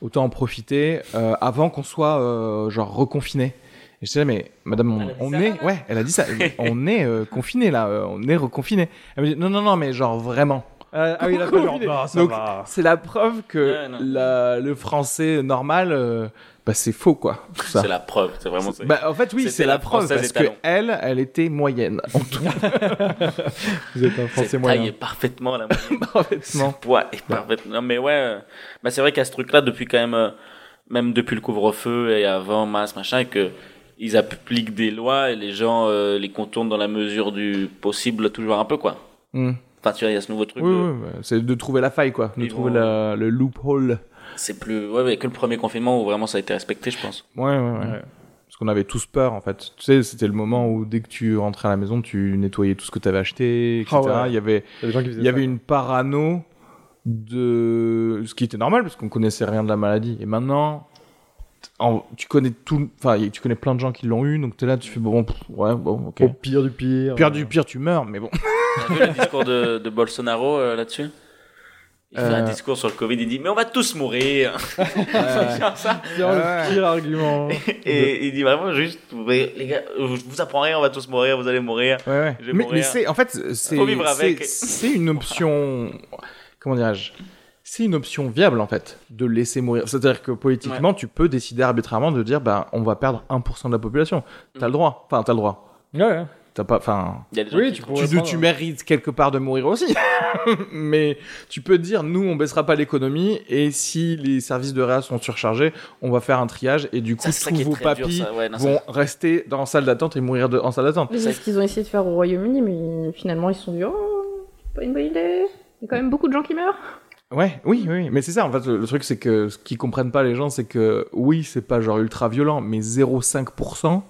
Speaker 2: autant en profiter euh, avant qu'on soit euh, genre reconfiné. Et je disais, mais madame, on,
Speaker 3: Elle a dit
Speaker 2: on
Speaker 3: ça,
Speaker 2: est, ouais, elle a dit ça, on est confiné là, euh, on est reconfiné. Elle me dit, non, non, non, mais genre vraiment.
Speaker 4: ah oui, la
Speaker 2: Confiné. Donc, c'est la preuve que
Speaker 3: Ouais, non.
Speaker 2: la- le français normal, euh, bah, c'est faux quoi. tout ça.
Speaker 3: C'est la preuve, c'est vraiment ça.
Speaker 2: Bah, en fait, oui,
Speaker 3: C'était
Speaker 2: c'est la,
Speaker 3: la
Speaker 2: preuve
Speaker 3: Française
Speaker 2: parce
Speaker 3: des
Speaker 2: que
Speaker 3: talents.
Speaker 2: elle, elle était moyenne en tout
Speaker 4: Vous êtes un
Speaker 3: c'est
Speaker 4: français
Speaker 3: taillé
Speaker 4: moyen.
Speaker 3: parfaitement la moyenne.
Speaker 2: parfaitement.
Speaker 3: Ce poids est parfaitement. Non, mais ouais. euh, Bah, c'est vrai qu'à ce truc-là, depuis quand même, euh, même depuis le couvre-feu et avant, masse, machin, et que ils appliquent des lois et les gens euh, les contournent dans la mesure du possible, toujours un peu, quoi.
Speaker 2: Mm.
Speaker 3: Enfin, tu vois, il y a ce nouveau truc.
Speaker 2: Oui,
Speaker 3: de-
Speaker 2: oui, bah, c'est de trouver la faille quoi, de
Speaker 3: Ils
Speaker 2: trouver
Speaker 3: vont-
Speaker 2: la- le loophole.
Speaker 3: C'est plus. Ouais, mais que le premier confinement où vraiment ça a été respecté, je pense.
Speaker 2: Ouais, ouais, ouais.
Speaker 4: Ouais.
Speaker 2: Parce qu'on avait tous peur en fait. Tu sais, c'était le moment où dès que tu rentrais à la maison, tu nettoyais tout ce que t'avais acheté, etc.
Speaker 4: Ah ouais.
Speaker 2: Il y avait,
Speaker 4: Il y a des gens qui faisaient
Speaker 2: il y avait
Speaker 4: ça.
Speaker 2: une parano de ce qui était normal parce qu'on connaissait rien de la maladie. Et maintenant. en- tu connais tout, enfin, y- tu connais plein de gens qui l'ont eu, donc t'es là, tu fais bon, pff, ouais, bon, ok.
Speaker 4: Au pire du pire.
Speaker 2: Pire du pire, tu meurs, mais bon.
Speaker 3: T'as vu le discours de, de Bolsonaro euh, là-dessus Il fait un
Speaker 2: Euh.
Speaker 3: discours sur le Covid, il dit Mais on va tous mourir Genre ça.
Speaker 4: C'est vraiment le pire argument.
Speaker 3: Et il dit vraiment juste Mais les gars, je vous apprends rien, on va tous mourir, vous allez mourir.
Speaker 2: Ouais, ouais.
Speaker 3: Je vais
Speaker 2: Mais,
Speaker 3: mourir.
Speaker 2: mais c'est en fait c'est
Speaker 3: Faut vivre
Speaker 2: c'est-
Speaker 3: avec.
Speaker 2: c'est une option comment dirais-je c'est une option viable en fait de laisser mourir c'est-à-dire que politiquement tu peux décider arbitrairement de dire bah on va perdre 1% de la population t'as le droit enfin t'as le droit
Speaker 4: Ouais.
Speaker 2: t'as pas enfin
Speaker 3: Il y a des gens
Speaker 4: Oui,
Speaker 3: qui-
Speaker 4: tu
Speaker 2: tu,
Speaker 4: pourrais.
Speaker 2: tu
Speaker 4: prendre-
Speaker 2: mérites quelque part de mourir aussi mais tu peux dire nous on baissera pas l'économie et si les services de réa sont surchargés on va faire un triage et du coup
Speaker 3: Ça, c'est ça
Speaker 2: tous
Speaker 3: qui est
Speaker 2: vos
Speaker 3: très dur,
Speaker 2: papis
Speaker 3: ça. Ouais, non, ça-
Speaker 2: vont rester dans la salle d'attente et mourir de- en salle d'attente
Speaker 5: Mais C'est ce qu'ils ont essayé de faire au Royaume-Uni, mais finalement, ils se sont dit, oh, pas une bonne idée. Il y a quand même beaucoup de gens qui meurent.
Speaker 2: Ouais, oui, oui, oui. mais c'est ça en fait. Le, le truc, c'est que ce qu'ils comprennent pas les gens, c'est que oui, c'est pas genre ultra violent, mais 0,5%.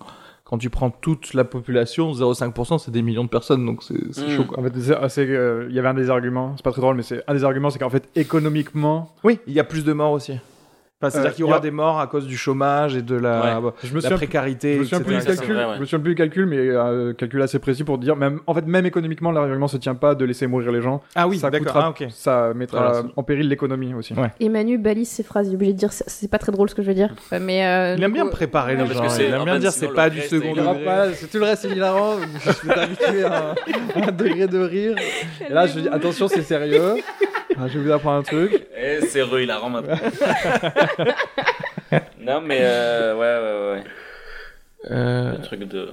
Speaker 2: Quand tu prends toute la population, 0,5%, c'est des millions de personnes, donc c'est c'est
Speaker 3: Mm.
Speaker 2: chaud, quoi.
Speaker 4: En fait, c'est- ah, c'est, euh, il y avait un des arguments, c'est pas très drôle, mais c'est un des arguments, c'est qu'en fait, économiquement,
Speaker 2: Oui, il y a plus de morts aussi. Enfin, c'est-à-dire
Speaker 4: Euh,
Speaker 2: qu'il y
Speaker 4: il y
Speaker 2: aura
Speaker 4: a-
Speaker 2: des morts à cause du chômage et de la,
Speaker 4: je me
Speaker 2: la
Speaker 4: souviens plus-
Speaker 2: précarité,
Speaker 4: Je me souviens plus
Speaker 2: etc.
Speaker 4: du
Speaker 3: ça, c'est
Speaker 4: calcul,
Speaker 3: vrai, ouais.
Speaker 4: je me souviens plus du calcul, mais euh, calcul assez précis pour dire, même, en fait, même économiquement, l'argument se tient pas de laisser mourir les gens.
Speaker 2: Ah oui,
Speaker 4: ça
Speaker 2: d'accord.
Speaker 4: coûtera-
Speaker 2: Ah, ok.
Speaker 4: Ça mettra
Speaker 2: Voilà,
Speaker 4: en péril l'économie aussi.
Speaker 2: Ouais.
Speaker 5: Et Manu balise ses phrases, il est obligé de dire ça- c'est pas très drôle ce que je veux dire. Euh, Mais euh,
Speaker 2: Il aime
Speaker 5: du
Speaker 2: bien
Speaker 5: coup-
Speaker 2: préparer
Speaker 5: Non,
Speaker 2: les
Speaker 5: parce
Speaker 2: gens.
Speaker 3: que euh, c'est-
Speaker 2: Il aime
Speaker 3: en
Speaker 2: bien
Speaker 3: fait,
Speaker 2: dire
Speaker 3: sinon,
Speaker 2: c'est
Speaker 3: le
Speaker 2: pas du
Speaker 3: reste,
Speaker 2: second
Speaker 3: il
Speaker 4: Il y aura
Speaker 2: degré.
Speaker 4: pas- c'est tout le reste, c'est hilarant. Je suis habitué à un degré de rire. Et là, je dis attention, c'est sérieux. Ah, Je vais vous apprendre un truc.
Speaker 3: Eh, c'est heureux, il la rend maintenant. non, mais euh, ouais, ouais, ouais.
Speaker 2: Euh,
Speaker 3: Le truc de.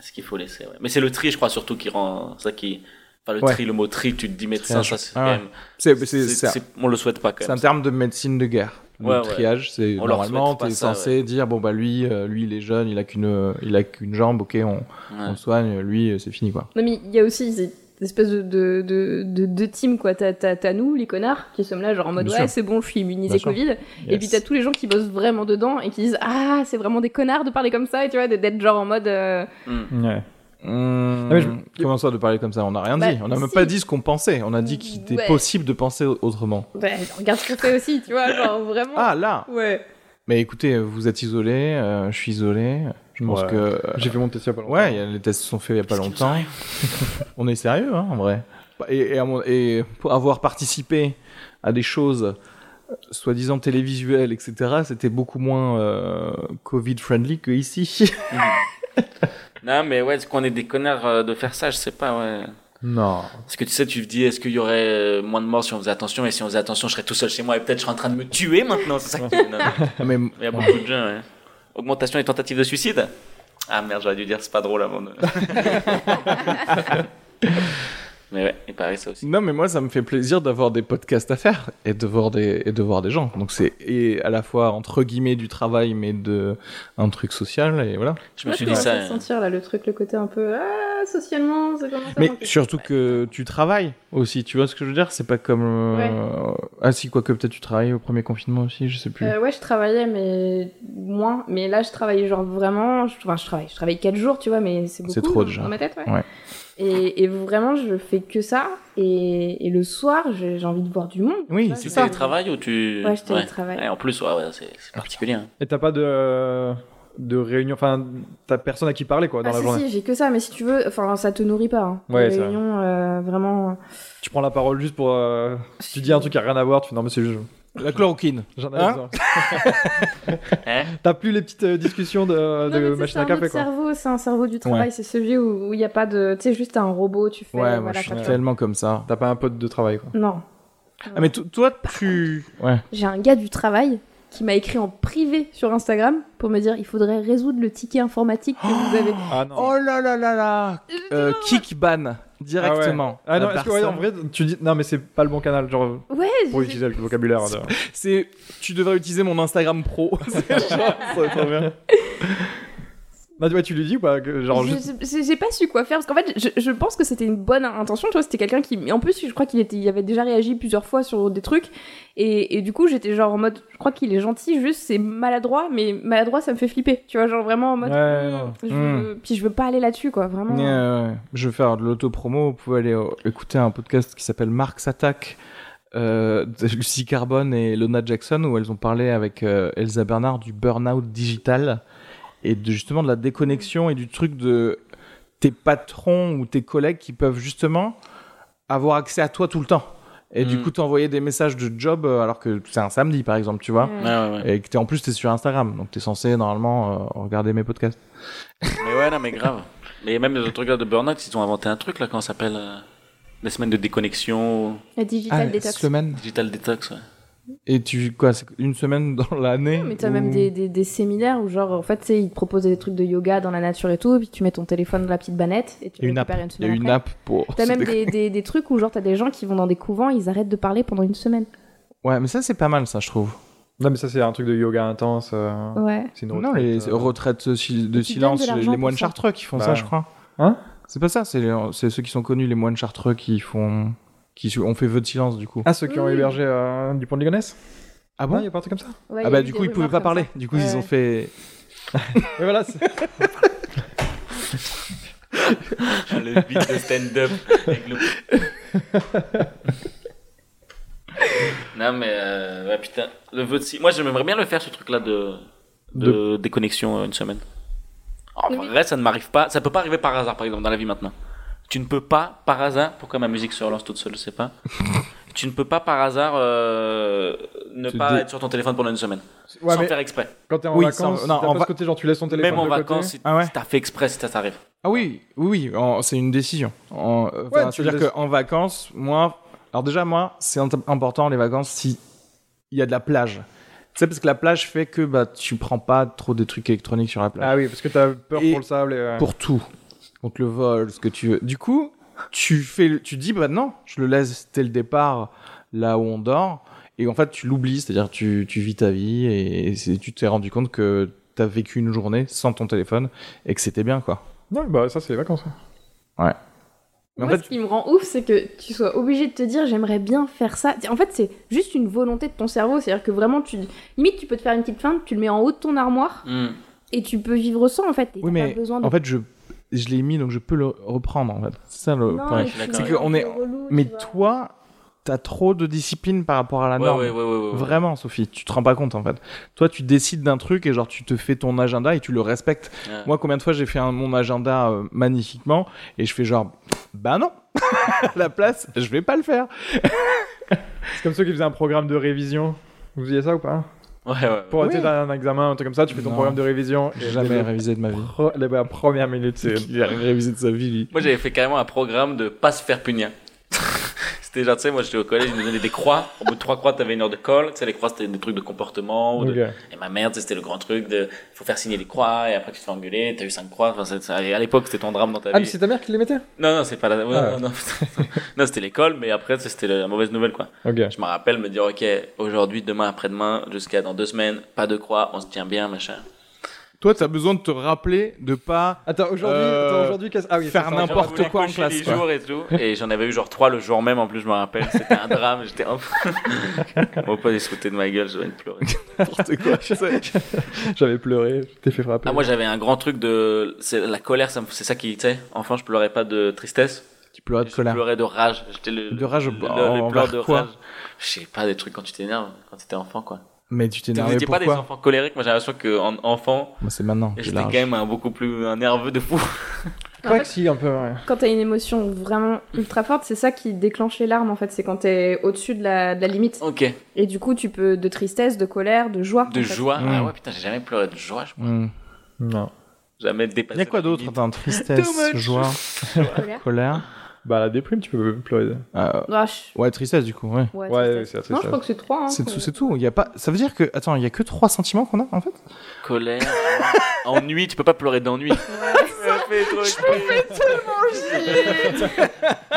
Speaker 3: Ce qu'il faut laisser, ouais. Mais c'est le tri, je crois, surtout qui rend. Ça qui. Enfin, le
Speaker 2: Ouais.
Speaker 3: tri, le mot tri, tu te dis médecin,
Speaker 2: Triage.
Speaker 3: ça c'est
Speaker 2: Ah
Speaker 3: quand
Speaker 2: ouais.
Speaker 3: même.
Speaker 2: c'est- c'est-
Speaker 3: Eh, c'est-
Speaker 2: c'est un-
Speaker 3: c'est- On le souhaite pas quand
Speaker 2: c'est un
Speaker 3: même.
Speaker 2: terme de médecine de guerre. Le
Speaker 3: Ouais, ouais.
Speaker 2: triage, c'est
Speaker 3: On leur
Speaker 2: normalement,
Speaker 3: souhaite pas
Speaker 2: t'es
Speaker 3: ça,
Speaker 2: censé dire bon bah lui, euh, lui il est jeune, il a qu'une, euh, il a qu'une jambe, ok, on,
Speaker 3: Ouais.
Speaker 2: on le soigne, lui euh, c'est fini quoi.
Speaker 5: Non, mais il y a aussi cette espèce de, de, de, de, de team, quoi. T'as, t'as- t'as nous, les connards, qui sommes là, genre en mode
Speaker 2: Bien
Speaker 5: ouais,
Speaker 2: sûr.
Speaker 5: c'est bon, je suis immunisé
Speaker 2: Bien sûr.
Speaker 5: Covid. Et
Speaker 2: Yes.
Speaker 5: puis t'as tous les gens qui bossent vraiment dedans et qui disent ah, c'est vraiment des connards de parler comme ça, et tu vois, de- d'être genre en mode. euh,
Speaker 3: Mm. Hmm.
Speaker 2: Hum,
Speaker 4: Ah, mais je-
Speaker 2: Comment ça de parler comme ça On n'a rien
Speaker 5: Bah,
Speaker 2: dit. On n'a même
Speaker 5: si.
Speaker 2: pas dit ce qu'on pensait. On a dit qu'il était
Speaker 5: Ouais.
Speaker 2: possible de penser au- autrement.
Speaker 5: bah, regarde ce qu'on fait aussi, tu vois, genre vraiment.
Speaker 2: Ah là
Speaker 5: Ouais.
Speaker 2: Mais écoutez, euh, vous êtes isolé, euh, je suis isolé. Je pense
Speaker 4: Ouais.
Speaker 2: que. euh,
Speaker 4: J'ai fait mon test il y a pas longtemps.
Speaker 2: Ouais, il y a- les tests sont faits il n'y a pas
Speaker 3: Qu'est-ce qui nous
Speaker 2: longtemps.
Speaker 3: arrive
Speaker 2: On est sérieux, hein, en vrai. Et, et à mon- et pour avoir participé à des choses euh, soi-disant télévisuelles, etc., c'était beaucoup moins euh, Covid-friendly que ici.
Speaker 3: Non, mais ouais, est-ce qu'on est des connards euh, de faire ça Je sais pas, ouais.
Speaker 4: Non.
Speaker 3: Parce que tu sais, tu te dis, est-ce qu'il y aurait euh, moins de morts si on faisait attention Et si on faisait attention, je serais tout seul chez moi et peut-être je serais en train de me tuer maintenant. C'est ça qui non, non.
Speaker 2: Mais
Speaker 3: Il y a beaucoup de gens, ouais. Augmentation des tentatives de suicide Ah merde, j'aurais dû dire, c'est pas drôle avant de. mais ouais, il paraît ça aussi.
Speaker 2: Non, mais moi, ça me fait plaisir d'avoir des podcasts à faire et de voir des, et de voir des gens. Donc, c'est et à la fois, entre guillemets, du travail, mais de un truc social, et voilà.
Speaker 3: Je me
Speaker 5: Je
Speaker 3: suis
Speaker 5: commence
Speaker 3: dit ça. hein.
Speaker 5: à sentir là le truc, le côté un peu ah, socialement, ça commence à
Speaker 2: Mais
Speaker 5: manquer.
Speaker 2: surtout que tu travailles aussi, tu vois ce que je veux dire C'est pas comme... euh, Ah si, quoique peut-être tu travailles au premier confinement aussi, je sais plus.
Speaker 5: Euh, ouais, je travaillais, mais moins. Mais là, je travaillais genre vraiment. je- Enfin, je travaille. Je travaille 4 jours, tu vois, mais c'est beaucoup.
Speaker 2: C'est trop
Speaker 5: dans-
Speaker 2: déjà.
Speaker 5: Dans ma tête, ouais.
Speaker 2: Ouais.
Speaker 5: Et, et vraiment, je fais que ça. Et, et le soir, j'ai j'ai envie de voir du monde.
Speaker 2: Oui,
Speaker 5: tu vois,
Speaker 2: c'est
Speaker 3: Tu
Speaker 5: j'ai
Speaker 2: ça.
Speaker 5: envie de-
Speaker 3: télétravailles ou tu.
Speaker 5: Ouais, je
Speaker 3: Ouais.
Speaker 5: télétravaille.
Speaker 3: Ouais, en plus, ouais, ouais, c'est c'est particulier. hein.
Speaker 4: Et t'as pas de, euh, de réunion, enfin, t'as personne à qui parler quoi dans
Speaker 5: Ah,
Speaker 4: la
Speaker 5: si,
Speaker 4: journée.
Speaker 5: si, j'ai que ça, mais si tu veux, enfin, ça te nourrit pas. Hein.
Speaker 4: Ouais,
Speaker 5: Les
Speaker 4: c'est vrai.
Speaker 5: réunions, euh, vraiment.
Speaker 4: Tu prends la parole juste pour. euh, tu dis un truc qui a rien à voir, tu fais non mais c'est juste.
Speaker 2: La chloroquine.
Speaker 4: J'en
Speaker 2: Hein
Speaker 4: avais besoin.
Speaker 3: Hein
Speaker 4: T'as plus les petites euh, discussions de,
Speaker 5: Non, mais
Speaker 4: de
Speaker 5: tu sais, c'est
Speaker 4: machine
Speaker 5: un
Speaker 4: à café
Speaker 5: autre
Speaker 4: quoi.
Speaker 5: cerveau, c'est un cerveau du travail, c'est celui où il n'y a pas de. Tu sais, juste un robot, tu fais.
Speaker 2: Ouais,
Speaker 5: voilà,
Speaker 2: moi je suis
Speaker 5: t'as-
Speaker 2: tellement comme ça. Euh,
Speaker 4: T'as pas un pote de travail quoi.
Speaker 5: Non.
Speaker 2: Ah mais to- toi tu... Ouais.
Speaker 5: J'ai un gars du travail qui m'a écrit en privé sur Instagram pour me dire il faudrait résoudre le ticket informatique que vous avez.
Speaker 4: Ah non.
Speaker 2: Oh là là là là euh, Kick ban directement.
Speaker 4: Ah non,
Speaker 2: La
Speaker 4: est-ce que ouais, en
Speaker 2: personne-
Speaker 4: vrai tu dis non mais c'est pas le bon canal genre
Speaker 5: Ouais,
Speaker 4: pour
Speaker 5: j'ai-
Speaker 4: utiliser le vocabulaire. de-
Speaker 2: C'est... Tu devrais utiliser mon Instagram pro. C'est genre, ça va être trop bien.
Speaker 4: Non, tu- ouais, tu lui dis ou pas que, genre
Speaker 5: j'ai-
Speaker 4: juste-
Speaker 5: j'ai j'ai pas su quoi faire parce qu'en fait, je, je pense que c'était une bonne intention. Tu vois, c'était quelqu'un qui. mais En plus, je crois qu'il était, il avait déjà réagi plusieurs fois sur des trucs et, et du coup, j'étais genre en mode je crois qu'il est gentil, juste c'est maladroit, mais maladroit, ça me fait flipper. Tu vois, genre vraiment en mode. hmm,
Speaker 4: Ouais, non. Hmm.
Speaker 5: je veux- Puis je veux pas aller là-dessus, quoi, vraiment.
Speaker 2: Ouais, ouais, ouais. euh, Je vais faire de l'autopromo. Vous pouvez aller euh, écouter un podcast qui s'appelle Marx Attack euh, de Lucie Carbone et Lona Jackson où elles ont parlé avec euh, Elsa Bernard du burn-out digital et de, justement de la déconnexion et du truc de tes patrons ou tes collègues qui peuvent justement avoir accès à toi tout le temps. Et du
Speaker 3: Mm.
Speaker 2: coup, t'envoyer des messages de job euh, alors que c'est un samedi par exemple, tu vois.
Speaker 3: Ouais,
Speaker 5: Ouais.
Speaker 3: ouais, ouais.
Speaker 2: Et que t'es en plus, t'es sur Instagram. Donc t'es censé normalement euh, regarder mes podcasts.
Speaker 3: Mais ouais, non, mais grave. Mais même les autres trucs là de Burnout, ils ont inventé un truc là, comment ça s'appelle euh, Les semaines de déconnexion,
Speaker 5: La digital
Speaker 2: Ah,
Speaker 5: détox.
Speaker 2: semaine.
Speaker 3: digital detox, ouais.
Speaker 2: Et tu quoi c'est Une semaine dans l'année
Speaker 5: Mais t'as
Speaker 2: ou-
Speaker 5: même des, des, des séminaires où, genre, en fait, tu sais, ils te proposent des trucs de yoga dans la nature et tout, et puis tu mets ton téléphone dans la petite bannette et tu
Speaker 2: Il y a une app.
Speaker 5: récupères une
Speaker 2: Il y a
Speaker 5: semaine.
Speaker 2: une
Speaker 5: après.
Speaker 2: app pour.
Speaker 5: T'as même
Speaker 2: se
Speaker 5: des, des, des trucs où, genre, t'as des gens qui vont dans des couvents, ils arrêtent de parler pendant une semaine.
Speaker 2: décon- Ouais, mais ça c'est pas mal, ça je trouve.
Speaker 4: Non mais ça c'est un truc de yoga intense. euh,
Speaker 5: Ouais.
Speaker 4: C'est une
Speaker 2: Non,
Speaker 4: retraite,
Speaker 2: les
Speaker 4: euh,
Speaker 2: retraites de sil- de
Speaker 5: tu
Speaker 2: silence,
Speaker 5: donnes de
Speaker 2: les,
Speaker 5: l'argent
Speaker 2: les moines
Speaker 5: pour ça.
Speaker 2: chartreux qui font
Speaker 4: Bah.
Speaker 2: ça, je crois.
Speaker 4: Hein
Speaker 2: C'est pas ça, c'est les- c'est ceux qui sont connus, les moines chartreux qui font. qui ont fait vœu de silence du coup.
Speaker 4: Ah ceux qui ont
Speaker 5: Oui.
Speaker 4: hébergé euh, du pont de Ligonnès
Speaker 2: Ah
Speaker 4: Non,
Speaker 2: bon
Speaker 4: il y a pas un truc comme ça
Speaker 5: Ouais, il y
Speaker 2: Ah
Speaker 5: a
Speaker 2: bah
Speaker 5: eu
Speaker 2: du
Speaker 5: des
Speaker 2: coup ils pouvaient
Speaker 5: rumeurs
Speaker 2: pas
Speaker 5: comme
Speaker 2: parler,
Speaker 5: ça.
Speaker 2: du coup
Speaker 5: Ouais,
Speaker 2: ils ont
Speaker 5: ouais.
Speaker 2: fait.
Speaker 4: Mais voilà, c'est-
Speaker 3: Le beat de stand-up avec le. non, mais euh, ouais, putain, le vœu de si- Moi, j'aimerais bien le faire, ce truc-là de, de, déconnexion euh, une semaine. Ah, En
Speaker 5: Oui.
Speaker 3: vrai, ça ne m'arrive pas. Ça peut pas arriver par hasard, par exemple, dans la vie maintenant. Tu ne peux pas, par hasard, pourquoi ma musique se relance toute seule, je sais pas. tu ne peux pas, par hasard, euh, ne
Speaker 2: Te
Speaker 3: pas
Speaker 2: dé-
Speaker 3: être sur ton téléphone pendant une semaine.
Speaker 4: ouais,
Speaker 3: sans
Speaker 4: mais
Speaker 3: faire exprès.
Speaker 4: quand t'es en
Speaker 2: Oui,
Speaker 4: vacances,
Speaker 2: sans-
Speaker 4: si
Speaker 2: non,
Speaker 4: t'as
Speaker 2: en
Speaker 4: pas
Speaker 2: va-
Speaker 4: ce côté, genre tu laisses ton téléphone
Speaker 3: Même en
Speaker 4: de côté.
Speaker 3: vacances, si,
Speaker 2: Ah ouais.
Speaker 3: si t'as fait exprès, si ça t'arrive.
Speaker 2: Ah oui, oui, oui, en- c'est une décision. En- euh,
Speaker 4: Ouais,
Speaker 2: enfin,
Speaker 4: tu
Speaker 2: C'est-à-dire
Speaker 4: laisses-
Speaker 2: qu'en vacances, moi, alors déjà, moi, c'est int- important les vacances si il y a de la plage. Tu sais, parce que la plage fait que bah, tu prends pas trop de trucs électroniques sur la plage.
Speaker 4: Ah oui, parce que t'as peur
Speaker 2: Et
Speaker 4: pour le sable. Et, euh,
Speaker 2: Pour tout. Donc le vol, ce que tu veux. Du coup, tu, fais, le- tu dis, bah non, je le laisse dès le départ, là où on dort. Et en fait, tu l'oublies, c'est-à-dire tu, tu vis ta vie et c'est- tu t'es rendu compte que t'as vécu une journée sans ton téléphone et que c'était bien, quoi.
Speaker 4: Non, bah ça, c'est les vacances. hein.
Speaker 2: Mais en
Speaker 5: Moi,
Speaker 2: fait-
Speaker 5: ce qui me rend ouf, c'est que tu sois obligé de te dire j'aimerais bien faire ça. En fait, c'est juste une volonté de ton cerveau. C'est-à-dire que vraiment, tu limite, tu peux te faire une petite feinte, tu le mets en haut de ton armoire
Speaker 3: Hmm.
Speaker 5: et tu peux vivre sans en fait. Et
Speaker 2: Oui,
Speaker 5: t'as
Speaker 2: mais
Speaker 5: pas besoin de.
Speaker 2: En fait, je, je l'ai mis, donc je peux le reprendre. En fait. C'est ça le
Speaker 5: Non,
Speaker 2: point.
Speaker 3: je
Speaker 5: mais
Speaker 3: suis
Speaker 5: tu-
Speaker 3: d'accord.
Speaker 2: C'est qu'on est-
Speaker 5: relou, tu
Speaker 2: Mais
Speaker 5: vois.
Speaker 2: toi, t'as trop de discipline par rapport à la
Speaker 3: Ouais,
Speaker 2: norme.
Speaker 3: ouais, ouais, ouais, ouais, ouais.
Speaker 2: Vraiment, Sophie, tu te rends pas compte en fait. Toi, tu décides d'un truc et genre tu te fais ton agenda et tu le respectes.
Speaker 3: Ouais.
Speaker 2: Moi, combien de fois j'ai fait un- mon agenda euh, magnifiquement et je fais genre, bah non, à la place, je vais pas le faire.
Speaker 4: C'est comme ceux qui faisaient un programme de révision. Vous faisiez ça ou pas
Speaker 3: Ouais, ouais.
Speaker 4: Pour
Speaker 2: Oui.
Speaker 4: arrêter un examen, un truc comme ça, tu fais ton
Speaker 2: Non.
Speaker 4: programme de révision.
Speaker 2: J'ai
Speaker 4: et
Speaker 2: jamais
Speaker 4: les-
Speaker 2: révisé de ma vie.
Speaker 4: pre- les- La première minute, c'est.
Speaker 2: Il a révisé de sa vie, lui.
Speaker 3: Moi, j'avais fait carrément un programme de pas se faire punir. c'était genre, tu sais, moi, j'étais au collège, ils me donnaient des croix. Au bout de trois croix, t'avais une heure de colle. Tu sais, les croix, c'était des trucs de comportement. ou de-
Speaker 4: Ok.
Speaker 3: Et ma mère, tu sais, c'était le grand truc de faut faire signer les croix et après tu te fais engueuler. T'as eu cinq croix. Enfin, c'est- c'est- à l'époque, c'était ton drame dans ta
Speaker 4: Ah, mais
Speaker 3: vie.
Speaker 4: c'est ta mère qui les mettait
Speaker 3: Non, non, c'est pas la. ouais,
Speaker 4: Ah.
Speaker 3: Non, non, non, c'était l'école, mais après, tu sais, c'était la mauvaise nouvelle, quoi.
Speaker 4: Ok.
Speaker 3: Je me rappelle me dire, ok, aujourd'hui, demain, après-demain, jusqu'à dans deux semaines, pas de croix, on se tient bien, machin.
Speaker 2: Toi, t'as besoin de te rappeler de pas.
Speaker 4: Attends, aujourd'hui,
Speaker 2: Euh,
Speaker 4: attends, aujourd'hui, qu'est-ce- ah oui,
Speaker 2: faire
Speaker 4: ça, ça,
Speaker 2: n'importe
Speaker 3: Genre, je voulais
Speaker 2: quoi en
Speaker 3: cocher
Speaker 2: classe,
Speaker 3: les
Speaker 2: quoi.
Speaker 3: jours et tout. Et j'en avais eu genre trois le jour même en plus, je me rappelle. C'était un drame. J'étais un peu. Mon pote il se foutait de ma gueule, je venais de pleurer.
Speaker 2: N'importe quoi.
Speaker 4: J'avais pleuré, je t'ai fait frapper.
Speaker 3: Ah, moi j'avais un grand truc de. c'est La colère, ça me- c'est ça qui. Tu sais, enfant, je pleurais pas de tristesse.
Speaker 2: tu pleurais de
Speaker 3: je
Speaker 2: colère.
Speaker 3: pleurais de rage. J'étais le.
Speaker 2: De rage,
Speaker 3: le-
Speaker 2: bah,
Speaker 3: le- les
Speaker 2: envers
Speaker 3: pleurs de
Speaker 2: quoi
Speaker 3: rage. Je sais pas, des trucs quand tu t'énerves, quand t'étais enfant quoi.
Speaker 2: Mais tu
Speaker 3: Vous
Speaker 2: t'énervais
Speaker 3: n'étiez pas des
Speaker 2: pourquoi
Speaker 3: enfants colériques, moi j'ai l'impression qu'en enfant,
Speaker 2: Moi, c'est maintenant. j'ai
Speaker 3: j'étais
Speaker 2: la
Speaker 3: quand
Speaker 2: rage.
Speaker 3: même un beaucoup plus un nerveux de fou.
Speaker 5: En fait,
Speaker 4: Quoique Ah, si, un peu, ouais.
Speaker 5: Quand t'as une émotion vraiment ultra forte, c'est ça qui déclenche les larmes en fait. C'est quand t'es au-dessus de la, de la limite.
Speaker 3: Ok,
Speaker 5: Et du coup, tu peux de tristesse, de colère, de joie.
Speaker 3: de
Speaker 5: en fait.
Speaker 3: joie.
Speaker 2: Mm.
Speaker 3: Ah ouais, putain, j'ai jamais pleuré de joie, je-
Speaker 2: Hmm.
Speaker 4: Non.
Speaker 3: jamais
Speaker 2: Il
Speaker 3: dépassé.
Speaker 2: y a quoi
Speaker 3: la
Speaker 2: d'autre
Speaker 3: limite.
Speaker 2: Attends, tristesse,
Speaker 3: Too much.
Speaker 2: joie,
Speaker 5: Colère.
Speaker 2: colère.
Speaker 4: Bah, la déprime, tu peux pleurer.
Speaker 2: Euh,
Speaker 5: Ah, je-
Speaker 2: ouais, tristesse du coup, ouais.
Speaker 5: Ouais,
Speaker 4: Ouais,
Speaker 5: tristesse.
Speaker 4: c'est la
Speaker 5: Non, je crois
Speaker 4: tristesse.
Speaker 5: que c'est trois. hein,
Speaker 2: C'est
Speaker 5: qu'on-
Speaker 2: tout, c'est tout. Il y a pas. Ça veut dire que attends, il y a que trois sentiments qu'on a en fait.
Speaker 3: Colère, ennui, tu peux pas pleurer d'ennui. Ça fait trop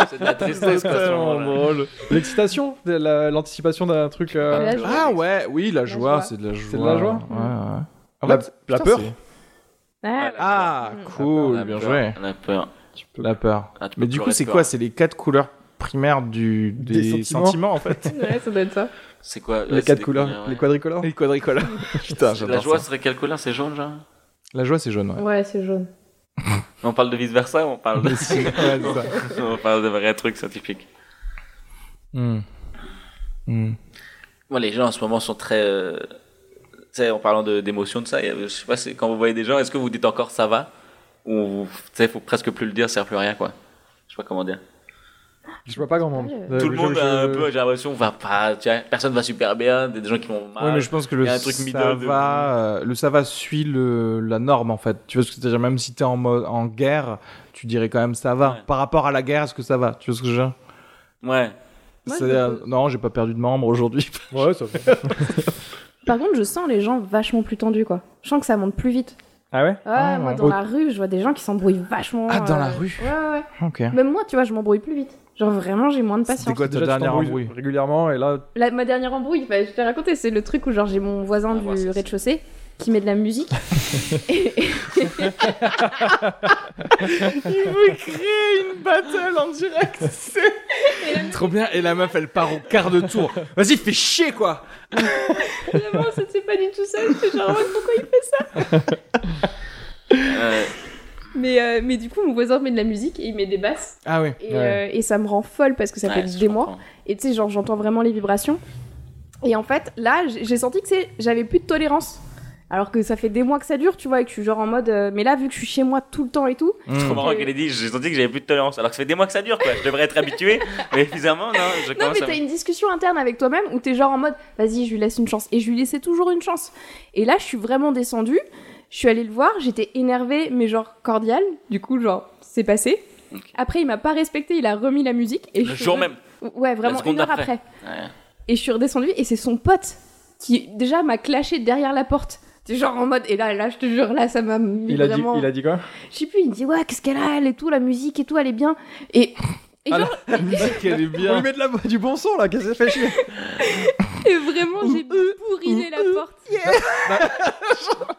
Speaker 3: C'est de la tristesse quoi. à ce moment-là.
Speaker 2: drôle.
Speaker 4: L'excitation, de la- l'anticipation d'un truc. euh,
Speaker 5: La joie.
Speaker 2: Ah ouais, oui, la, joie,
Speaker 5: joie.
Speaker 2: c'est de la joie.
Speaker 4: de la joie
Speaker 2: Ouais, ouais. En
Speaker 4: La-
Speaker 2: fait,
Speaker 4: la
Speaker 2: putain,
Speaker 4: peur
Speaker 2: c'est-
Speaker 5: Ah, ouais.
Speaker 2: Ah
Speaker 5: Mm.
Speaker 2: cool,
Speaker 3: La
Speaker 2: bien
Speaker 3: peur,
Speaker 2: joué.
Speaker 3: La peur.
Speaker 2: La peur.
Speaker 3: Ah, tu peux
Speaker 2: Mais du coup,
Speaker 3: pleurer de
Speaker 2: c'est
Speaker 3: peur.
Speaker 2: quoi C'est les quatre couleurs primaires du des,
Speaker 4: Des sentiments.
Speaker 2: en fait.
Speaker 5: Ouais, ça doit être ça.
Speaker 3: C'est quoi Ouais,
Speaker 4: Les
Speaker 3: c'est
Speaker 4: quatre
Speaker 3: des
Speaker 4: couleurs, les quadricolores.
Speaker 2: Les quadricolores. Putain,
Speaker 3: ouais. La
Speaker 2: j'adore
Speaker 3: joie
Speaker 2: ça.
Speaker 3: serait quelle couleur C'est jaune, genre
Speaker 2: La joie, c'est jaune. Ouais.
Speaker 5: Ouais, c'est jaune.
Speaker 3: Mais On parle de vice versa, on parle de.
Speaker 2: Ouais, c'est ça.
Speaker 3: on parle de vrais trucs scientifiques.
Speaker 2: Hmm. Hmm.
Speaker 3: Moi, les gens en ce moment sont très. euh, Tu sais, en parlant de- d'émotions, de ça, il y a- je sais pas, c'est- quand vous voyez des gens, est-ce que vous dites encore ça va Ou, vous- tu sais, faut presque plus le dire, ça sert plus à rien, quoi. Je sais pas comment dire.
Speaker 4: Je vois pas grand monde.
Speaker 5: Tout
Speaker 4: Euh,
Speaker 3: Tout le
Speaker 4: je-
Speaker 3: monde
Speaker 4: je-
Speaker 3: a un peu, j'ai l'impression, va pas, tu vois, personne va super bien, des gens qui vont mal.
Speaker 2: Ouais, mais je pense que
Speaker 3: y
Speaker 2: le
Speaker 3: a un truc middle
Speaker 2: ça
Speaker 3: de-
Speaker 2: va, euh, le ça va suit le, la norme en fait. Tu vois ce que je veux dire Même si t'es en mode en guerre, tu dirais quand même ça va.
Speaker 3: Ouais.
Speaker 2: Par rapport à la guerre, est-ce que ça va Tu vois ce que je veux dire
Speaker 3: Ouais.
Speaker 5: Moi,
Speaker 2: C'est-à-dire,
Speaker 5: je
Speaker 2: non, j'ai pas perdu de membre aujourd'hui.
Speaker 4: Ouais, ça fait.
Speaker 5: Par contre, je sens les gens vachement plus tendus, quoi. Je sens que ça monte plus vite.
Speaker 4: Ah ouais
Speaker 5: Ouais,
Speaker 2: Ah,
Speaker 5: moi,
Speaker 2: ouais.
Speaker 5: dans la rue, je vois des gens qui s'embrouillent vachement. euh,
Speaker 2: Ah, dans la rue
Speaker 5: Ouais, ouais, ouais.
Speaker 2: ok.
Speaker 5: Même moi, tu vois, je m'embrouille plus vite. Genre, vraiment, j'ai moins de
Speaker 2: C'était
Speaker 5: patience.
Speaker 2: quoi ta
Speaker 4: tu
Speaker 2: dernière
Speaker 4: t'embrouilles
Speaker 2: embrouille
Speaker 4: Régulièrement, et là,
Speaker 5: La- ma dernière embrouille, bah, je t'ai raconté, c'est le truc où genre j'ai mon voisin
Speaker 3: Ah, moi,
Speaker 5: du
Speaker 3: c'est-
Speaker 5: rez-de-chaussée qui met de la musique. Et-
Speaker 2: Il veut créer une battle en direct. Trop bien. Et la meuf, elle part au quart de tour. Vas-y, fais chier, quoi.
Speaker 5: Vraiment, c'était pas du tout ça. J'étais genre, en mode, pourquoi il fait ça
Speaker 3: Euh,
Speaker 5: mais, euh, mais du coup, mon voisin met de la musique et il met des basses.
Speaker 2: Ah oui.
Speaker 5: Et, euh, et ça me rend folle parce que ça
Speaker 3: ouais,
Speaker 5: fait
Speaker 3: je
Speaker 5: des mois.
Speaker 3: comprends.
Speaker 5: Et tu sais, genre, j'entends vraiment les vibrations. Et en fait, là, j'ai j'ai senti que c'est- j'avais plus de tolérance. Alors que ça fait des mois que ça dure, tu vois, et que je suis genre en mode. euh, mais là, vu que je suis chez moi tout le temps et tout,
Speaker 2: Mm.
Speaker 3: Trop marrant qu'elle ait dit, j'ai senti que j'avais plus de tolérance. Alors que ça fait des mois que ça dure, quoi. Je devrais être habitué, mais évidemment, non, je
Speaker 5: Non, mais
Speaker 3: commence à.
Speaker 5: t'as une discussion interne avec toi-même où t'es genre en mode, vas-y, je lui laisse une chance. Et je lui laissais toujours une chance. Et là, je suis vraiment descendue. Je suis allée le voir, j'étais énervée, mais genre cordiale. Du coup, genre, c'est passé.
Speaker 3: Ok.
Speaker 5: Après, il m'a pas respecté, il a remis la musique. Et
Speaker 3: Le
Speaker 5: je suis
Speaker 3: jour
Speaker 5: re-
Speaker 3: même.
Speaker 5: Ouais, vraiment,
Speaker 3: seconde
Speaker 5: une heure
Speaker 3: d'après.
Speaker 5: après.
Speaker 3: Ouais.
Speaker 5: Et je suis redescendue et c'est son pote qui, déjà, m'a clashé derrière la porte. T'es genre en mode, et là, là, je te jure, là, ça m'a mis
Speaker 4: Il a, dit,
Speaker 5: vraiment...
Speaker 4: il a dit quoi
Speaker 5: Je sais plus, il me dit, ouais, qu'est-ce qu'elle a, elle et tout, la musique et tout, elle est bien. Et, et
Speaker 2: Ah,
Speaker 5: genre,
Speaker 2: La musique, elle est
Speaker 4: On lui
Speaker 2: bien.
Speaker 4: met de la, du bon son là, qu'est-ce que ça fait chier
Speaker 5: et vraiment, j'ai bourriné la porte.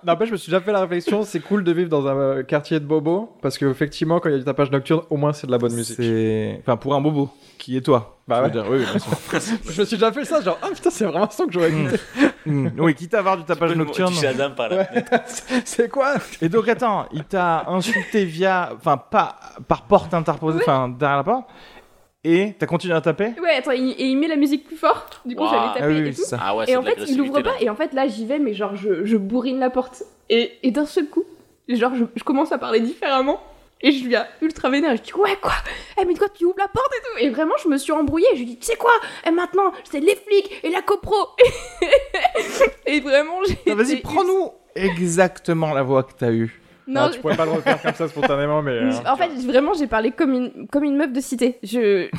Speaker 4: N'empêche, je me suis déjà fait la réflexion, c'est cool de vivre dans un euh, quartier de bobo, parce que effectivement, quand il y a du tapage nocturne, au moins c'est de la bonne musique.
Speaker 2: C'est. Enfin, pour un bobo. Qui est toi
Speaker 4: Bah
Speaker 2: Je veux dire, oui, oui, bien sûr.
Speaker 4: Je me suis déjà fait ça, genre, ah putain, c'est vraiment ça que je vois.
Speaker 2: Mm. Mm. Oui, quitte à avoir du tapage nocturne.
Speaker 3: Tu Shazam par là.
Speaker 4: C'est quoi
Speaker 2: Et donc, attends, il t'a insulté via. Enfin, pas par porte interposée, enfin, derrière la porte. Et t'as continué à taper
Speaker 5: Ouais, attends, il- et il met la musique plus fort. Du coup,
Speaker 3: Waouh.
Speaker 5: j'allais taper
Speaker 2: Ah oui,
Speaker 5: et
Speaker 2: oui,
Speaker 5: tout.
Speaker 2: c'est ça.
Speaker 3: Ah ouais, c'est
Speaker 5: et
Speaker 3: de
Speaker 5: en fait, il
Speaker 3: l'agressivité,
Speaker 5: ouvre
Speaker 3: là.
Speaker 5: pas. Et en fait, là, j'y vais, mais genre, je, je bourrine la porte. Et, et d'un seul coup, genre, je, je commence à parler différemment. Et je lui ai ultra vénère. Je dis, ouais, quoi Eh, mais quoi, tu ouvres la porte et tout Et vraiment, je me suis embrouillée. Je lui dis, tu sais quoi Et maintenant, c'est les flics et la copro. et vraiment, j'ai.
Speaker 2: Ah, Vas-y,
Speaker 5: été-
Speaker 2: prends-nous exactement la voix que t'as eue.
Speaker 5: Non,
Speaker 4: Ah, Tu pouvais pas le refaire comme ça spontanément, mais. euh,
Speaker 5: en fait, vraiment, j'ai parlé comme une, comme une meuf de cité. Je.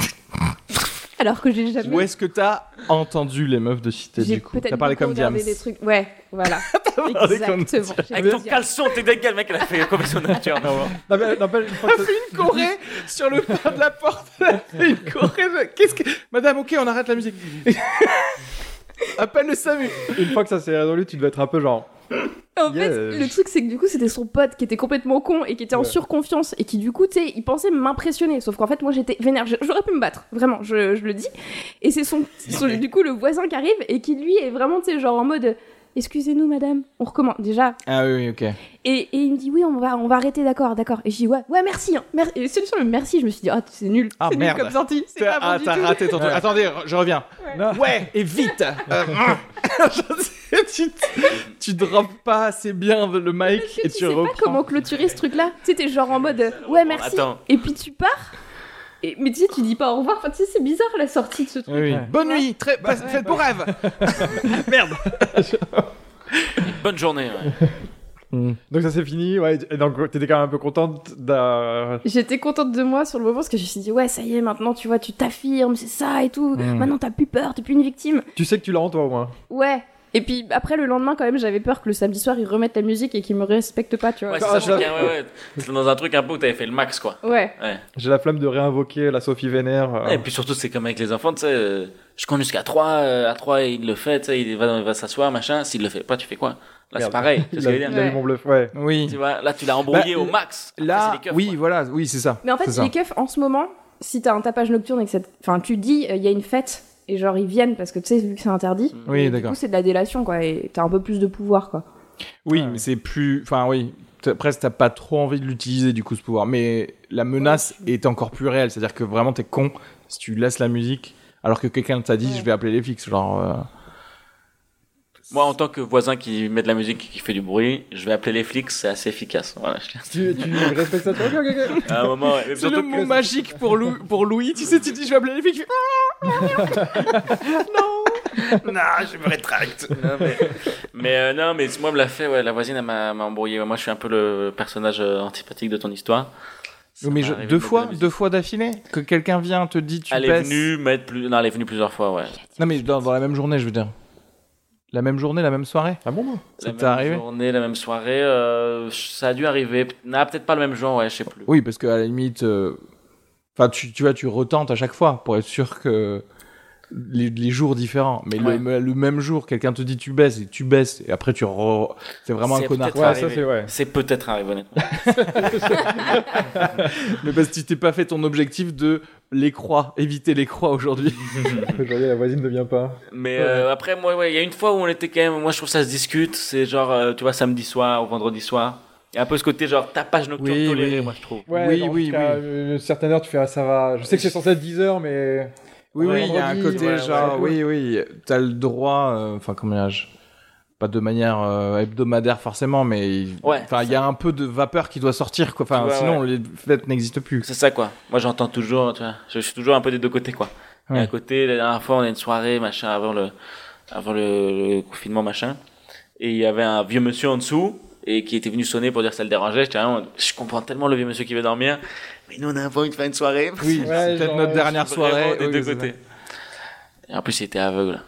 Speaker 5: Alors que j'ai jamais.
Speaker 2: Où est-ce que t'as entendu les meufs de cité
Speaker 5: J'ai
Speaker 2: du coup
Speaker 5: peut-être
Speaker 2: T'as parlé
Speaker 5: beaucoup
Speaker 2: comme Diams.
Speaker 5: regardé des trucs. Ouais, voilà.
Speaker 2: parlé comme
Speaker 5: Exactement.
Speaker 3: Avec ton
Speaker 5: Diams.
Speaker 3: caleçon, t'es dégueu, le mec, elle a fait complètement nocturne.
Speaker 4: Non, mais, non, mais, une fois que-
Speaker 2: Corée sur le pas de la porte. elle a fait une corée. je- Qu'est-ce que. Madame, ok, on arrête la musique. Appelle le SAMU.
Speaker 4: une fois que ça s'est résolu, tu devais être un peu genre.
Speaker 5: En
Speaker 4: Yeah.
Speaker 5: fait, le truc, c'est que du coup, c'était son pote qui était complètement con et qui était en
Speaker 4: Ouais.
Speaker 5: surconfiance et qui, du coup, tu sais, il pensait m'impressionner. Sauf qu'en fait, moi, j'étais vénère. Je- J'aurais pu me battre, vraiment, je, je le dis. Et c'est son, son- du coup, le voisin qui arrive et qui, lui, est vraiment, tu sais, genre en mode Excusez-nous, madame, on recommence. Déjà.
Speaker 2: Ah oui, oui, ok.
Speaker 5: Et, et il me dit Oui, on va, on va arrêter, d'accord, d'accord. Et je dis Ouais, ouais, merci. hein, mer- Et c'est sur le merci, je me suis dit Ah, c'est nul.
Speaker 2: Ah,
Speaker 5: c'est
Speaker 2: merde.
Speaker 5: nul comme sortie. C'est pas bon
Speaker 2: Ah,
Speaker 5: du
Speaker 2: t'as
Speaker 5: tout.
Speaker 2: raté ton truc. Attendez, je reviens.
Speaker 4: Non.
Speaker 2: Ouais, et vite Euh, hein. Je sais, tu, te- tu drops pas assez bien le mic
Speaker 5: Parce que
Speaker 2: et
Speaker 5: tu
Speaker 2: tu,
Speaker 5: sais
Speaker 2: reprends.
Speaker 5: pas comment clôturer ce truc-là. Tu sais, t'es genre en mode euh, ouais merci.
Speaker 3: Attends.
Speaker 5: Et puis tu pars. Et, mais tu sais, tu dis pas au revoir. Enfin, tu sais, c'est bizarre la sortie de ce truc.
Speaker 2: Oui, oui.
Speaker 4: Ouais.
Speaker 2: Bonne nuit, très, passe- faites pour rêve.
Speaker 3: Bonne journée. ouais.
Speaker 4: Donc ça s'est fini, ouais, et donc t'étais quand même un peu contente d'un.
Speaker 5: J'étais contente de moi sur le moment parce que je me suis dit ouais ça y est maintenant tu vois tu t'affirmes c'est ça et tout.
Speaker 2: Mm.
Speaker 5: Maintenant t'as plus peur, t'es plus une victime.
Speaker 4: Tu sais que tu l'as en toi au moins.
Speaker 5: Ouais. Et puis après le lendemain quand même j'avais peur que le samedi soir ils remettent la musique et qu'ils me respectent pas tu vois.
Speaker 3: Ouais,
Speaker 5: Ouais.
Speaker 3: c'est
Speaker 4: Ah,
Speaker 3: ça,
Speaker 4: je l'ai-
Speaker 3: ouais, ouais, ouais. T'es dans un truc un peu où t'avais fait le max, quoi. Ouais.
Speaker 4: J'ai la flamme de réinvoquer la Sophie Vénère. euh.
Speaker 3: Et puis surtout, c'est comme avec les enfants, tu sais, euh, je conduis jusqu'à 3, à 3, il le fait, tu sais, il va, il va s'asseoir, machin. S'il le fait pas, tu fais quoi Là, c'est
Speaker 4: Merde.
Speaker 3: pareil. Tu
Speaker 4: Il
Speaker 3: vois ce que je
Speaker 4: a,
Speaker 3: veux
Speaker 4: il
Speaker 3: dire
Speaker 4: a eu mon bluff, ouais.
Speaker 2: Oui.
Speaker 5: Ah,
Speaker 3: Tu vois, là, tu l'as embrouillé
Speaker 2: Bah,
Speaker 3: au max. Après,
Speaker 2: Là,
Speaker 3: c'est les keufs,
Speaker 2: oui,
Speaker 3: quoi.
Speaker 2: voilà, oui, c'est ça.
Speaker 5: Mais en
Speaker 2: C'est
Speaker 5: fait
Speaker 2: ça.
Speaker 5: les keufs en ce moment si t'as un tapage nocturne et que ça te- enfin tu dis euh, il y a une fête et genre ils viennent parce que tu sais vu que c'est interdit.
Speaker 2: Oui,
Speaker 5: Du
Speaker 2: d'accord.
Speaker 5: coup c'est de la délation quoi et t'as un peu plus de pouvoir quoi.
Speaker 2: Oui,
Speaker 4: Ah,
Speaker 2: mais
Speaker 4: oui.
Speaker 2: c'est plus. Enfin, oui. T'as- Presque, t'as pas trop envie de l'utiliser du coup ce pouvoir. Mais la menace est encore plus réelle. C'est-à-dire que vraiment, t'es con si tu laisses la musique alors que quelqu'un t'a dit
Speaker 5: Ouais.
Speaker 2: je vais appeler les flics. Genre. euh,
Speaker 3: Moi, en tant que voisin qui met de la musique et qui fait du bruit, je vais appeler les flics, c'est assez efficace. Voilà, je tiens
Speaker 4: Tu, tu respectes ça, toi, ok, ok, ok.
Speaker 3: à- à un moment, ouais. Mais
Speaker 2: C'est
Speaker 3: surtout
Speaker 2: le
Speaker 3: que-
Speaker 2: mot magique pour, Lou- pour Louis. Tu sais, tu dis, je vais appeler les flics.
Speaker 3: non, je me rétracte. Non, mais mais, euh, non, mais moi, elle me l'a fait, ouais, la voisine, elle m'a m'a embrouillé. Moi, je suis un peu le personnage euh, antipathique de ton histoire. Ça
Speaker 2: mais
Speaker 3: m'est
Speaker 2: je-
Speaker 3: arrivé
Speaker 2: deux
Speaker 3: de mettre
Speaker 2: fois,
Speaker 3: de la musique.
Speaker 2: deux fois d'affilée, que quelqu'un vient te dit, tu
Speaker 3: Elle est
Speaker 2: pèses.
Speaker 3: venue mettre plus. Non, elle est venue plusieurs fois, ouais.
Speaker 2: Non mais dans, dans la même journée, je veux dire. La même journée, la même soirée.
Speaker 4: Ah bon, non
Speaker 2: Ça
Speaker 3: la
Speaker 2: t'est
Speaker 3: même
Speaker 2: arrivé
Speaker 3: journée, la même soirée, euh, ça a dû arriver. Pe- Non, peut-être pas le même genre, ouais, je sais plus.
Speaker 2: Oui, parce que à la limite, euh, enfin tu, tu vois, tu retentes à chaque fois pour être sûr que les, les jours différents. Mais le-
Speaker 3: Ouais.
Speaker 2: le, même jour, quelqu'un te dit tu baisses et tu baisses et après tu re... c'est vraiment un
Speaker 3: C'est
Speaker 2: connard.
Speaker 3: peut-être
Speaker 4: Ouais,
Speaker 3: Ça
Speaker 4: ça
Speaker 3: arrive.
Speaker 4: c'est ouais.
Speaker 3: C'est peut-être arrivé, honnêtement.
Speaker 2: Mais parce que tu t'es pas fait ton objectif de les croix, éviter les croix aujourd'hui.
Speaker 4: Je voyais la voisine ne vient pas.
Speaker 3: Mais euh, après, moi, ouais, il y a une fois où on était quand même. Moi, je trouve ça se discute. C'est genre, euh, tu vois, samedi soir ou vendredi soir. Il y a un peu ce côté, genre, tapage nocturne
Speaker 2: Oui,
Speaker 3: toléré,
Speaker 2: oui.
Speaker 3: moi, je trouve.
Speaker 2: Ouais, Oui, genre, oui, jusqu'à, oui.
Speaker 4: Une certaine heure, tu fais ah, ça va. Je sais que c'est censé être 10 heures, mais.
Speaker 2: Oui,
Speaker 3: Ouais,
Speaker 2: oui, il y a un
Speaker 4: vendredi,
Speaker 2: côté
Speaker 3: ouais,
Speaker 2: genre,
Speaker 4: ouais,
Speaker 2: oui, oui, t'as le droit, euh, enfin, comment dirais-je Pas de manière euh, hebdomadaire forcément, mais il-
Speaker 3: Ouais,
Speaker 2: enfin, il y a un peu de vapeur qui doit sortir, quoi. Enfin,
Speaker 3: Ouais,
Speaker 2: sinon les fêtes n'existent plus.
Speaker 3: C'est ça, quoi. Moi, j'entends toujours, tu vois. Je, je suis toujours un peu des deux côtés, quoi.
Speaker 2: Ouais.
Speaker 3: D'un côté, la dernière fois, on a une soirée, machin, avant le, avant le, le confinement, machin. Et il y avait un vieux monsieur en dessous. Et qui était venu sonner pour dire que ça le dérangeait. J'étais, hein, je comprends tellement le vieux monsieur qui veut dormir. Mais nous, on a un peu envie de faire une soirée.
Speaker 2: Oui,
Speaker 4: Ouais,
Speaker 2: c'est peut-être
Speaker 4: genre,
Speaker 2: notre
Speaker 4: ouais,
Speaker 2: dernière soirée.
Speaker 3: Vraiment des
Speaker 2: oui,
Speaker 3: deux
Speaker 2: c'est ça.
Speaker 3: côtés. Et en plus, il était aveugle.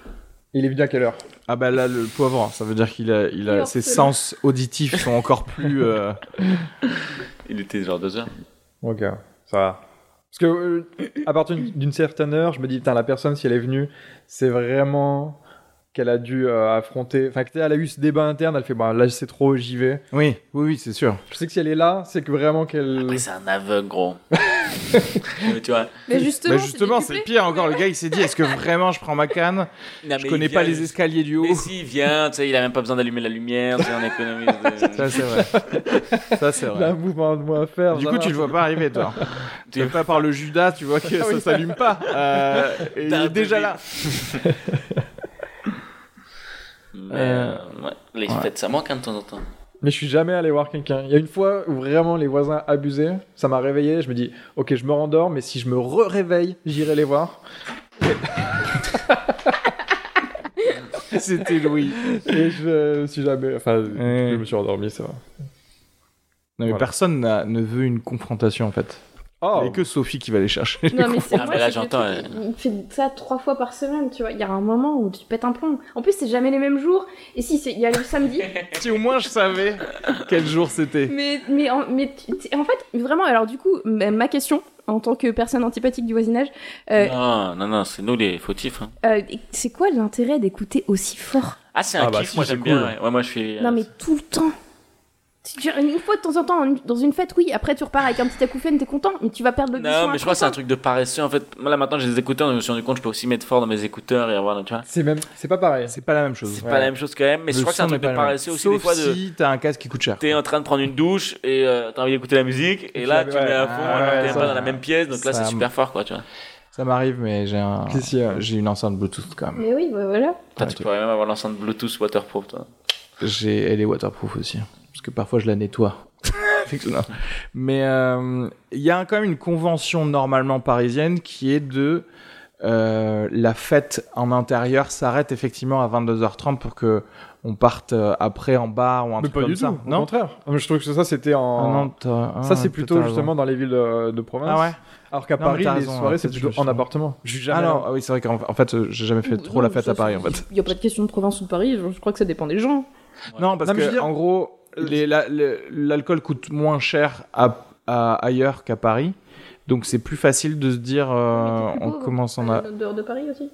Speaker 4: Il est venu à quelle heure
Speaker 2: Ah bah là, le pauvre, ça veut dire qu'il a, il
Speaker 5: Il est
Speaker 2: a, ses
Speaker 5: orphelin.
Speaker 2: sens auditifs sont encore plus. euh,
Speaker 3: Il était genre deux heures.
Speaker 4: Ok, ça va. Parce que euh, à partir d'une- d'une certaine heure, je me dis, putain, la personne, si elle est venue, c'est vraiment qu'elle a dû euh, affronter. Enfin, que, tu sais, elle a eu ce débat interne, elle fait, bah là, c'est trop, j'y vais.
Speaker 2: Oui, oui, oui, c'est sûr.
Speaker 4: Je sais que si elle est là, c'est que vraiment qu'elle.
Speaker 3: Après, c'est un aveugle, gros. Mais tu vois.
Speaker 5: Mais justement,
Speaker 2: Bah, justement, c'est
Speaker 5: décuplé.
Speaker 2: pire encore. Le gars, il s'est dit, est-ce que vraiment je prends ma canne
Speaker 3: Non,
Speaker 2: Je
Speaker 3: mais
Speaker 2: connais
Speaker 3: il
Speaker 2: pas
Speaker 3: vient,
Speaker 2: les escaliers du haut.
Speaker 3: Mais si, il vient, tu sais, il a même pas besoin d'allumer la lumière, tu sais, on économise.
Speaker 2: Ça,
Speaker 3: de-
Speaker 2: c'est vrai. Ça, c'est
Speaker 4: Elle a
Speaker 2: vrai.
Speaker 4: un mouvement de moins à faire.
Speaker 2: Du
Speaker 4: ça
Speaker 2: coup,
Speaker 4: va.
Speaker 2: tu le vois pas arriver, toi.
Speaker 3: Tu-
Speaker 2: tu pas par le Judas, tu vois que ça s'allume pas. Euh, et il
Speaker 3: T'as un
Speaker 2: est
Speaker 3: peu
Speaker 2: déjà
Speaker 3: vite.
Speaker 2: là.
Speaker 3: Mais, euh, ouais, les
Speaker 2: ouais.
Speaker 3: fêtes, ça manque hein, de temps en temps.
Speaker 4: Mais je suis jamais allé voir quelqu'un. Il y a une fois où vraiment les voisins abusaient, ça m'a réveillé. Je me dis, ok, je me rendors, mais si je me réveille, j'irai les voir.
Speaker 2: C'était Louis.
Speaker 4: Et je suis jamais. Enfin,
Speaker 2: Ouais.
Speaker 4: je me suis endormi, c'est vrai.
Speaker 2: Non, mais
Speaker 4: Voilà.
Speaker 2: personne n'a- ne veut une confrontation en fait. Il
Speaker 4: Oh,
Speaker 2: n'y a que Sophie qui va les chercher.
Speaker 5: Non, mais c'est
Speaker 3: Ah,
Speaker 5: moi,
Speaker 3: mais là,
Speaker 5: c'est le
Speaker 3: j'entends,
Speaker 5: truc, Il fait ça trois fois par semaine, tu vois. Il y a un moment où tu pètes un plomb. En plus, c'est jamais les mêmes jours. Et si, c'est- il y a le samedi.
Speaker 2: si au moins je savais quel jour c'était.
Speaker 5: mais, mais, en, mais tu- tu- en fait, vraiment, alors du coup, ma ma question, en tant que personne antipathique du voisinage, euh,
Speaker 3: Non, non, non, c'est nous les fautifs. hein.
Speaker 5: euh, c'est quoi l'intérêt d'écouter aussi fort
Speaker 3: Ah, c'est un
Speaker 4: Ah, bah,
Speaker 3: kiff,
Speaker 4: si,
Speaker 3: moi
Speaker 4: c'est
Speaker 3: j'aime
Speaker 4: cool.
Speaker 3: bien. Ouais. Ouais, moi je suis. euh,
Speaker 5: Non, mais tout le temps. Tu- tu- Une fois de temps en temps, en- dans une fête, oui. Après, tu repars avec un petit acouphène, t'es content, mais tu vas perdre le
Speaker 3: Non, mais je crois que c'est un truc de paresseux en fait. Moi là maintenant j'ai des écouteurs, je me suis rendu compte que je peux aussi mettre fort dans mes écouteurs et avoir, tu vois.
Speaker 4: c'est même. C'est pas pareil.
Speaker 2: C'est pas la même chose.
Speaker 3: C'est pas la même chose quand même, mais je
Speaker 2: Le
Speaker 3: crois que c'est un
Speaker 2: son
Speaker 3: truc
Speaker 2: n'est
Speaker 3: de
Speaker 2: pas la même.
Speaker 3: paresseux aussi
Speaker 2: Sauf
Speaker 3: des fois de.
Speaker 2: si t'as un casque qui coûte cher.
Speaker 3: T'es en train de prendre une douche et euh, t'as envie d'écouter la musique et
Speaker 4: Tu
Speaker 3: là
Speaker 4: l'avais-
Speaker 3: tu mets à
Speaker 2: ouais.
Speaker 3: fond
Speaker 2: Ah
Speaker 3: alors que
Speaker 2: ouais,
Speaker 3: t'es
Speaker 2: ça-
Speaker 3: pas dans la même pièce donc là
Speaker 2: ça-
Speaker 3: c'est super fort quoi tu vois.
Speaker 2: Ça m'arrive, Ah. mais j'ai un... euh,
Speaker 4: Si, si, euh, ouais.
Speaker 2: j'ai une enceinte Bluetooth quand même.
Speaker 5: Mais oui, bah, voilà.
Speaker 3: Toi,
Speaker 2: Ouais,
Speaker 3: tu
Speaker 2: tu-
Speaker 3: pourrais même avoir l'enceinte Bluetooth waterproof toi.
Speaker 2: J'ai... Elle est waterproof aussi. hein, Parce que parfois je la nettoie. Fait que- non. mais euh, il y a quand même une convention normalement parisienne qui est de. euh, la fête en intérieur s'arrête effectivement à 22h30 pour que on parte euh, après en bar ou un
Speaker 4: Mais
Speaker 2: truc
Speaker 4: pas
Speaker 2: comme
Speaker 4: du
Speaker 2: ça.
Speaker 4: tout. Au
Speaker 2: Non,
Speaker 4: contraire. Ah, mais Je trouve que ça, c'était en.
Speaker 2: Ah non, t'as-
Speaker 4: ça,
Speaker 2: ah,
Speaker 4: c'est plutôt
Speaker 2: t'as raison.
Speaker 4: justement dans les villes de, de province.
Speaker 2: Ah ouais.
Speaker 4: Alors qu'à
Speaker 2: Non,
Speaker 4: Paris,
Speaker 2: mais t'as
Speaker 4: les
Speaker 2: raison, hein.
Speaker 4: soirées,
Speaker 2: ouais,
Speaker 4: c'est
Speaker 2: peut-être
Speaker 4: plutôt
Speaker 2: que je
Speaker 4: en
Speaker 2: suis-
Speaker 4: appartement. Je suis jamais.
Speaker 2: Ah non,
Speaker 4: allé.
Speaker 2: ah oui, c'est vrai qu'en en fait, euh, j'ai jamais fait trop la fête à Paris en fait.
Speaker 5: Il n'y a pas de question de province ou de Paris, je crois que ça dépend des gens.
Speaker 3: Ouais.
Speaker 2: Non, parce
Speaker 4: Non, mais je veux
Speaker 2: que
Speaker 4: dire- euh,
Speaker 2: en gros, les- la- le- l'alcool coûte moins cher à, à- ailleurs qu'à Paris. Donc c'est plus facile de se dire euh,
Speaker 5: Mais t'es plus
Speaker 2: on
Speaker 5: pauvre, Ah,
Speaker 2: commence en
Speaker 5: t'as
Speaker 2: a.
Speaker 5: une odeur de Paris aussi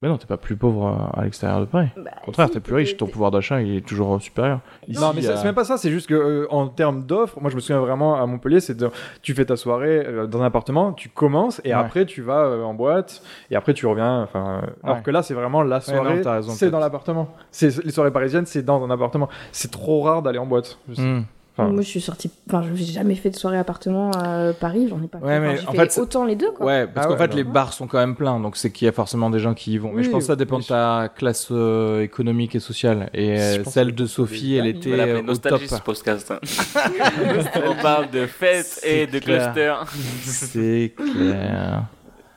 Speaker 2: Mais non, t'es pas plus pauvre euh, à l'extérieur de Paris.
Speaker 5: Bah,
Speaker 2: Au contraire,
Speaker 5: si,
Speaker 2: t'es plus riche, ton pouvoir d'achat il est toujours euh, supérieur.
Speaker 4: Non, mais
Speaker 2: Ici,
Speaker 4: ça-
Speaker 2: euh,
Speaker 4: c'est même pas ça, c'est juste que euh, en termes d'offres, moi je me souviens vraiment à Montpellier, c'est de- tu fais ta soirée euh, dans un appartement, tu commences et
Speaker 2: Ouais.
Speaker 4: après tu vas euh, en boîte et après tu reviens. Enfin, euh, alors
Speaker 2: Ouais.
Speaker 4: que là c'est vraiment la soirée,
Speaker 2: non, t'as raison,
Speaker 4: c'est dans
Speaker 2: peut-être.
Speaker 4: l'appartement. C'est les soirées parisiennes, c'est dans un appartement. C'est trop rare d'aller en boîte.
Speaker 2: hmm.
Speaker 4: Enfin,
Speaker 5: Moi, je suis sortie. Enfin, je- j'ai jamais fait de soirée appartement à Paris, j'en ai pas
Speaker 2: Ouais,
Speaker 5: fait.
Speaker 2: mais
Speaker 5: Enfin, j'ai
Speaker 2: en
Speaker 5: fait
Speaker 2: fait, c'est-
Speaker 5: autant les deux, quoi.
Speaker 2: Ouais, parce
Speaker 4: Ah
Speaker 2: qu'en
Speaker 4: ouais,
Speaker 2: fait
Speaker 4: alors.
Speaker 2: les bars sont quand même pleins, donc c'est qu'il y a forcément des gens qui y vont. mais je
Speaker 4: Oui,
Speaker 2: pense que ça dépend
Speaker 4: oui,
Speaker 2: de ta classe euh, économique et sociale. Et
Speaker 4: Je
Speaker 2: euh,
Speaker 4: pense
Speaker 2: celle
Speaker 4: que-
Speaker 2: de Sophie, elle était
Speaker 3: On va l'appeler
Speaker 2: euh, au top.
Speaker 3: nostalgie ce podcast. hein. On parle de fêtes
Speaker 2: C'est
Speaker 3: et de
Speaker 2: clair.
Speaker 3: cluster.
Speaker 2: C'est clair.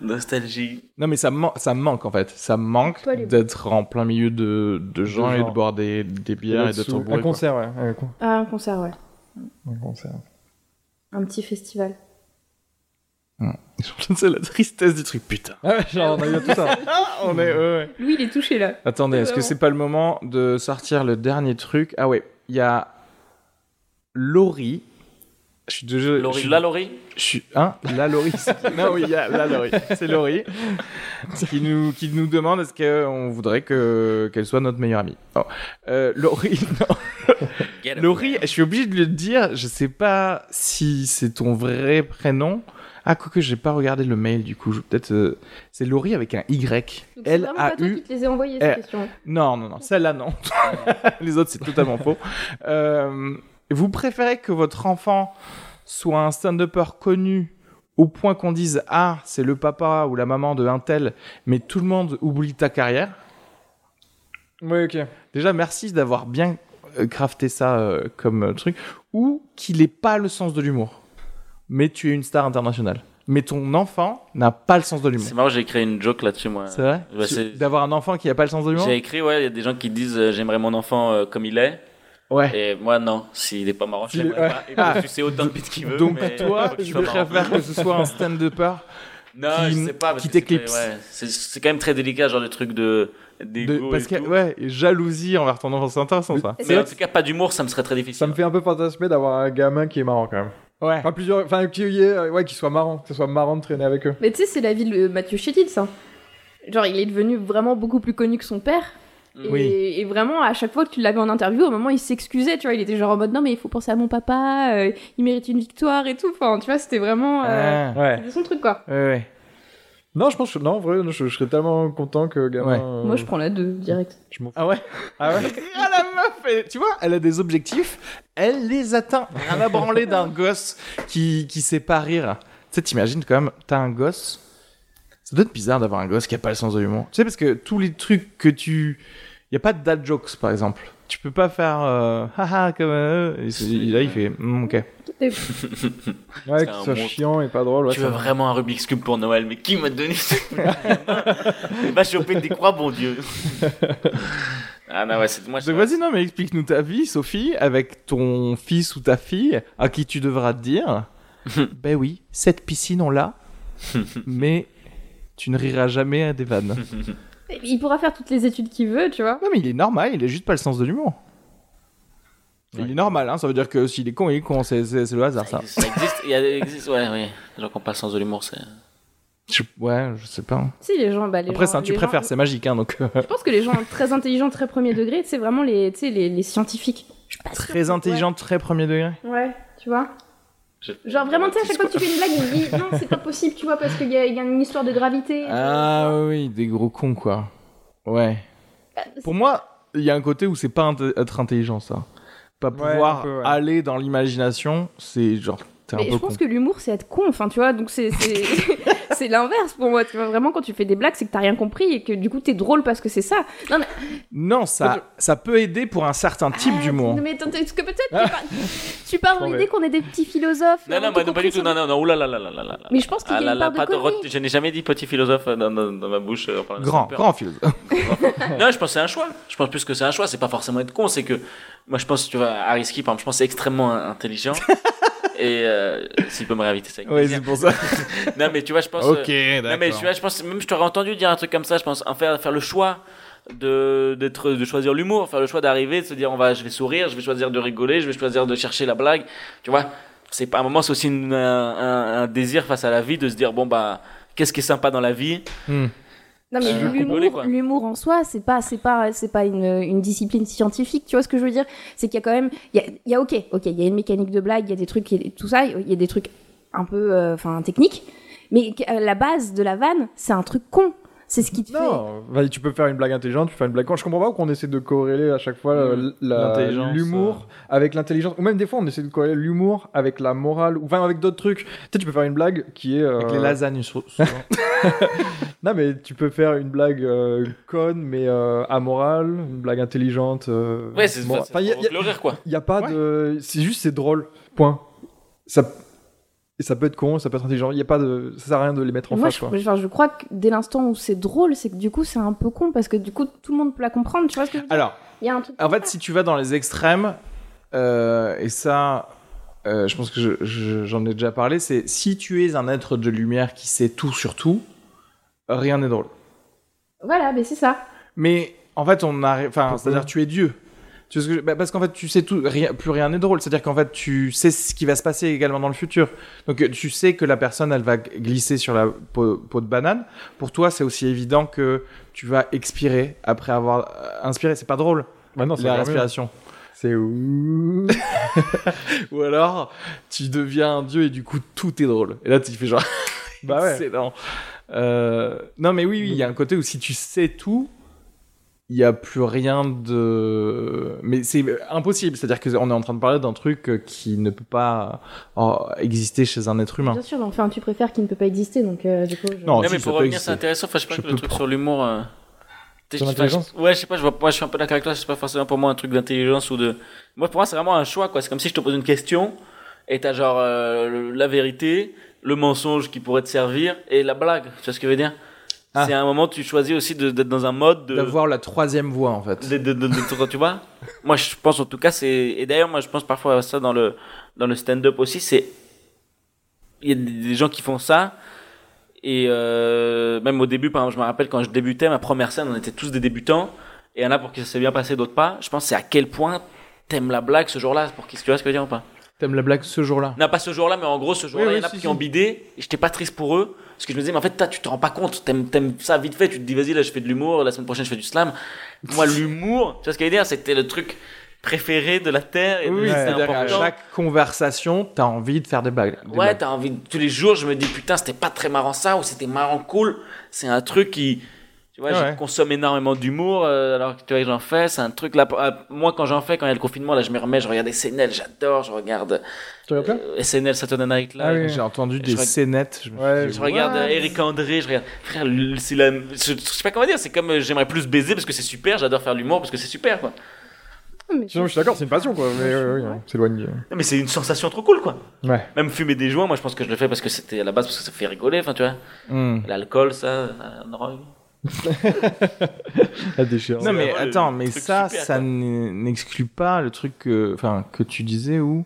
Speaker 3: Nostalgie.
Speaker 2: Non, mais ça, man- ça me manque en fait. Ça me manque
Speaker 5: Toi, les-
Speaker 2: d'être en plein milieu de, de gens et de
Speaker 4: gens.
Speaker 2: boire des, des bières et d'être
Speaker 4: là-dessous,
Speaker 2: bourré.
Speaker 4: un
Speaker 2: quoi.
Speaker 4: concert, ouais, un con-
Speaker 5: Ah, un concert, ouais.
Speaker 4: un concert.
Speaker 5: Un petit festival.
Speaker 2: C'est la tristesse du truc, putain.
Speaker 4: Ah ouais, genre, on a eu tout ça.
Speaker 2: Ah, On est. ouais, ouais.
Speaker 5: Lui, il est touché, là.
Speaker 2: Attendez, est-ce que
Speaker 5: Vraiment.
Speaker 2: c'est pas le moment de sortir le dernier truc Ah ouais, il y a Laurie Je suis désolé.
Speaker 3: Laurie,
Speaker 2: je suis-
Speaker 3: la Laurie
Speaker 2: Je suis hein la Laurie. non oui, il y a la Laurie. C'est Laurie qui nous qui nous demande est-ce qu'on voudrait que qu'elle soit notre meilleure amie. Oh. Euh, Laurie, non.
Speaker 3: Get him.
Speaker 2: Laurie, je suis obligé de le dire. Je sais pas si c'est ton vrai prénom. Ah quoique j'ai pas regardé le mail du coup. Je- Peut-être euh, c'est Laurie avec un Y.
Speaker 5: Donc, c'est
Speaker 2: L
Speaker 5: vraiment
Speaker 2: A
Speaker 5: pas toi
Speaker 2: U
Speaker 5: qui te les ai envoyés, ces
Speaker 2: Eh.
Speaker 5: questions.
Speaker 2: non, non, non, celle-là, non. Les autres, c'est totalement faux. Euh, vous préférez que votre enfant soit un stand-upper connu au point qu'on dise Ah, c'est le papa ou la maman de un tel, mais tout le monde oublie ta carrière
Speaker 4: Oui, ok.
Speaker 2: Déjà, merci d'avoir bien euh, crafté ça euh, comme euh, truc. Ou qu'il n'ait pas le sens de l'humour, mais tu es une star internationale. Mais ton enfant n'a pas le sens de l'humour.
Speaker 3: C'est marrant, j'ai créé une joke là-dessus, moi.
Speaker 2: C'est vrai
Speaker 3: Bah, c'est-
Speaker 2: D'avoir un enfant qui n'a pas le sens de l'humour
Speaker 3: J'ai écrit, ouais, il y a des gens qui disent euh, j'aimerais mon enfant euh, comme il est.
Speaker 2: Ouais.
Speaker 3: Et moi, non, s'il est pas marrant, je
Speaker 4: Il-
Speaker 3: l'aimerais
Speaker 4: ouais.
Speaker 3: pas. Il peut sucer autant de bite qu'il veut.
Speaker 2: Ah. Donc
Speaker 3: Euh, mais
Speaker 2: toi,
Speaker 3: faut qu'il
Speaker 2: je
Speaker 3: soit marrant.
Speaker 2: préfère que ce soit un stand-upper.
Speaker 3: Non,
Speaker 2: qui-
Speaker 3: je sais pas. parce
Speaker 2: qui
Speaker 3: que c'est
Speaker 2: t'éclipse.
Speaker 3: pas- ouais, c'est- C'est quand même très délicat, genre le truc de.
Speaker 2: de-
Speaker 3: d'ego
Speaker 2: parce
Speaker 3: et
Speaker 2: que
Speaker 3: tout.
Speaker 2: ouais, et jalousie envers ton enfant, c'est intéressant ça.
Speaker 3: Mais en tout cas, pas d'humour, ça me serait très difficile.
Speaker 4: Ça me fait un peu fantasmer d'avoir un gamin qui est marrant quand même.
Speaker 2: Ouais.
Speaker 4: Enfin, plusieurs. Enfin, qu'il y ait, euh, Ouais, qu'il soit marrant. Que ce soit marrant de traîner avec eux.
Speaker 5: Mais tu sais, c'est la vie de Mathieu Chédid, ça. Genre, il est devenu vraiment beaucoup plus connu que son père. Et,
Speaker 2: Oui.
Speaker 5: et vraiment, à chaque fois que tu l'avais en interview, au moment, il s'excusait, tu vois. Il était genre en mode non, mais il faut penser à mon papa, euh, il mérite une victoire et tout. Enfin, tu vois, c'était vraiment. euh,
Speaker 2: Ah,
Speaker 4: Ouais.
Speaker 5: c'était son truc, quoi.
Speaker 2: ouais, ouais.
Speaker 4: Non, je pense que. Non, en vrai, je, je serais tellement content que gamin.
Speaker 2: Ouais.
Speaker 4: euh,
Speaker 5: Moi, je prends la 2 direct.
Speaker 4: je m'en fous.
Speaker 2: Ah ouais.
Speaker 4: Ah ouais
Speaker 2: Ah, la meuf, elle- tu vois, elle a des objectifs, elle les atteint. Rien à branler d'un gosse qui qui sait pas rire. Tu sais, t'imagines quand même, t'as un gosse. Ça doit être bizarre d'avoir un gosse qui a pas le sens de l'humour. Tu sais parce que tous les trucs que tu, y a pas de dad jokes par exemple. Tu peux pas faire euh, haha comme euh, et c'est- là il fait Hmm, ok.
Speaker 4: Ouais,
Speaker 3: C'est
Speaker 4: que
Speaker 3: un
Speaker 4: ce soit
Speaker 3: monstre.
Speaker 4: chiant et pas drôle. Ouais,
Speaker 3: tu
Speaker 4: ça-
Speaker 3: veux vraiment un Rubik's Cube pour Noël, mais qui m'a donné ce Va choper des croix, bon Dieu. ah non, ouais, c'est moi. je-
Speaker 2: Donc vas-y, non, mais explique-nous ta vie, Sophie, avec ton fils ou ta fille, à qui tu devras dire Ben oui, cette piscine, on l'a, mais tu ne riras jamais à des vannes.
Speaker 5: Il pourra faire toutes les études qu'il veut, tu vois.
Speaker 2: non, mais il est normal, il a juste pas le sens de l'humour. Il est normal, hein, ça veut dire que s'il est con, il est con, c'est, c'est- c'est le hasard, ça.
Speaker 3: Ça existe, il y a- il existe, ouais, oui. Genre qu'on passe sans de l'humour, c'est.
Speaker 2: Je- ouais, je sais pas.
Speaker 5: Si, les gens. Bah, les
Speaker 2: Après,
Speaker 5: gens-
Speaker 2: ça, tu
Speaker 5: les
Speaker 2: préfères,
Speaker 5: gens-
Speaker 2: c'est magique, hein, donc. euh,
Speaker 5: Je pense que les gens très intelligents, très premier degré, c'est vraiment les, tu sais, les, les scientifiques. Je suis pas sûre
Speaker 2: très
Speaker 5: que-
Speaker 2: intelligent, très premier degré.
Speaker 5: Ouais, tu vois.
Speaker 3: Je-
Speaker 5: Genre vraiment, tu sais, à chaque fois que tu fais une blague, il dit non, c'est pas possible, tu vois, parce qu'il y, a il y a une histoire de gravité.
Speaker 2: Ah oui, des gros cons, quoi. Ouais.
Speaker 5: Bah,
Speaker 2: Pour moi, il y a un côté où c'est pas int- être intelligent, ça. Pas
Speaker 4: Ouais,
Speaker 2: pouvoir
Speaker 4: un peu, ouais.
Speaker 2: aller dans l'imagination, c'est genre, t'es un
Speaker 5: Mais
Speaker 2: peu
Speaker 5: je
Speaker 2: con.
Speaker 5: pense que l'humour, c'est être con, enfin, tu vois, donc c'est c'est- c'est l'inverse pour moi, tu vois. Vraiment, quand tu fais des blagues, c'est que t'as rien compris et que du coup, t'es drôle parce que c'est ça.
Speaker 2: Non, ça, ça peut aider pour un certain type
Speaker 5: Ah,
Speaker 2: d'humour.
Speaker 5: non, Mais attends, est-ce que peut-être tu pars- tu pars dans
Speaker 4: Bon,
Speaker 5: l'idée qu'on est des petits philosophes
Speaker 3: Non,
Speaker 5: on a
Speaker 3: non, bah, non,
Speaker 5: compris
Speaker 3: pas du
Speaker 5: sur-
Speaker 3: tout. Non, non, non. Oula, là, là, là, là, là.
Speaker 5: Mais je pense qu'il y
Speaker 3: Ah
Speaker 5: a
Speaker 3: là
Speaker 5: une
Speaker 3: là, pas
Speaker 5: part de
Speaker 3: de rot-
Speaker 5: connerie.
Speaker 3: Je n'ai jamais dit petit philosophe euh, dans, dans- dans ma bouche. euh, en parlant de
Speaker 2: Grand,
Speaker 3: stand-upper.
Speaker 2: grand philosophe.
Speaker 3: Non, je pense que c'est un choix. Je pense plus que c'est un choix. C'est pas forcément être con. C'est que moi, je pense, tu vois, Ariski, par exemple, je pense que c'est extrêmement intelligent. Et euh, s'il peut me réinviter, c'est avec
Speaker 2: ouais,
Speaker 3: plaisir.
Speaker 2: c'est pour ça.
Speaker 3: Non, mais tu vois, je pense. euh,
Speaker 2: ok,
Speaker 3: Non, mais tu
Speaker 2: d'accord.
Speaker 3: vois, je pense, même je t'aurais entendu dire un truc comme ça, je pense, en faire, faire le choix de, d'être, de choisir l'humour, faire le choix d'arriver, de se dire, on va, je vais sourire, je vais choisir de rigoler, je vais choisir de chercher la blague. Tu vois, c'est pas, à un moment, c'est aussi une- un, un- un désir face à la vie de se dire, bon, bah, qu'est-ce qui est sympa dans la vie?
Speaker 2: Hmm.
Speaker 5: Non mais
Speaker 3: Euh, comprenez,
Speaker 5: l'humour,
Speaker 3: quoi.
Speaker 5: l'humour en soi, c'est pas, c'est pas, c'est pas une, une discipline scientifique. Tu vois ce que je veux dire C'est qu'il y a quand même, il y a, il y a ok, ok, il y a une mécanique de blague, il y a des trucs, il y a des- tout ça, il y a des trucs un peu, euh, enfin techniques. Mais que- euh, la base de la vanne, c'est un truc con. C'est ce qui te fait.
Speaker 4: Non, vas-y, tu peux faire une blague intelligente, tu peux faire une blague con. Je comprends pas qu'on essaie de corréler à chaque fois euh,
Speaker 3: Mmh.
Speaker 4: la-
Speaker 2: L'intelligence,
Speaker 3: euh.
Speaker 4: l'humour avec l'intelligence. Ou même des fois, on essaie de corréler l'humour avec la morale, ou enfin avec d'autres trucs. Tu sais, tu peux faire une blague qui est. euh,
Speaker 2: Avec les lasagnes, sou- souvent.
Speaker 4: Non, mais tu peux faire une blague euh, conne, mais euh, amorale, une blague intelligente. euh,
Speaker 3: Ouais, c'est,
Speaker 4: morale.
Speaker 3: ça,
Speaker 4: Enfin, il y a- il y a-
Speaker 3: le rire, quoi.
Speaker 4: il n'y a pas
Speaker 2: Ouais.
Speaker 4: de. C'est juste, c'est drôle. Point. Ça... et ça peut être con, ça peut être intelligent. Il y a pas de. Ça sert à rien de les mettre en
Speaker 5: Moi,
Speaker 4: face,
Speaker 5: je,
Speaker 4: quoi.
Speaker 5: enfin, je crois que dès l'instant où c'est drôle, c'est que du coup, c'est un peu con parce que du coup, tout le monde peut la comprendre. Tu vois ce que je veux dire
Speaker 2: Alors,
Speaker 5: Il y a un truc.
Speaker 2: En fait, si tu vas dans les extrêmes, euh, et ça, euh, je pense que je- je- j'en ai déjà parlé, c'est si tu es un être de lumière qui sait tout sur tout, rien n'est drôle.
Speaker 5: Voilà, mais c'est ça.
Speaker 2: Mais en fait, on arrive. Enfin,
Speaker 4: Pourquoi
Speaker 2: c'est-à-dire, tu es Dieu. Tu vois ce que je- bah, parce qu'en fait, tu sais tout, rien, plus rien n'est drôle. C'est-à-dire qu'en fait, tu sais ce qui va se passer également dans le futur. Donc, euh, tu sais que la personne, elle va glisser sur la peau, peau de banane. Pour toi, c'est aussi évident que tu vas expirer après avoir euh, inspiré. C'est pas drôle,
Speaker 4: Bah non, c'est
Speaker 2: la
Speaker 4: encore mieux.
Speaker 2: respiration.
Speaker 4: C'est ouh.
Speaker 2: Ou alors, tu deviens un dieu et du coup, tout est drôle. Et là, tu fais genre.
Speaker 4: bah ouais.
Speaker 2: Excellent. Euh, non, mais oui, oui, il y a un côté où si tu sais tout, il n'y a plus rien de. Mais c'est impossible. C'est-à-dire qu'on est en train de parler d'un truc euh, qui ne peut pas euh, exister chez un être humain.
Speaker 5: Bien sûr, mais enfin, tu préfères qui ne peut pas exister, donc euh, du coup. je-
Speaker 2: Non,
Speaker 3: Non,
Speaker 2: si,
Speaker 3: mais
Speaker 2: ça
Speaker 3: pour
Speaker 2: peut
Speaker 3: revenir,
Speaker 2: exister.
Speaker 3: c'est intéressant. Enfin, je sais pas
Speaker 2: Je
Speaker 3: que
Speaker 2: peux
Speaker 3: le truc
Speaker 2: pas.
Speaker 3: sur l'humour. euh, t'es-
Speaker 4: Sur
Speaker 3: je- enfin, je-
Speaker 4: l'intelligence
Speaker 3: Ouais, je sais pas, je vois, moi je suis un peu d'accord avec toi, c'est pas forcément pour moi un truc d'intelligence ou de. Moi, pour moi, c'est vraiment un choix, quoi. C'est comme si je te pose une question et t'as genre euh, le- la vérité, le mensonge qui pourrait te servir et la blague. Tu vois ce que je veux dire
Speaker 2: Ah.
Speaker 3: C'est à un moment, tu choisis aussi de- d'être dans un mode de.
Speaker 2: D'avoir la troisième voix, en fait.
Speaker 3: de, de- de- de- tu vois moi je pense en tout cas c'est et d'ailleurs moi je pense parfois à ça dans le dans le stand-up aussi c'est il y a des, des gens qui font ça et euh, même au début par exemple je me rappelle quand je débutais ma première scène on était tous des débutants et il y en a pour qui ça s'est bien passé d'autres pas je pense c'est à quel point t'aimes la blague ce jour-là pour qui tu vois ce que je veux dire ou pas
Speaker 2: T'aimes la blague ce jour-là
Speaker 3: non, pas ce jour-là, mais en gros, ce jour-là,
Speaker 2: Oui,
Speaker 3: il y
Speaker 2: oui,
Speaker 3: en a
Speaker 2: si,
Speaker 3: qui
Speaker 2: si.
Speaker 3: ont bidé. et J'étais pas triste pour eux. Parce que je me disais, mais en fait, toi, tu te rends pas compte. T'aimes, t'aimes ça vite fait. Tu te dis, vas-y, là, je fais de l'humour. La semaine prochaine, je fais du slam. Moi, l'humour, tu vois ce qu'il veut dire C'était le truc préféré de la Terre. Et de-
Speaker 2: Oui,
Speaker 3: c'était
Speaker 2: c'est-à-dire qu'à
Speaker 3: important.
Speaker 2: chaque conversation, t'as envie de faire des blagues. des
Speaker 3: Ouais,
Speaker 2: blagues.
Speaker 3: t'as envie. de- Tous les jours, je me dis, putain, c'était pas très marrant ça, ou c'était marrant cool. C'est un truc qui. Tu vois,
Speaker 2: Ouais.
Speaker 3: je consomme énormément d'humour, euh, alors que tu vois, j'en fais. C'est un truc là. euh, moi, quand j'en fais, quand il y a le confinement, là, je me remets, je regarde SNL, j'adore, je regarde
Speaker 4: Tu regardes
Speaker 3: euh, SNL Saturday Night Live.
Speaker 4: Ah oui.
Speaker 2: J'ai entendu des
Speaker 3: crois que-
Speaker 2: scénettes. je me suis
Speaker 4: Ouais,
Speaker 2: dit,
Speaker 3: Je regarde euh, Eric André, je regarde. Frère, le- c'est la. Je, je sais pas comment dire, c'est comme euh, j'aimerais plus baiser parce que c'est super, j'adore faire l'humour parce que c'est super quoi.
Speaker 5: Ah, mais-
Speaker 4: Sinon, je suis d'accord, c'est une passion quoi. Mais euh, oui, on s'éloigne.
Speaker 3: Non, mais c'est une sensation trop cool quoi.
Speaker 4: Ouais.
Speaker 3: Même fumer des joints, moi je pense que je le fais parce que c'était à la base parce que ça fait rigoler, enfin tu vois.
Speaker 2: Hmm.
Speaker 3: L'alcool, ça, la drogue.
Speaker 4: La déchéance.
Speaker 2: Non mais
Speaker 3: vraiment le-
Speaker 2: attends,
Speaker 3: le
Speaker 2: mais
Speaker 3: truc
Speaker 2: ça,
Speaker 3: super,
Speaker 2: ça
Speaker 3: quoi.
Speaker 2: n'e- n'exclut pas le truc que, enfin, que tu disais où.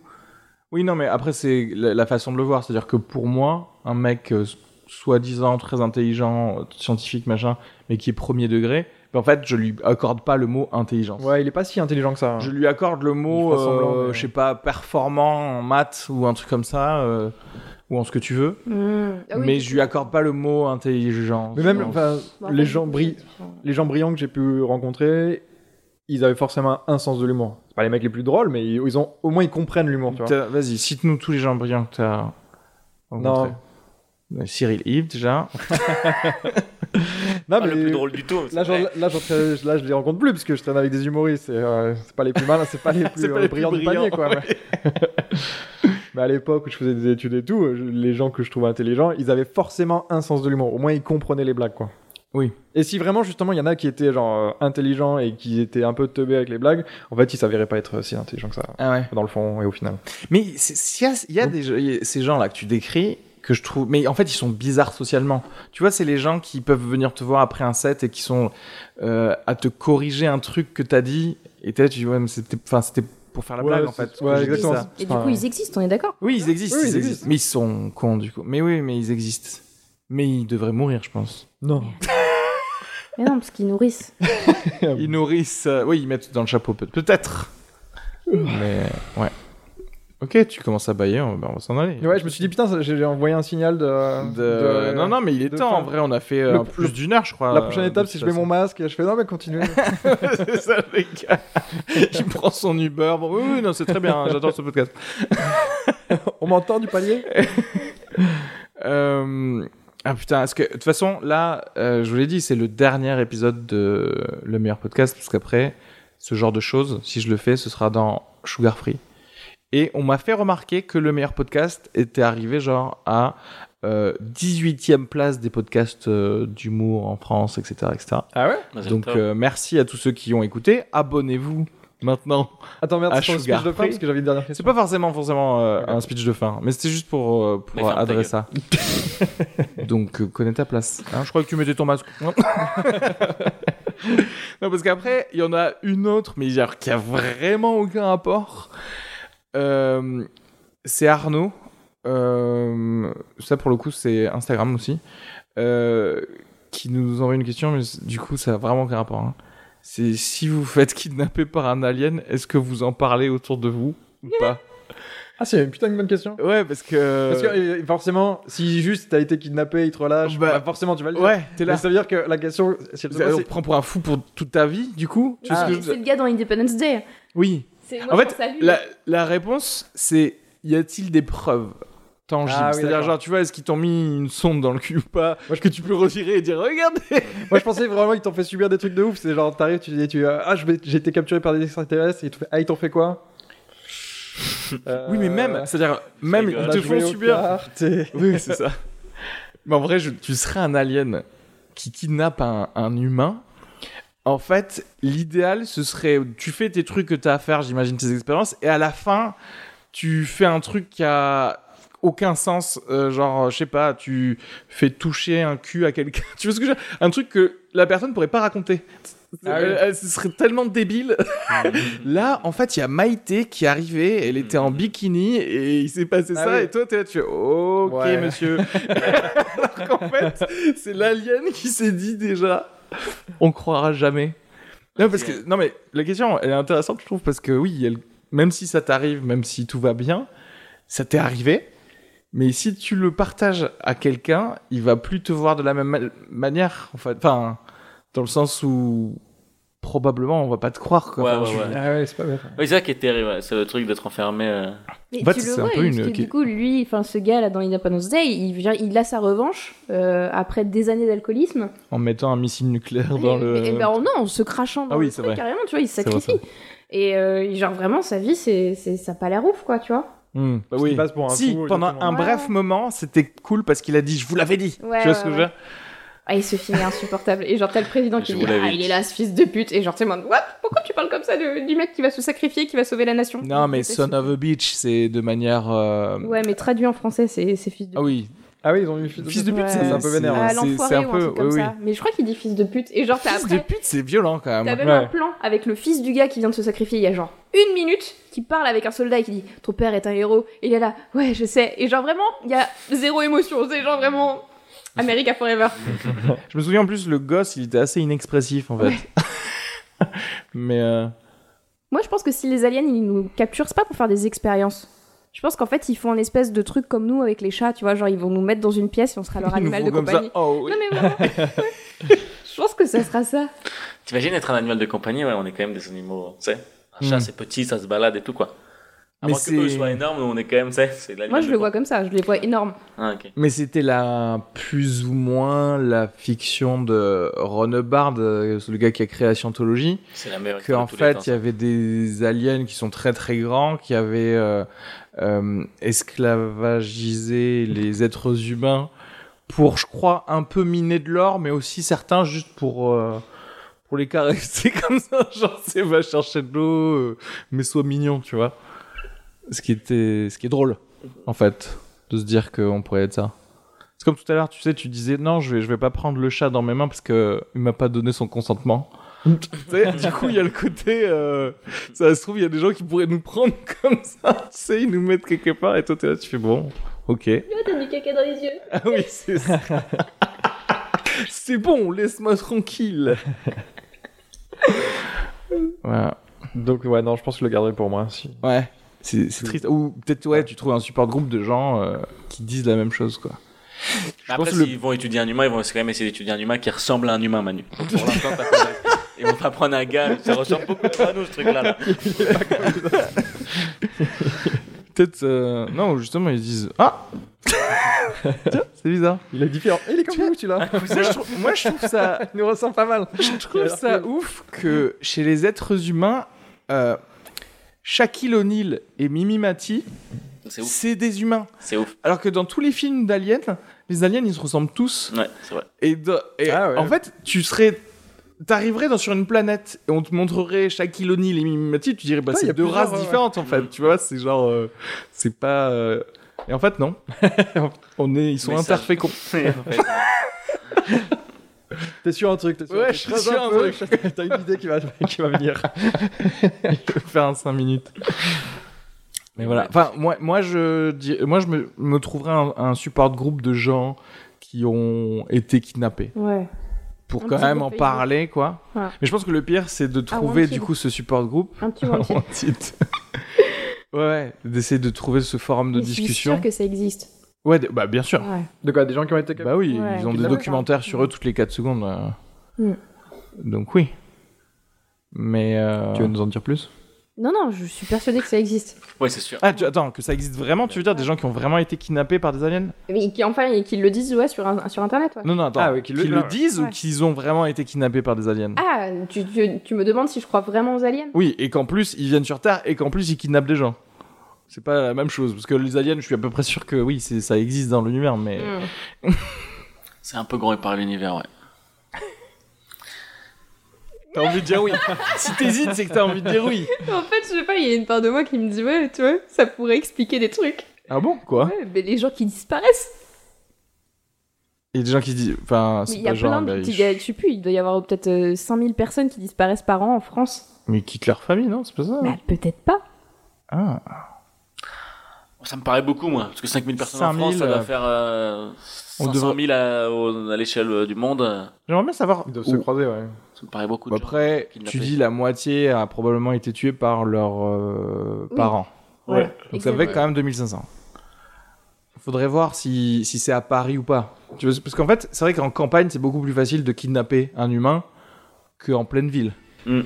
Speaker 2: Oui, non, mais après c'est la, la façon de le voir, c'est-à-dire que pour moi, un mec euh, soi-disant très intelligent, euh, scientifique machin, mais qui est premier degré, ben, en fait, je lui accorde pas le mot intelligence.
Speaker 4: Ouais, il est pas si intelligent que ça. hein.
Speaker 2: Je lui accorde le mot,
Speaker 4: Il fait pas semblant,
Speaker 2: euh,
Speaker 4: mais-
Speaker 2: je sais pas, performant en maths ou un truc comme ça, euh, ou en ce que tu veux,
Speaker 5: Mmh. Ah oui,
Speaker 2: mais
Speaker 5: du
Speaker 2: je
Speaker 5: coup,
Speaker 2: lui accorde pas le mot intelligence.
Speaker 4: Mais même,
Speaker 2: Non.
Speaker 4: enfin,
Speaker 5: bah, en
Speaker 4: les
Speaker 5: fait,
Speaker 4: gens
Speaker 5: c'est-
Speaker 4: brillent.
Speaker 5: enfin,
Speaker 4: les gens brillants que j'ai pu rencontrer, ils avaient forcément un sens de l'humour. C'est pas les mecs les plus drôles, mais ils ils ont au moins ils comprennent l'humour, tu vois.
Speaker 2: T'as- Vas-y, cite-nous tous les gens brillants que t'as rencontrés.
Speaker 4: Non,
Speaker 2: Euh, Cyril Yves, déjà.
Speaker 4: non
Speaker 3: Pas
Speaker 2: Ah,
Speaker 4: mais
Speaker 3: le plus drôle du tout. c'est
Speaker 4: Là,
Speaker 3: vrai.
Speaker 4: j'en- là, j'en traîne- là, je les rencontre plus parce que je traîne avec des humoristes. et, euh, c'est pas les plus malins, c'est pas les plus,
Speaker 2: C'est pas
Speaker 4: euh,
Speaker 2: les plus
Speaker 4: brillants du panier,
Speaker 2: brillants,
Speaker 4: quoi. mais- mais à l'époque où je faisais des études et tout, euh, je- les gens que je trouvais intelligents, ils avaient forcément un sens de l'humour. Au moins, ils comprenaient les blagues, quoi.
Speaker 2: Oui.
Speaker 4: Et si vraiment, justement, il y en a qui étaient genre euh, intelligents et qui étaient un peu teubés avec les blagues, en fait, ils s'avéraient pas être euh, si intelligents que ça,
Speaker 2: Ah ouais.
Speaker 4: dans le fond et au final.
Speaker 2: Mais c'est- s'il y a, il y a
Speaker 4: Oh.
Speaker 2: des, il y a ces gens-là que tu décris, que je trouve. Mais en fait, ils sont bizarres socialement. Tu vois, c'est les gens qui peuvent venir te voir après un set et qui sont euh, à te corriger un truc que t'as dit. Et t'es là, tu dis, ouais, mais c'était enfin, c'était pour faire la
Speaker 4: Ouais,
Speaker 2: blague, en
Speaker 4: c'est-
Speaker 2: fait.
Speaker 4: ouais,
Speaker 2: J'ai dit
Speaker 4: exactement.
Speaker 2: ça.
Speaker 5: Et du coup, ils existent, on est d'accord
Speaker 2: Oui, ils existent,
Speaker 4: Oui,
Speaker 2: ils
Speaker 4: ils
Speaker 2: existent.
Speaker 4: existent.
Speaker 2: Mais ils sont cons, du coup. Mais oui, mais ils existent. Mais ils devraient mourir, je pense.
Speaker 4: Non.
Speaker 5: Mais non, parce qu'ils nourrissent.
Speaker 2: Ils nourrissent. euh, oui, ils mettent dans le chapeau, peut- peut-être. mais euh, ouais. Ok, tu commences à bailler, on, ben, on va s'en aller.
Speaker 4: Ouais, je me suis dit, putain, ça- j'ai j'ai envoyé un signal de.
Speaker 2: De-
Speaker 4: de-
Speaker 2: Non, non, mais il est
Speaker 4: de
Speaker 2: temps
Speaker 4: fin.
Speaker 2: en vrai. On a fait euh,
Speaker 4: Le-
Speaker 2: plus d'une heure, je crois.
Speaker 4: La prochaine
Speaker 2: euh,
Speaker 4: étape,
Speaker 2: de
Speaker 4: si je
Speaker 2: toute
Speaker 4: mets mon masque, je fais non, mais continuez.
Speaker 2: façon. c'est ça, les gars. il prend son Uber. Bon, oui, oui, non, c'est très bien. hein, J'adore ce podcast.
Speaker 4: On m'entend du palier
Speaker 2: Euh, Ah putain, est-ce que de toute façon là, euh, je vous l'ai dit, c'est le dernier épisode de le meilleur podcast parce qu'après, ce genre de choses, si je le fais, ce sera dans Sugar Free. Et on m'a fait remarquer que le meilleur podcast était arrivé genre à euh, 18e place des podcasts euh, d'humour en France, etc., etc.
Speaker 4: Ah ouais
Speaker 3: Bah, c'est
Speaker 2: Donc
Speaker 3: top.
Speaker 2: euh, merci à tous ceux qui ont écouté. Abonnez-vous maintenant.
Speaker 4: Attends, merde,
Speaker 2: Ah,
Speaker 4: c'est sur le
Speaker 2: Sugar
Speaker 4: speech de fin
Speaker 2: Free.
Speaker 4: parce que j'avais une dernière question.
Speaker 2: C'est pas forcément forcément euh,
Speaker 4: Ok.
Speaker 2: un speech de fin, mais c'était juste pour euh, pour
Speaker 3: Mais ferme ta
Speaker 2: adresser ça. Donc euh, connais ta place. hein. je crois que tu mettais ton masque. Non, Non, parce qu'après il y en a une autre, mais genre, qui a vraiment aucun rapport. Euh, c'est Arnaud. Euh, ça pour le coup c'est Instagram aussi. Euh, qui nous envoie une question, mais c- du coup ça a vraiment aucun rapport. hein. c'est si vous faites kidnapper par un alien, est-ce que vous en parlez autour de vous ou pas
Speaker 4: Ah, c'est une putain de bonne question.
Speaker 2: Ouais, parce que.
Speaker 4: Parce que euh, forcément, si juste t'as été kidnappé, ils te relâchent,
Speaker 2: Bah,
Speaker 4: bah, forcément tu vas le dire.
Speaker 2: ouais, t'es
Speaker 4: Mais
Speaker 2: là.
Speaker 4: ça veut dire que la question, si elle te pose,
Speaker 2: Bah, On
Speaker 4: c'est- Ah.
Speaker 2: te prend pour un fou pour toute ta vie, du coup. Tu
Speaker 5: Mais
Speaker 2: sais ce
Speaker 5: Ah, C'est
Speaker 2: que je-
Speaker 5: c'est le gars dans Independence Day.
Speaker 2: Oui.
Speaker 5: C'est- moi,
Speaker 2: En
Speaker 5: je
Speaker 2: fait,
Speaker 5: pense à lui.
Speaker 2: La, la réponse, c'est y a-t-il des preuves tangibles
Speaker 4: Ah oui,
Speaker 2: C'est-à-dire,
Speaker 4: d'accord.
Speaker 2: genre, tu vois, est-ce qu'ils t'ont mis une sonde dans le cul ou pas Moi, que tu peux retirer et dire, regardez
Speaker 4: Moi, je pensais vraiment qu'ils t'ont fait subir des trucs de ouf. C'est genre, t'arrives, tu dis, tu, euh, ah, je vais- j'ai été capturé par des extraterrestres. Ils te font- ah, ils t'ont fait quoi Euh,
Speaker 2: Oui, mais même, c'est-à-dire, même,
Speaker 3: rigole.
Speaker 2: ils
Speaker 4: on a
Speaker 2: te
Speaker 4: joué
Speaker 2: font
Speaker 4: aux
Speaker 2: subir.
Speaker 4: cartes et-
Speaker 2: Oui, oui, c'est ça. mais en vrai, je- tu serais un alien qui kidnappe un, un humain. En fait, l'idéal, ce serait, tu fais tes trucs que t'as à faire, j'imagine tes expériences, et à la fin, tu fais un truc qui a aucun sens, euh, genre, je sais pas, tu fais toucher un cul à quelqu'un, tu vois ce que je veux dire Un truc que la personne pourrait pas raconter.
Speaker 4: Ah
Speaker 2: Euh, euh, Ce serait tellement débile. euh, Là, en fait, il y a Maïté qui est arrivée, elle était en bikini et il s'est passé
Speaker 4: Ah
Speaker 2: ça.
Speaker 4: oui.
Speaker 2: Et toi, t'es là, tu fais Ok,
Speaker 4: Ouais.
Speaker 2: monsieur. Alors qu'en fait, c'est l'alien qui s'est dit déjà On croira jamais. Non, parce que, non, mais la question, elle est intéressante, je trouve, parce que oui, elle- même si ça t'arrive, même si tout va bien, ça t'est arrivé. Mais si tu le partages à quelqu'un, il va plus te voir de la même ma- manière, en fait. Enfin, dans le sens où probablement on va pas te croire. Quoi.
Speaker 3: Ouais,
Speaker 2: Enfin,
Speaker 3: ouais,
Speaker 2: je-
Speaker 3: ouais.
Speaker 4: Ah ouais, c'est pas bête.
Speaker 3: Oui, c'est ça qui est terrible, ouais, c'est le truc d'être enfermé. euh.
Speaker 5: Mais
Speaker 2: En fait,
Speaker 5: tu le
Speaker 2: c'est un
Speaker 5: vois,
Speaker 2: peu
Speaker 5: parce
Speaker 2: une-
Speaker 5: que
Speaker 2: qui-
Speaker 5: du coup, lui, enfin, ce gars là dans Independence Day, il, je veux dire, il a sa revanche euh, après des années d'alcoolisme.
Speaker 2: En mettant un missile nucléaire dans
Speaker 5: Et-
Speaker 2: le.
Speaker 5: et- et ben, non, en se crachant dans
Speaker 2: Ah oui,
Speaker 5: le
Speaker 2: c'est
Speaker 5: truc,
Speaker 2: vrai.
Speaker 5: carrément, tu vois, il se
Speaker 2: C'est vrai,
Speaker 5: sacrifie. Et euh, genre vraiment, sa vie, c'est, c'est, ça a pas l'air ouf, quoi, tu vois.
Speaker 2: Hmm.
Speaker 4: Parce qu'il passe pour un
Speaker 2: si,
Speaker 4: fou,
Speaker 2: pendant
Speaker 4: exactement.
Speaker 2: un
Speaker 5: Ouais,
Speaker 2: bref
Speaker 5: ouais.
Speaker 2: moment, c'était cool parce qu'il a dit Je vous l'avais dit.
Speaker 5: Ouais,
Speaker 2: tu vois ce que
Speaker 5: ouais,
Speaker 2: je veux dire
Speaker 5: Ah, et ce film est insupportable. Et genre, t'as le président qui
Speaker 3: Je
Speaker 5: dit
Speaker 3: vous l'avais
Speaker 5: Ah,
Speaker 3: dit.
Speaker 5: il est là, ce fils de pute. Et genre, t'es en mode What Pourquoi tu parles comme ça de- du mec qui va se sacrifier, qui va sauver la nation
Speaker 2: Non, mais
Speaker 5: C'est-
Speaker 2: Son of a Beach, c'est de manière. euh,
Speaker 5: Ouais, mais traduit en français, c'est, c'est fils de pute.
Speaker 2: Ah oui,
Speaker 4: Ah oui, ils ont eu une fille de
Speaker 2: fils de pute,
Speaker 5: Ouais.
Speaker 2: ça,
Speaker 4: C'est un peu vénère, hein.
Speaker 5: Ah,
Speaker 4: ouais.
Speaker 2: c'est- c'est
Speaker 5: l'enfoiré
Speaker 2: un
Speaker 5: ou un
Speaker 2: peu.
Speaker 5: truc comme
Speaker 2: oui, oui.
Speaker 5: ça. Mais je crois qu'il dit fils de pute. Et genre, t'as
Speaker 2: Fils
Speaker 5: après,
Speaker 2: de pute, ah bah, c'est violent quand
Speaker 5: T'as
Speaker 2: même.
Speaker 5: même
Speaker 4: Ouais.
Speaker 5: un plan avec le fils du gars qui vient de se sacrifier il y a genre une minute, qui parle avec un soldat et qui dit Ton père est un héros. Et il est là, ouais, je sais. Et genre vraiment, il y a zéro émotion. C'est genre vraiment America Forever.
Speaker 2: Je me souviens en plus, le gosse, il était assez inexpressif en fait. mais. euh,
Speaker 5: Moi, je pense que si les aliens ils nous capturent, c'est pas pour faire des expériences. Je pense qu'en fait, ils font un espèce de truc comme nous avec les chats, tu vois. Genre, ils vont nous mettre dans une pièce et on sera leur
Speaker 2: ils nous
Speaker 5: animal
Speaker 2: font
Speaker 5: de
Speaker 2: comme ça.
Speaker 5: compagnie.
Speaker 2: Oh, oui.
Speaker 5: Non, mais vraiment. je pense que ça sera ça.
Speaker 3: T'imagines être un animal de compagnie, ouais, on est quand même des animaux, tu sais. Un
Speaker 2: Hmm.
Speaker 3: chat, c'est petit, ça se balade et tout, quoi. À
Speaker 2: Mais
Speaker 3: moins que eux
Speaker 2: c'est-
Speaker 3: soient énormes, nous, on est quand même, tu sais, c'est l'animal
Speaker 5: Moi, je
Speaker 3: de
Speaker 5: le vois comme ça. Je les vois énormes.
Speaker 3: compagnie. Ah, ok.
Speaker 2: Mais c'était la plus ou moins la fiction de Ron Hubbard, euh, le gars qui a créé la scientologie,
Speaker 3: C'est la meilleure
Speaker 2: que
Speaker 3: histoire
Speaker 2: en
Speaker 3: de tous les temps,
Speaker 2: fait il y avait des aliens qui sont très très grands, qui avaient euh, euh, esclavagisé les êtres humains pour, je crois, un peu miner de l'or, mais aussi certains juste pour euh, pour les caresser comme ça, genre c'est va chercher de l'eau, euh, mais sois mignon, tu vois. Ce qui était, ce qui est drôle, en fait, de se dire qu'on pourrait être ça. C'est comme tout à l'heure, tu sais, tu disais non, je vais, je vais pas prendre le chat dans mes mains parce que il m'a pas donné son consentement. Tu sais, du coup, il y a le côté, euh, ça se trouve, il y a des gens qui pourraient nous prendre comme ça, tu sais, ils nous mettent quelque part et toi t'es là, tu fais bon, ok.
Speaker 5: T'as du caca dans les yeux.
Speaker 2: Ah oui, c'est ça. c'est bon, laisse-moi tranquille. voilà.
Speaker 4: Donc, ouais, non, je pense que je le garderai pour moi. Si.
Speaker 2: Ouais. C'est c'est triste. Ou peut-être, ouais, tu trouves un support de groupe de gens euh, qui disent la même chose, quoi.
Speaker 3: Mais Après,
Speaker 2: pense que le-
Speaker 3: s'ils vont étudier un humain, ils vont quand même essayer d'étudier un humain qui ressemble à un humain, Manu. Pour l'instant, t'as pas de- Ils vont pas prendre un gars, ça ressemble beaucoup trop à nous, ce truc-là. là.
Speaker 2: Peut-être. euh, Non, justement, ils disent Ah Tiens, c'est bizarre.
Speaker 4: Il est différent. Et il est comme nous, celui-là.
Speaker 2: Ça, je trouve- moi, je trouve ça,
Speaker 4: Il nous ressemble pas mal.
Speaker 2: je trouve ça ouf que chez les êtres humains, euh, Shaquille O'Neal et Mimi Mati,
Speaker 3: C'est ouf,
Speaker 2: c'est des humains.
Speaker 3: c'est ouf.
Speaker 2: Alors que dans tous les films d'aliens, les aliens ils se ressemblent tous.
Speaker 3: Ouais, c'est vrai.
Speaker 2: Et, de- et
Speaker 4: Ah ouais.
Speaker 2: en fait, tu serais. T'arriverais dans, sur une planète et on te montrerait Shaquille O'Neal et Mimimati, tu dirais bah
Speaker 4: Ouais, y
Speaker 2: c'est
Speaker 4: a
Speaker 2: deux
Speaker 4: plusieurs, euh,
Speaker 2: races
Speaker 4: ouais, ouais.
Speaker 2: différentes en fait, tu vois, c'est genre. euh, c'est pas. euh, Et en fait, non. on est, ils sont
Speaker 3: Mais ça-
Speaker 2: interféconds.
Speaker 4: T'es sûr un truc, t'es sûr.
Speaker 2: Ouais,
Speaker 4: T'es
Speaker 2: je suis
Speaker 4: très
Speaker 2: sûr un
Speaker 4: peu- T'as une idée qui va, qui va venir.
Speaker 2: Je peux faire un 5 minutes. Mais voilà. Enfin, moi, moi, je, dis- moi, je me, me trouverais un, un support de groupe de gens qui ont été kidnappés.
Speaker 5: Ouais.
Speaker 2: pour
Speaker 5: Un
Speaker 2: quand
Speaker 5: petit
Speaker 2: même en
Speaker 5: groupe Facebook.
Speaker 2: parler, quoi.
Speaker 5: Voilà.
Speaker 2: Mais je pense que le pire, c'est de
Speaker 5: Ah,
Speaker 2: trouver,
Speaker 5: Wanted.
Speaker 2: du coup, ce support groupe.
Speaker 5: Un petit one shot.
Speaker 2: Wanted. ouais, ouais, d'essayer de trouver ce forum de
Speaker 5: Mais Je
Speaker 2: discussion.
Speaker 5: suis sûre que ça existe.
Speaker 2: Ouais, de- bah bien sûr.
Speaker 5: Ouais.
Speaker 4: De quoi Des gens qui ont été capables
Speaker 2: Bah oui,
Speaker 5: Ouais,
Speaker 2: ils ont
Speaker 5: qui
Speaker 2: des
Speaker 5: savent
Speaker 2: documentaires
Speaker 5: pas.
Speaker 2: sur eux toutes les 4 secondes. euh.
Speaker 5: Mm.
Speaker 2: Donc oui. Mais... euh,
Speaker 4: Tu veux nous en dire plus
Speaker 5: Non, non, je suis persuadée que ça existe.
Speaker 3: Ouais, c'est sûr.
Speaker 2: Ah, tu- attends, que ça existe vraiment, tu veux dire Des gens qui ont vraiment été kidnappés par des aliens
Speaker 5: Mais qui, enfin, et qu'ils le disent ouais, sur, un- sur Internet. Ouais.
Speaker 2: Non, non, attends.
Speaker 4: Ah oui, qu'ils le-
Speaker 2: qu'ils le
Speaker 4: ouais.
Speaker 2: disent ou
Speaker 5: Ouais.
Speaker 2: qu'ils ont vraiment été kidnappés par des aliens
Speaker 5: Ah, tu, tu, tu me demandes si je crois vraiment aux aliens
Speaker 2: Oui, et qu'en plus, ils viennent sur Terre et qu'en plus, ils kidnappent des gens. C'est pas la même chose, parce que les aliens, je suis à peu près sûr que oui, c'est- ça existe dans l'univers, mais...
Speaker 5: Hmm.
Speaker 3: C'est un peu grand et par l'univers, ouais.
Speaker 2: T'as envie de dire oui. si t'hésites, c'est que t'as envie de dire oui.
Speaker 5: En fait, je sais pas, il y a une part de moi qui me dit ouais, tu vois, ça pourrait expliquer des trucs.
Speaker 2: Ah bon Quoi
Speaker 5: Ouais, mais les gens qui disparaissent.
Speaker 2: Il y a des gens qui se disent... Enfin,
Speaker 5: Mais
Speaker 2: c'est
Speaker 5: il y a
Speaker 2: pas genre...
Speaker 5: plein de
Speaker 2: bah,
Speaker 5: petits
Speaker 2: je-
Speaker 5: gars, je sais plus, il doit y avoir peut-être euh, 5000 personnes qui disparaissent par an en France.
Speaker 2: Mais ils quittent leur famille, non C'est pas ça
Speaker 5: Bah, peut-être pas.
Speaker 2: Ah.
Speaker 3: Ça me paraît beaucoup, moi, parce que 5000 personnes
Speaker 2: 5000,
Speaker 3: en France, ça doit
Speaker 2: euh,
Speaker 3: faire euh,
Speaker 2: on
Speaker 3: 500
Speaker 2: devrait-
Speaker 3: 000 à, au- à l'échelle euh, du monde. euh,
Speaker 2: J'aimerais bien savoir...
Speaker 4: Ils doivent
Speaker 2: où-
Speaker 4: se croiser, ouais.
Speaker 3: Ça me paraît beaucoup.
Speaker 2: Bah
Speaker 3: de gens.
Speaker 2: après,
Speaker 3: Kidnappé.
Speaker 2: tu dis la moitié a probablement été tuée par leurs euh,
Speaker 5: Oui.
Speaker 2: parents.
Speaker 3: Ouais.
Speaker 2: Donc ça fait quand même 2500. Faudrait voir si, si c'est à Paris ou pas. Tu vois, parce qu'en fait, c'est vrai qu'en campagne, c'est beaucoup plus facile de kidnapper un humain qu'en pleine ville.
Speaker 3: Mm.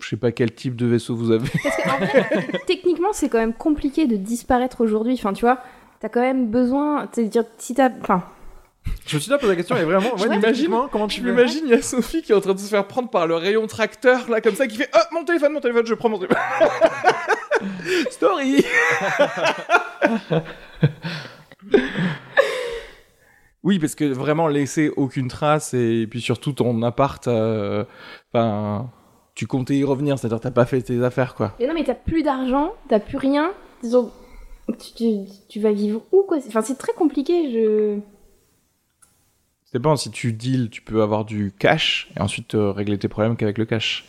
Speaker 2: Je sais pas quel type de vaisseau vous avez.
Speaker 5: Parce que, en vrai, techniquement, c'est quand même compliqué de disparaître aujourd'hui. Enfin, tu vois, t'as quand même besoin. Tu sais, dire, si t'as. Enfin,
Speaker 4: Je me suis déjà posé la question, et vraiment, ouais,
Speaker 2: m'imagine-
Speaker 4: techniquement, comment tu
Speaker 2: Je
Speaker 4: fais
Speaker 2: m'imagine, il y a Sophie qui est en train de se faire prendre par le rayon tracteur, là, comme ça, qui fait Oh, mon téléphone, mon téléphone, je prends mon téléphone. Story Oui, parce que vraiment laisser aucune trace et puis surtout ton appart, euh, enfin, tu comptais y revenir, c'est-à-dire t'as pas fait tes affaires quoi.
Speaker 5: mais non, mais t'as plus d'argent, t'as plus rien. Disons, tu, tu- tu vas vivre où, quoi Enfin, c'est très compliqué. Je.
Speaker 2: C'est bon, si tu deals, tu peux avoir du cash et ensuite euh, régler tes problèmes qu'avec le cash.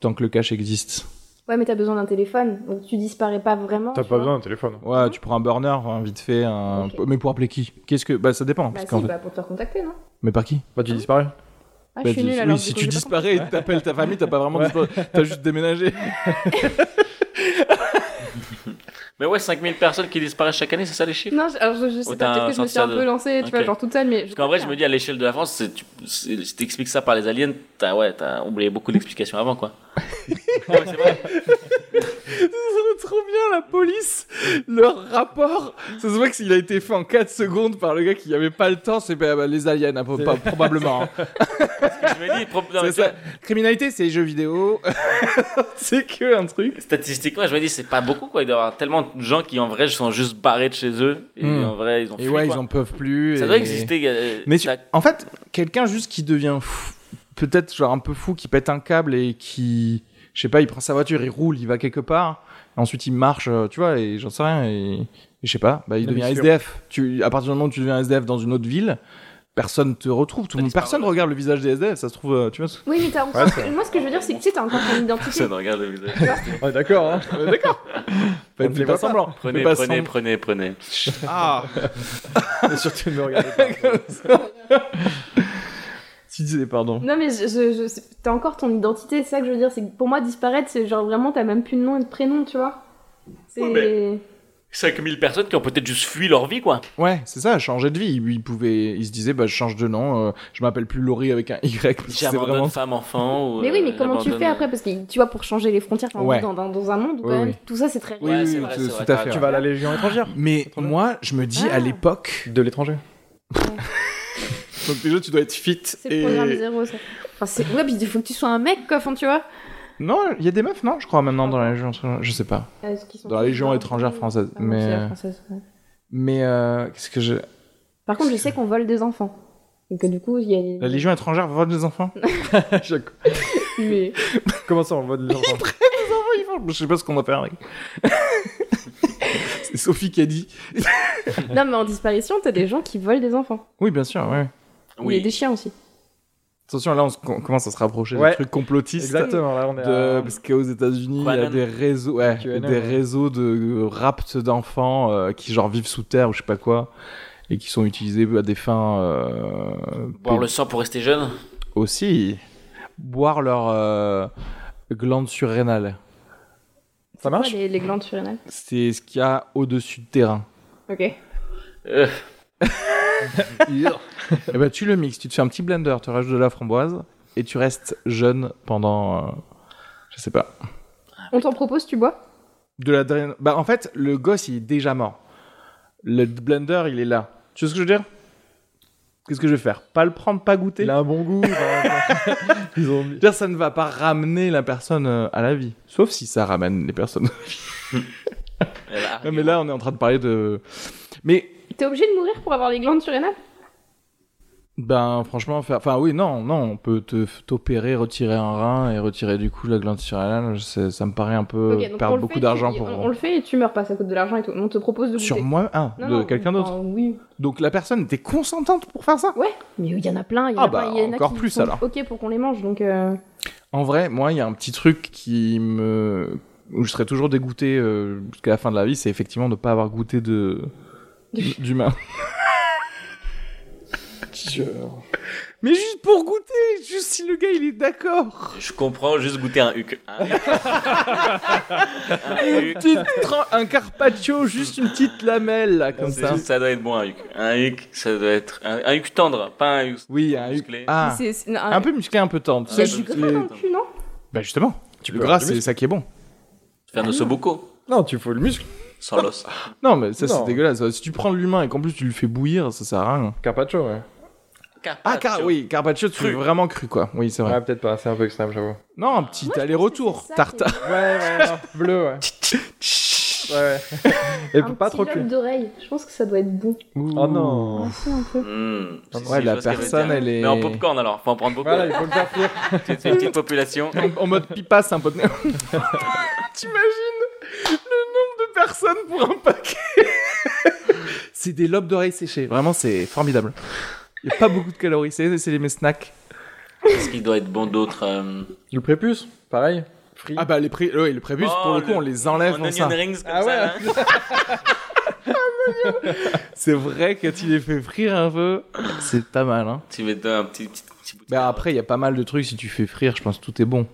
Speaker 2: Tant que le cash existe.
Speaker 5: Ouais, mais t'as besoin d'un téléphone, donc tu disparais pas vraiment.
Speaker 4: T'as
Speaker 5: tu
Speaker 4: pas
Speaker 5: vois.
Speaker 4: besoin d'un téléphone.
Speaker 2: Ouais, tu prends un burner, hein, vite fait, un-
Speaker 5: Ok.
Speaker 2: mais pour appeler qui Qu'est-ce que Bah ça dépend.
Speaker 5: Bah,
Speaker 2: parce
Speaker 5: si,
Speaker 2: qu'en fait-
Speaker 5: bah, pour te recontacter, non
Speaker 2: Mais par qui
Speaker 4: Bah, tu disparais.
Speaker 2: Bah,
Speaker 5: Ah, je suis
Speaker 2: tu-
Speaker 5: nulle
Speaker 2: Oui,
Speaker 5: alors.
Speaker 2: si
Speaker 5: du coup,
Speaker 2: tu
Speaker 5: j'ai pas
Speaker 2: disparais et que t'appelles ta famille, t'as pas vraiment disparu. T'as juste déménagé.
Speaker 3: Mais ouais, 5000 personnes qui disparaissent chaque année, c'est ça les
Speaker 5: compris.
Speaker 3: chiffres
Speaker 5: Non, je- alors, je, je sais
Speaker 3: Ou
Speaker 5: pas,
Speaker 3: t'as
Speaker 5: peut-être
Speaker 3: un
Speaker 5: que je me suis
Speaker 3: sortir
Speaker 5: un peu
Speaker 3: de-
Speaker 5: lancée, tu
Speaker 3: Ok.
Speaker 5: vois, genre toute seule, mais.
Speaker 3: Parce qu'en vrai, je me dis, à l'échelle de la France, c'est- tu- c'est- si t'expliques ça par les aliens, t'as ouais, t'as oublié beaucoup d'explications avant, quoi. Ouais, c'est vrai.
Speaker 2: trop bien la police, leur rapport. Ça se voit que s'il a été fait en 4 secondes par le gars qui avait pas le temps, c'est bah, bah, les aliens, hein, pro- pas- probablement. hein.
Speaker 3: Je me dis, pro- non, mais
Speaker 2: C'est
Speaker 3: tu vois,
Speaker 2: ça. Criminalité, c'est les jeux vidéo. c'est que un truc.
Speaker 3: statistiquement, je me dis, c'est pas beaucoup, quoi. Il doit y avoir tellement de gens qui, en vrai, sont juste barrés de chez eux. Et
Speaker 2: Hmm.
Speaker 3: en vrai, ils ont
Speaker 2: Et
Speaker 3: fui,
Speaker 2: ouais,
Speaker 3: quoi.
Speaker 2: ils en peuvent plus.
Speaker 3: Ça doit
Speaker 2: et-
Speaker 3: exister. euh,
Speaker 2: Mais tu-
Speaker 3: t'as-
Speaker 2: en fait, quelqu'un juste qui devient fou- peut-être genre un peu fou, qui pète un câble et qui, je sais pas, il prend sa voiture, il roule, il va quelque part, ensuite il marche, euh, tu vois, et j'en sais rien, et, et je sais pas, bah il
Speaker 4: Non, mais
Speaker 2: devient
Speaker 4: c'est sûr.
Speaker 2: SDF. Tu, à partir du moment où tu deviens SDF dans une autre ville, personne te retrouve, tout
Speaker 4: Bah,
Speaker 2: le
Speaker 3: Ça
Speaker 2: monde,
Speaker 3: disparaît.
Speaker 2: personne regarde le visage des SDF, ça se trouve, euh, tu vois.
Speaker 5: Oui, mais t'as
Speaker 4: Ouais, c'est-
Speaker 5: Moi, ce que je veux dire, c'est que tu sais, t'as encore ton identité.
Speaker 3: Personne ne regarde le visage.
Speaker 4: Ouais, d'accord, hein.
Speaker 2: D'accord.
Speaker 4: On ne les
Speaker 2: Fais pas
Speaker 4: voit pas.
Speaker 2: semblant.
Speaker 3: Prenez,
Speaker 2: Fais pas
Speaker 3: prenez,
Speaker 2: semblant.
Speaker 3: prenez, prenez.
Speaker 2: Ah.
Speaker 4: Et surtout, ne me regardez pas.
Speaker 2: Si tu disais pardon.
Speaker 5: Non, mais je, je, je- c'est- t'as encore ton identité, c'est ça que je veux dire. C'est que pour moi, disparaître, c'est genre vraiment, t'as même plus de nom et de prénom, tu vois. C'est.
Speaker 3: Ouais, 5000 personnes qui ont peut-être juste fui leur vie, quoi.
Speaker 2: Ouais, c'est ça, changer de vie. Il, il pouvait, il se disait, bah je change de nom, euh, je m'appelle plus Laurie avec un Y. parce que C'est
Speaker 3: J'abandonne
Speaker 2: vraiment
Speaker 3: femme, enfant. Ou,
Speaker 5: Mais oui,
Speaker 3: euh,
Speaker 5: mais comment tu
Speaker 3: j'abandonne-
Speaker 5: fais après Parce que tu vois, pour changer les frontières, enfin, on
Speaker 2: Ouais.
Speaker 5: vit dans, dans, dans un monde où quand
Speaker 2: Oui,
Speaker 5: même
Speaker 2: oui.
Speaker 5: tout ça, c'est très.
Speaker 2: Oui,
Speaker 3: Ouais,
Speaker 2: oui,
Speaker 3: c'est
Speaker 2: oui,
Speaker 3: vrai,
Speaker 2: tout-
Speaker 3: c'est
Speaker 2: tout
Speaker 3: vrai,
Speaker 2: à
Speaker 3: t'as
Speaker 2: fait.
Speaker 4: Tu vas à la Légion étrangère
Speaker 2: Mais moi, je me dis
Speaker 5: Ah.
Speaker 2: à l'époque.
Speaker 4: De l'étranger.
Speaker 2: Donc déjà, tu dois être fit.
Speaker 5: C'est le programme zéro, ça. Enfin, c'est... Ouais, puis il faut que tu sois un mec, quoi, enfin, tu vois.
Speaker 2: Non, il y a des meufs, non Je crois maintenant dans la Légion étrangère. Je sais pas.
Speaker 5: Euh, ce qui sont
Speaker 2: Dans la
Speaker 5: tous
Speaker 2: Légion
Speaker 5: blancs.
Speaker 2: étrangère française.
Speaker 5: Ah, non, c'est la
Speaker 2: Mais, euh,
Speaker 5: française, ouais.
Speaker 2: mais euh, qu'est-ce que je.
Speaker 5: Par contre, je sais qu'on vole des enfants. Donc, du coup, il y a.
Speaker 2: La Légion étrangère vole des enfants
Speaker 4: Chaque-
Speaker 5: Mais-
Speaker 4: Comment ça, on voit de l'étranger
Speaker 2: Ils volent. Je sais pas ce qu'on va faire avec. C'est Sophie qui a dit.
Speaker 5: Non, mais en disparition, t'as des gens qui volent des enfants.
Speaker 2: Oui, bien sûr, ouais.
Speaker 5: Oui. Et
Speaker 3: Oui.
Speaker 5: des chiens aussi.
Speaker 2: Attention, là, on, se- on commence à se rapprocher
Speaker 4: Ouais.
Speaker 2: des trucs complotistes.
Speaker 4: Exactement, là, on est
Speaker 2: De...
Speaker 3: Euh,
Speaker 4: à...
Speaker 2: Parce qu'aux États-Unis, il y a
Speaker 3: QAnon.
Speaker 2: des réseaux, ouais,
Speaker 4: QAnon,
Speaker 2: des
Speaker 4: ouais.
Speaker 2: réseaux de raptes d'enfants euh, qui genre vivent sous terre ou je sais pas quoi. et qui sont utilisés à des fins euh,
Speaker 3: Boire le sang pour rester jeune
Speaker 2: aussi boire leur euh, glande surrénale.
Speaker 4: Ça
Speaker 2: Ah,
Speaker 4: marche
Speaker 5: les, les glandes surrénales.
Speaker 2: C'est ce qu'il y a au-dessus de terrain.
Speaker 5: Ok.
Speaker 3: Euh,
Speaker 2: et ben tu le mixes, tu te fais un petit blender, tu rajoutes de la framboise et tu restes jeune pendant euh, je sais pas.
Speaker 5: On t'en propose, tu bois
Speaker 2: De la drain- bah en fait, le gosse il est déjà mort. Le blender, il est là. Tu sais ce que je veux dire Qu'est-ce que je vais faire Pas le prendre, pas goûter.
Speaker 4: Il a un bon goût. enfin, ils ont mis-
Speaker 2: Je veux dire, ça ne va pas ramener la personne euh, à la vie. Sauf si ça ramène les personnes.
Speaker 3: elle a-
Speaker 2: Non, mais là, on est en train de parler de. Mais,
Speaker 5: T'es obligé de mourir pour avoir les glandes surrénales
Speaker 2: ben, franchement, faire. Enfin, oui, non, non, on peut te- t'opérer, retirer un rein et retirer du coup la glande surrénale. c'est- Ça me paraît un peu
Speaker 5: Ok, donc on
Speaker 2: Euh, perdre
Speaker 5: le
Speaker 2: beaucoup
Speaker 5: fait,
Speaker 2: d'argent
Speaker 5: tu-
Speaker 2: pour.
Speaker 5: On, on le fait et tu meurs pas, ça coûte de l'argent et tout. On te propose de goûter.
Speaker 2: Sur moi, un,
Speaker 5: Non,
Speaker 2: de
Speaker 5: non,
Speaker 2: quelqu'un d'autre.
Speaker 5: enfin, Oui,
Speaker 2: Donc la personne était consentante pour faire ça.
Speaker 5: mais il y en a plein. Il y en
Speaker 2: Ah
Speaker 5: a plein,
Speaker 2: bah,
Speaker 5: il y en a
Speaker 2: encore
Speaker 5: qui
Speaker 2: plus,
Speaker 5: sont
Speaker 2: alors.
Speaker 5: Ok pour qu'on les mange, donc. euh,
Speaker 2: En vrai, moi, il y a un petit truc qui me. où je serais toujours dégoûté euh, jusqu'à la fin de la vie, c'est effectivement de ne pas avoir goûté de. d'humain. Mais juste pour goûter, juste si le gars il est d'accord.
Speaker 3: Je comprends, juste goûter un huc. Un huc. Un huc.
Speaker 2: un carpaccio, juste une petite lamelle là, comme
Speaker 3: Ah, C'est
Speaker 2: ça.
Speaker 3: juste, ça doit être bon un huc. Un huc, ça doit être un, un huc tendre, pas un huc.
Speaker 2: Oui, un
Speaker 3: Musclé.
Speaker 2: Ah,
Speaker 5: c'est- c'est- non,
Speaker 2: un peu musclé, un peu tendre.
Speaker 5: Il y a
Speaker 3: Ça,
Speaker 5: du
Speaker 3: je-
Speaker 5: gras dans le cul, non
Speaker 2: Bah justement,
Speaker 4: Tu
Speaker 2: le
Speaker 4: peux
Speaker 2: gras
Speaker 4: avoir du
Speaker 2: c'est ça qui est bon.
Speaker 3: Faire
Speaker 2: Ah.
Speaker 3: de sobuco
Speaker 4: muscle. Non, tu faut le muscle.
Speaker 3: sans l'os.
Speaker 2: Non mais ça c'est
Speaker 4: Non.
Speaker 2: dégueulasse. Si tu prends de l'humain et qu'en plus tu le fais bouillir, ça sert à rien.
Speaker 4: Carpaccio, ouais.
Speaker 2: Ah car oui, carpaccio tu
Speaker 3: Cru.
Speaker 2: fais vraiment cru quoi. Oui c'est vrai.
Speaker 4: Ouais, peut-être pas. C'est un peu extrême, j'avoue.
Speaker 2: Non un petit
Speaker 5: Moi, je pense
Speaker 2: aller-retour.
Speaker 5: que c'est ça qui est-
Speaker 2: Tartare.
Speaker 4: Ouais, ouais, non, bleu, ouais. Ouais, ouais. Et
Speaker 5: Un
Speaker 4: pas
Speaker 5: petit
Speaker 4: trop
Speaker 5: lobe
Speaker 4: cul.
Speaker 5: d'oreille. Je pense que ça doit être bon.
Speaker 4: Oh non.
Speaker 5: Merci un peu.
Speaker 3: Mmh. Si,
Speaker 2: Ouais,
Speaker 3: si,
Speaker 2: la
Speaker 3: je vois ce qu'elle veut
Speaker 2: personne,
Speaker 3: dire.
Speaker 2: elle est-
Speaker 3: Mais en popcorn alors, faut en prendre beaucoup.
Speaker 4: Voilà, il faut le faire cuire.
Speaker 3: C'est une petite population.
Speaker 2: En, en mode pipasse un peu. T'imagines le nombre de personnes pour un paquet C'est des lobes d'oreilles séchées. Vraiment, c'est formidable. Il n'y a pas beaucoup de calories. C'est c'est les mes snacks.
Speaker 3: Qu'est-ce qui doit être bon d'autre euh,
Speaker 4: Le prépuce, pareil. Frit.
Speaker 2: Ah bah, les, pré... ouais, les prépuces,
Speaker 3: oh,
Speaker 2: pour le coup, on les enlève
Speaker 3: en
Speaker 2: dans
Speaker 3: onion
Speaker 2: ça.
Speaker 3: rings comme
Speaker 4: Ah ouais.
Speaker 3: ça. là.
Speaker 2: C'est vrai que quand il les fait frire un peu, c'est pas mal. Hein.
Speaker 3: Tu mets un petit, petit, petit bout de
Speaker 2: Bah, après, il y a pas mal de trucs. Si tu fais frire, je pense que tout est bon.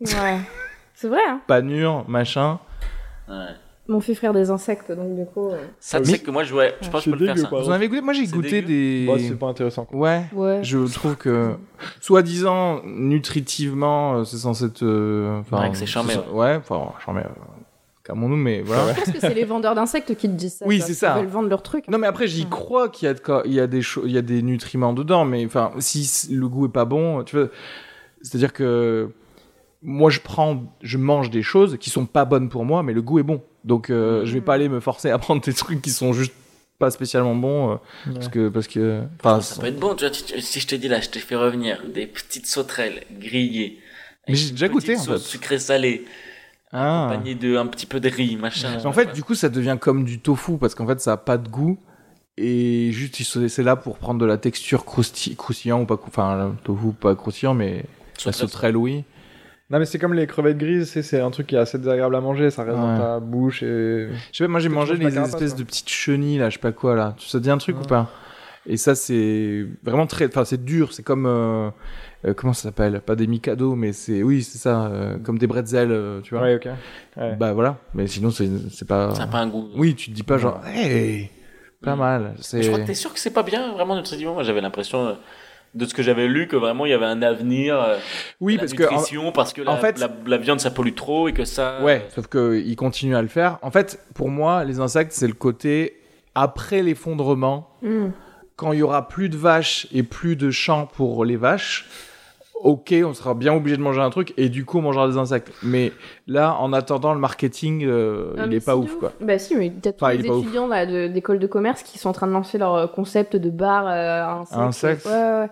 Speaker 5: Ouais. C'est vrai, hein
Speaker 2: Panure, machin.
Speaker 3: Ouais.
Speaker 5: Mon fait frire des insectes, donc du coup. euh,
Speaker 3: Ça, tu
Speaker 2: Oui.
Speaker 3: sais que moi, je, ouais, je pense que je peux le faire ça.
Speaker 2: Vous en avez goûté Moi, j'ai
Speaker 3: C'est
Speaker 2: goûté
Speaker 3: dégueu.
Speaker 2: des...
Speaker 4: Bah, c'est pas intéressant. quoi.
Speaker 2: Ouais.
Speaker 5: Ouais.
Speaker 2: Je trouve que, soi-disant, nutritivement, euh, c'est censé te. enfin,
Speaker 3: Ouais, que c'est charmé,
Speaker 2: censé- Ouais, enfin, charmé. euh, Calmons-nous, mais voilà.
Speaker 5: Je pense que c'est les vendeurs d'insectes qui te disent ça.
Speaker 2: Oui,
Speaker 5: quoi,
Speaker 2: c'est
Speaker 5: parce qu'ils
Speaker 2: ça. hein.
Speaker 5: veulent vendre leur truc.
Speaker 2: Non, mais après, j'y crois qu'il y, a de quoi- il y, a des cho- il y a des nutriments dedans, mais enfin, si c- le goût est pas bon, tu vois. C'est-à-dire que. Moi, je prends, je mange des choses qui sont pas bonnes pour moi, mais le goût est bon. Donc, euh, je vais pas aller me forcer à prendre des trucs qui sont juste pas spécialement bons, euh, parce que, parce que, enfin,
Speaker 3: Ça peut être bon, tu vois, tu- tu- si je te dis là, je te fais revenir des petites sauterelles grillées.
Speaker 2: Mais j'ai déjà goûté, en fait.
Speaker 3: sucré salé,
Speaker 2: ah.
Speaker 3: panier de un petit peu de riz, machin.
Speaker 2: En fait, du coup, ça devient comme du tofu parce qu'en fait, ça a pas de goût et juste ils sont- c'est là pour prendre de la texture crousti- croustillant ou pas, crou- enfin le tofu pas croustillant mais la sauterelle oui.
Speaker 4: Non, mais c'est comme les crevettes grises, c'est- c'est un truc qui est assez désagréable à manger, ça reste dans
Speaker 2: Ouais.
Speaker 4: ta bouche et.
Speaker 2: Je sais pas, moi j'ai
Speaker 4: Peut-être
Speaker 2: mangé
Speaker 4: mange la
Speaker 2: les
Speaker 4: carapace,
Speaker 2: espèces
Speaker 4: hein. Mmh.
Speaker 2: de petites chenilles là, je sais pas quoi là. Tu te dis un truc ou
Speaker 4: Ouais.
Speaker 2: pas Et ça c'est vraiment très, enfin c'est dur, c'est comme euh, euh, comment ça s'appelle Pas des mikado mais c'est oui c'est ça, euh, comme des bretzels, euh, tu vois.
Speaker 4: Ouais, ok. Ouais.
Speaker 2: Bah voilà, mais sinon c'est c'est pas.
Speaker 3: Ça n'a pas un goût.
Speaker 2: Oui, tu te dis pas genre, hey, pas
Speaker 3: Mm.
Speaker 2: mal.
Speaker 3: Mais je
Speaker 2: C'est
Speaker 3: crois que t'es sûr que c'est pas bien, vraiment, nutritivement. Moi, j'avais l'impression euh, de ce que j'avais lu que vraiment il y avait un avenir. euh,
Speaker 2: oui
Speaker 3: la
Speaker 2: parce que en-
Speaker 3: nutrition, parce que la,
Speaker 2: en fait-
Speaker 3: la, la viande ça pollue trop et que
Speaker 5: Euh,
Speaker 3: ça.
Speaker 2: Ouais, sauf qu'ils continuent à le faire. En fait, pour moi, les insectes, c'est le côté après l'effondrement,
Speaker 5: Mm.
Speaker 2: quand il y aura plus de vaches et plus de champs pour les vaches. Ok, on sera bien obligé de manger un truc et du coup on mangera des insectes. Mais là, en attendant, le marketing, euh,
Speaker 5: Non,
Speaker 2: il
Speaker 5: mais
Speaker 2: est pas
Speaker 5: c'est
Speaker 2: ouf,
Speaker 5: de
Speaker 2: quoi.
Speaker 5: Bah si, mais t'as tous
Speaker 2: Enfin, il
Speaker 5: les
Speaker 2: est pas ouf.
Speaker 5: étudiants là, de- d'école de commerce qui sont en train de lancer leur euh, concept de bar euh, à insectes.
Speaker 2: Insectes.
Speaker 5: Ouais, ouais.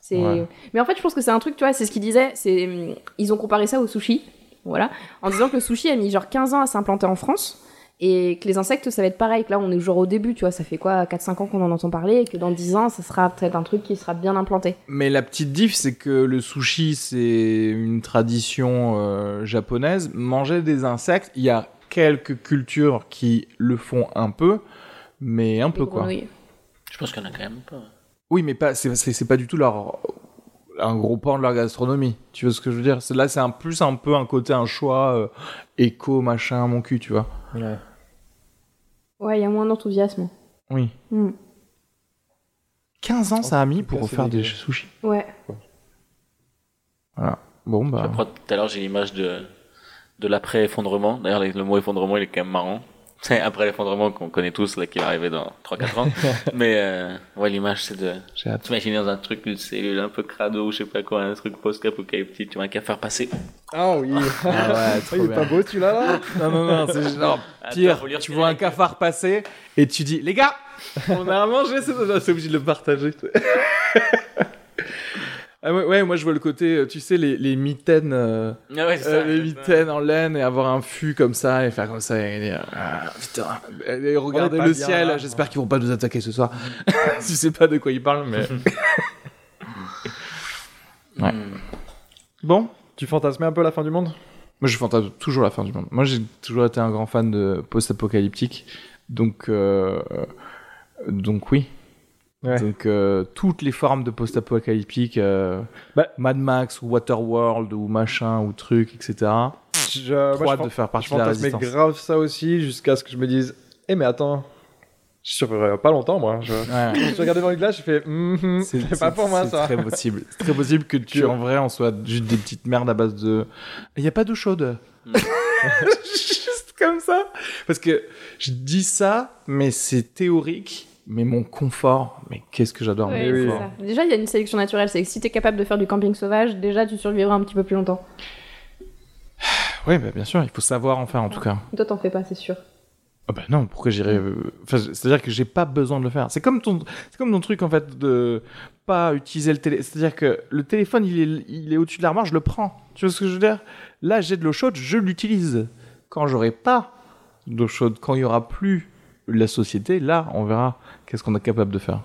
Speaker 5: C'est...
Speaker 2: Ouais.
Speaker 5: Mais en fait, je pense que c'est un truc, tu vois, c'est ce qu'ils disaient. C'est... hum, Ils ont comparé ça au sushi, voilà, en disant que le sushi a mis genre 15 ans à s'implanter en France. Et que les insectes, ça va être pareil. Que là, on est genre au début, tu vois. Ça fait quoi 4-5 ans qu'on en entend parler. Et que dans 10 ans, ça sera peut-être un truc qui sera bien implanté.
Speaker 2: Mais la petite diff, c'est que le sushi, c'est une tradition euh, japonaise. Manger des insectes, il y a quelques cultures qui le font un peu, mais un peu
Speaker 5: Les
Speaker 2: quoi.
Speaker 5: grenouilles.
Speaker 2: Tu
Speaker 3: Je pense qu'il y en a quand même pas.
Speaker 2: Oui, mais pas, c'est, c'est, c'est pas du tout leur un gros pan de leur gastronomie. Tu vois ce que je veux dire C'est- Là, c'est un plus un peu un côté un choix euh, éco machin mon cul, tu vois.
Speaker 5: Ouais, il y a moins d'enthousiasme.
Speaker 2: Oui.
Speaker 5: Hmm.
Speaker 2: 15 ans, ça a mis
Speaker 4: En tout
Speaker 2: pour
Speaker 4: cas,
Speaker 2: refaire
Speaker 4: c'est
Speaker 2: des
Speaker 4: dégueu.
Speaker 2: sushis.
Speaker 5: Ouais.
Speaker 2: Bon bah.
Speaker 3: Après, tout à l'heure, j'ai l'image de, de l'après-effondrement. D'ailleurs, le mot effondrement, il est quand même marrant. C'est après l'effondrement qu'on connaît tous, là, qui va arriver dans 3-4 ans. Mais, euh, ouais, l'image, c'est de
Speaker 2: J'ai hâte.
Speaker 3: t'imaginer dans un truc, une cellule un peu crado, ou je sais pas quoi, un truc post-apocalyptique, tu vois, qu'à faire passer.
Speaker 4: Ah oui.
Speaker 2: Ah ouais,
Speaker 4: Ah, il est pas beau celui-là là
Speaker 2: Non, non, non, c'est genre
Speaker 3: Attends,
Speaker 2: pire.
Speaker 3: faut lui
Speaker 2: tu
Speaker 3: retirer
Speaker 2: vois un
Speaker 3: les-
Speaker 2: cafard passer et tu dis, les gars, on a à manger, c'est c'est obligé de le partager. ah ouais, ouais, moi je vois le côté, euh, tu sais, les, les mitaines, euh,
Speaker 3: Ah ouais, c'est
Speaker 2: euh,
Speaker 3: ça.
Speaker 2: les
Speaker 3: c'est ça.
Speaker 2: mitaines en laine et avoir un fût comme ça et faire comme ça et dire, ah, putain, et
Speaker 4: On est
Speaker 2: regarder
Speaker 4: pas
Speaker 2: le
Speaker 4: bien
Speaker 2: ciel,
Speaker 4: là,
Speaker 2: j'espère qu'ils vont pas nous attaquer ce soir. tu sais pas de quoi ils parlent, mais. Ouais.
Speaker 3: Hmm.
Speaker 2: bon,
Speaker 4: Tu fantasmais un peu la fin du monde
Speaker 2: Moi, je fantasme toujours la fin du monde. Moi, j'ai toujours été un grand fan de post-apocalyptique. Donc, euh, donc oui.
Speaker 4: Ouais.
Speaker 2: Donc, euh, toutes les formes de post-apocalyptique, euh,
Speaker 4: Bah-
Speaker 2: Mad Max ou Waterworld ou machin ou truc, etc.
Speaker 4: Je,
Speaker 2: Trop
Speaker 4: Euh, moi,
Speaker 2: hâte
Speaker 4: je, fan-
Speaker 2: de faire
Speaker 4: je
Speaker 2: partie de la
Speaker 4: fantasmais
Speaker 2: résistance.
Speaker 4: grave ça aussi jusqu'à ce que je me dise Eh, mais attends, je survivrai pas longtemps moi. Je,
Speaker 2: Ouais.
Speaker 4: je regardais dans le glace, je fais Hum,
Speaker 2: Mm.
Speaker 4: hum, C'est pas pour moi
Speaker 2: c'est
Speaker 4: ça.
Speaker 2: très possible. C'est très possible que tu,
Speaker 4: Que-
Speaker 2: en vrai, en sois juste des petites merdes à base de. Il n'y a pas d'eau chaude.
Speaker 3: Mm.
Speaker 2: juste comme ça. Parce que je dis ça, mais c'est théorique. Mais mon confort, mais qu'est-ce que j'adore
Speaker 5: Ouais,
Speaker 2: mon
Speaker 5: c'est
Speaker 2: confort.
Speaker 5: ça. Déjà, il y a une sélection naturelle. C'est que si t'es capable de faire du camping sauvage, déjà tu survivras un petit peu plus longtemps.
Speaker 2: Oui, bah, bien sûr, il faut savoir en faire en tout cas.
Speaker 5: Toi, t'en fais pas, c'est sûr.
Speaker 2: Ah bah non, pourquoi j'irais euh, enfin, C'est-à-dire que j'ai pas besoin de le faire. C'est comme ton, c'est comme ton truc en fait de pas utiliser le télé. C'est-à-dire que le téléphone, il est, il est au-dessus de l'armoire, je le prends. Tu vois ce que je veux dire Là, j'ai de l'eau chaude, je l'utilise. Quand j'aurai pas d'eau chaude, quand il y aura plus la société, là, on verra qu'est-ce qu'on est capable de faire.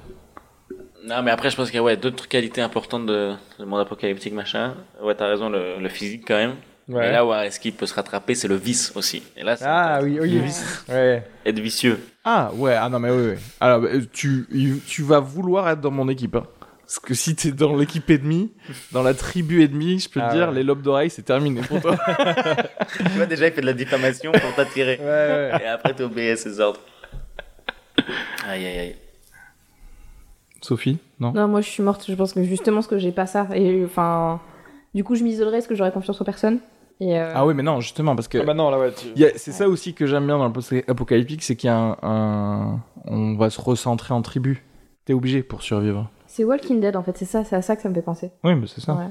Speaker 3: Non, mais après, je pense qu'il y a ouais, d'autres qualités importantes de, de monde apocalyptique, machin. Ouais, t'as raison, le, le physique quand même. Mais
Speaker 4: Ouais.
Speaker 3: là où est-ce qu'il peut se rattraper, c'est le vice aussi. Et là, c'est
Speaker 4: Ah
Speaker 3: intéressant.
Speaker 4: oui,
Speaker 5: Ouais.
Speaker 4: oui, oui. Ouais.
Speaker 3: Être vicieux.
Speaker 2: Ah ouais, ah non mais oui, oui. Alors bah, euh, tu, il- tu vas vouloir être dans mon équipe. hein. Parce que si t'es dans l'équipe ennemie, dans la tribu ennemie, je peux
Speaker 4: Ah
Speaker 2: te dire,
Speaker 4: ouais.
Speaker 2: les lobes d'oreilles, c'est terminé pour toi.
Speaker 3: tu vois, déjà, il fait de la diffamation pour t'attirer.
Speaker 4: Ouais, ouais.
Speaker 3: Et après, t'obéis à ses ordres. Aïe, aïe, aïe.
Speaker 2: Sophie, non
Speaker 5: Non, moi je suis morte. Je pense que justement, ce que j'ai pas ça. Et enfin, du coup, je m'isolerai parce que j'aurai confiance en personne. Et euh,
Speaker 2: Ah oui, mais non, justement, parce que
Speaker 4: Ah bah non, là, ouais. tu-
Speaker 2: il y a- c'est ça aussi que j'aime bien dans le post-apocalyptique, c'est qu'il y a un, un- On va se recentrer en tribu. T'es obligé pour survivre.
Speaker 5: c'est Walking Dead en fait. C'est ça, c'est à ça que ça me fait penser.
Speaker 2: Oui, mais c'est ça.
Speaker 5: Ouais.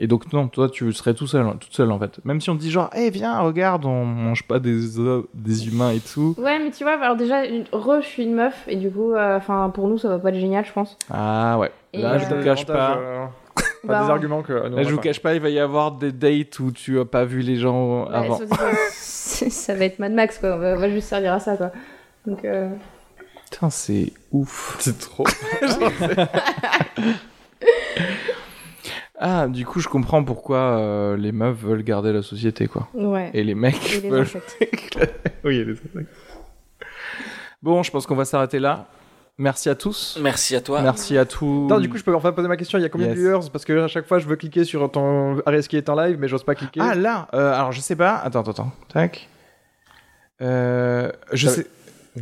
Speaker 2: Et donc non, toi tu serais tout seul, toute seule en fait. Même si on te dit genre, eh viens, regarde, on mange pas des, os- des humains et tout.
Speaker 5: Ouais, mais tu vois, alors déjà, une- re, je suis une meuf, et du coup, euh, enfin, pour nous, ça va pas être génial, je pense.
Speaker 2: Ah ouais.
Speaker 5: Et
Speaker 2: Là,
Speaker 5: euh,
Speaker 2: je
Speaker 4: T'as
Speaker 2: te
Speaker 4: des
Speaker 2: cache
Speaker 4: avantages,
Speaker 2: pas.
Speaker 4: euh, t'as
Speaker 5: Bah,
Speaker 4: des arguments que. euh, nous, on
Speaker 2: Là, je
Speaker 4: a
Speaker 2: vous
Speaker 4: pas.
Speaker 2: cache pas, il va y avoir des dates où tu as pas vu les gens
Speaker 5: ouais,
Speaker 2: avant.
Speaker 5: ça, ça- ça va être Mad Max, quoi. On va, on va juste servir à ça, quoi. Donc, euh,
Speaker 2: Putain, c'est ouf.
Speaker 4: C'est trop.
Speaker 2: Ah, du coup, je comprends pourquoi euh, les meufs veulent garder la société, quoi.
Speaker 5: ouais.
Speaker 2: Et les mecs
Speaker 5: Et les
Speaker 2: veulent.
Speaker 5: insectes.
Speaker 2: Oui, il y a des insectes. Bon, je pense qu'on va s'arrêter là. Merci à tous.
Speaker 3: Merci à toi.
Speaker 2: Merci à tous.
Speaker 4: Non, du coup, je peux enfin poser ma question. Il y a combien
Speaker 2: Yes.
Speaker 4: de viewers Parce que à chaque fois, je veux cliquer sur ton Areski est en live, mais j'ose pas cliquer.
Speaker 2: Ah là, euh, alors je sais pas. Attends, attends, attends. Tac. Euh, je
Speaker 4: Ça-
Speaker 2: sais.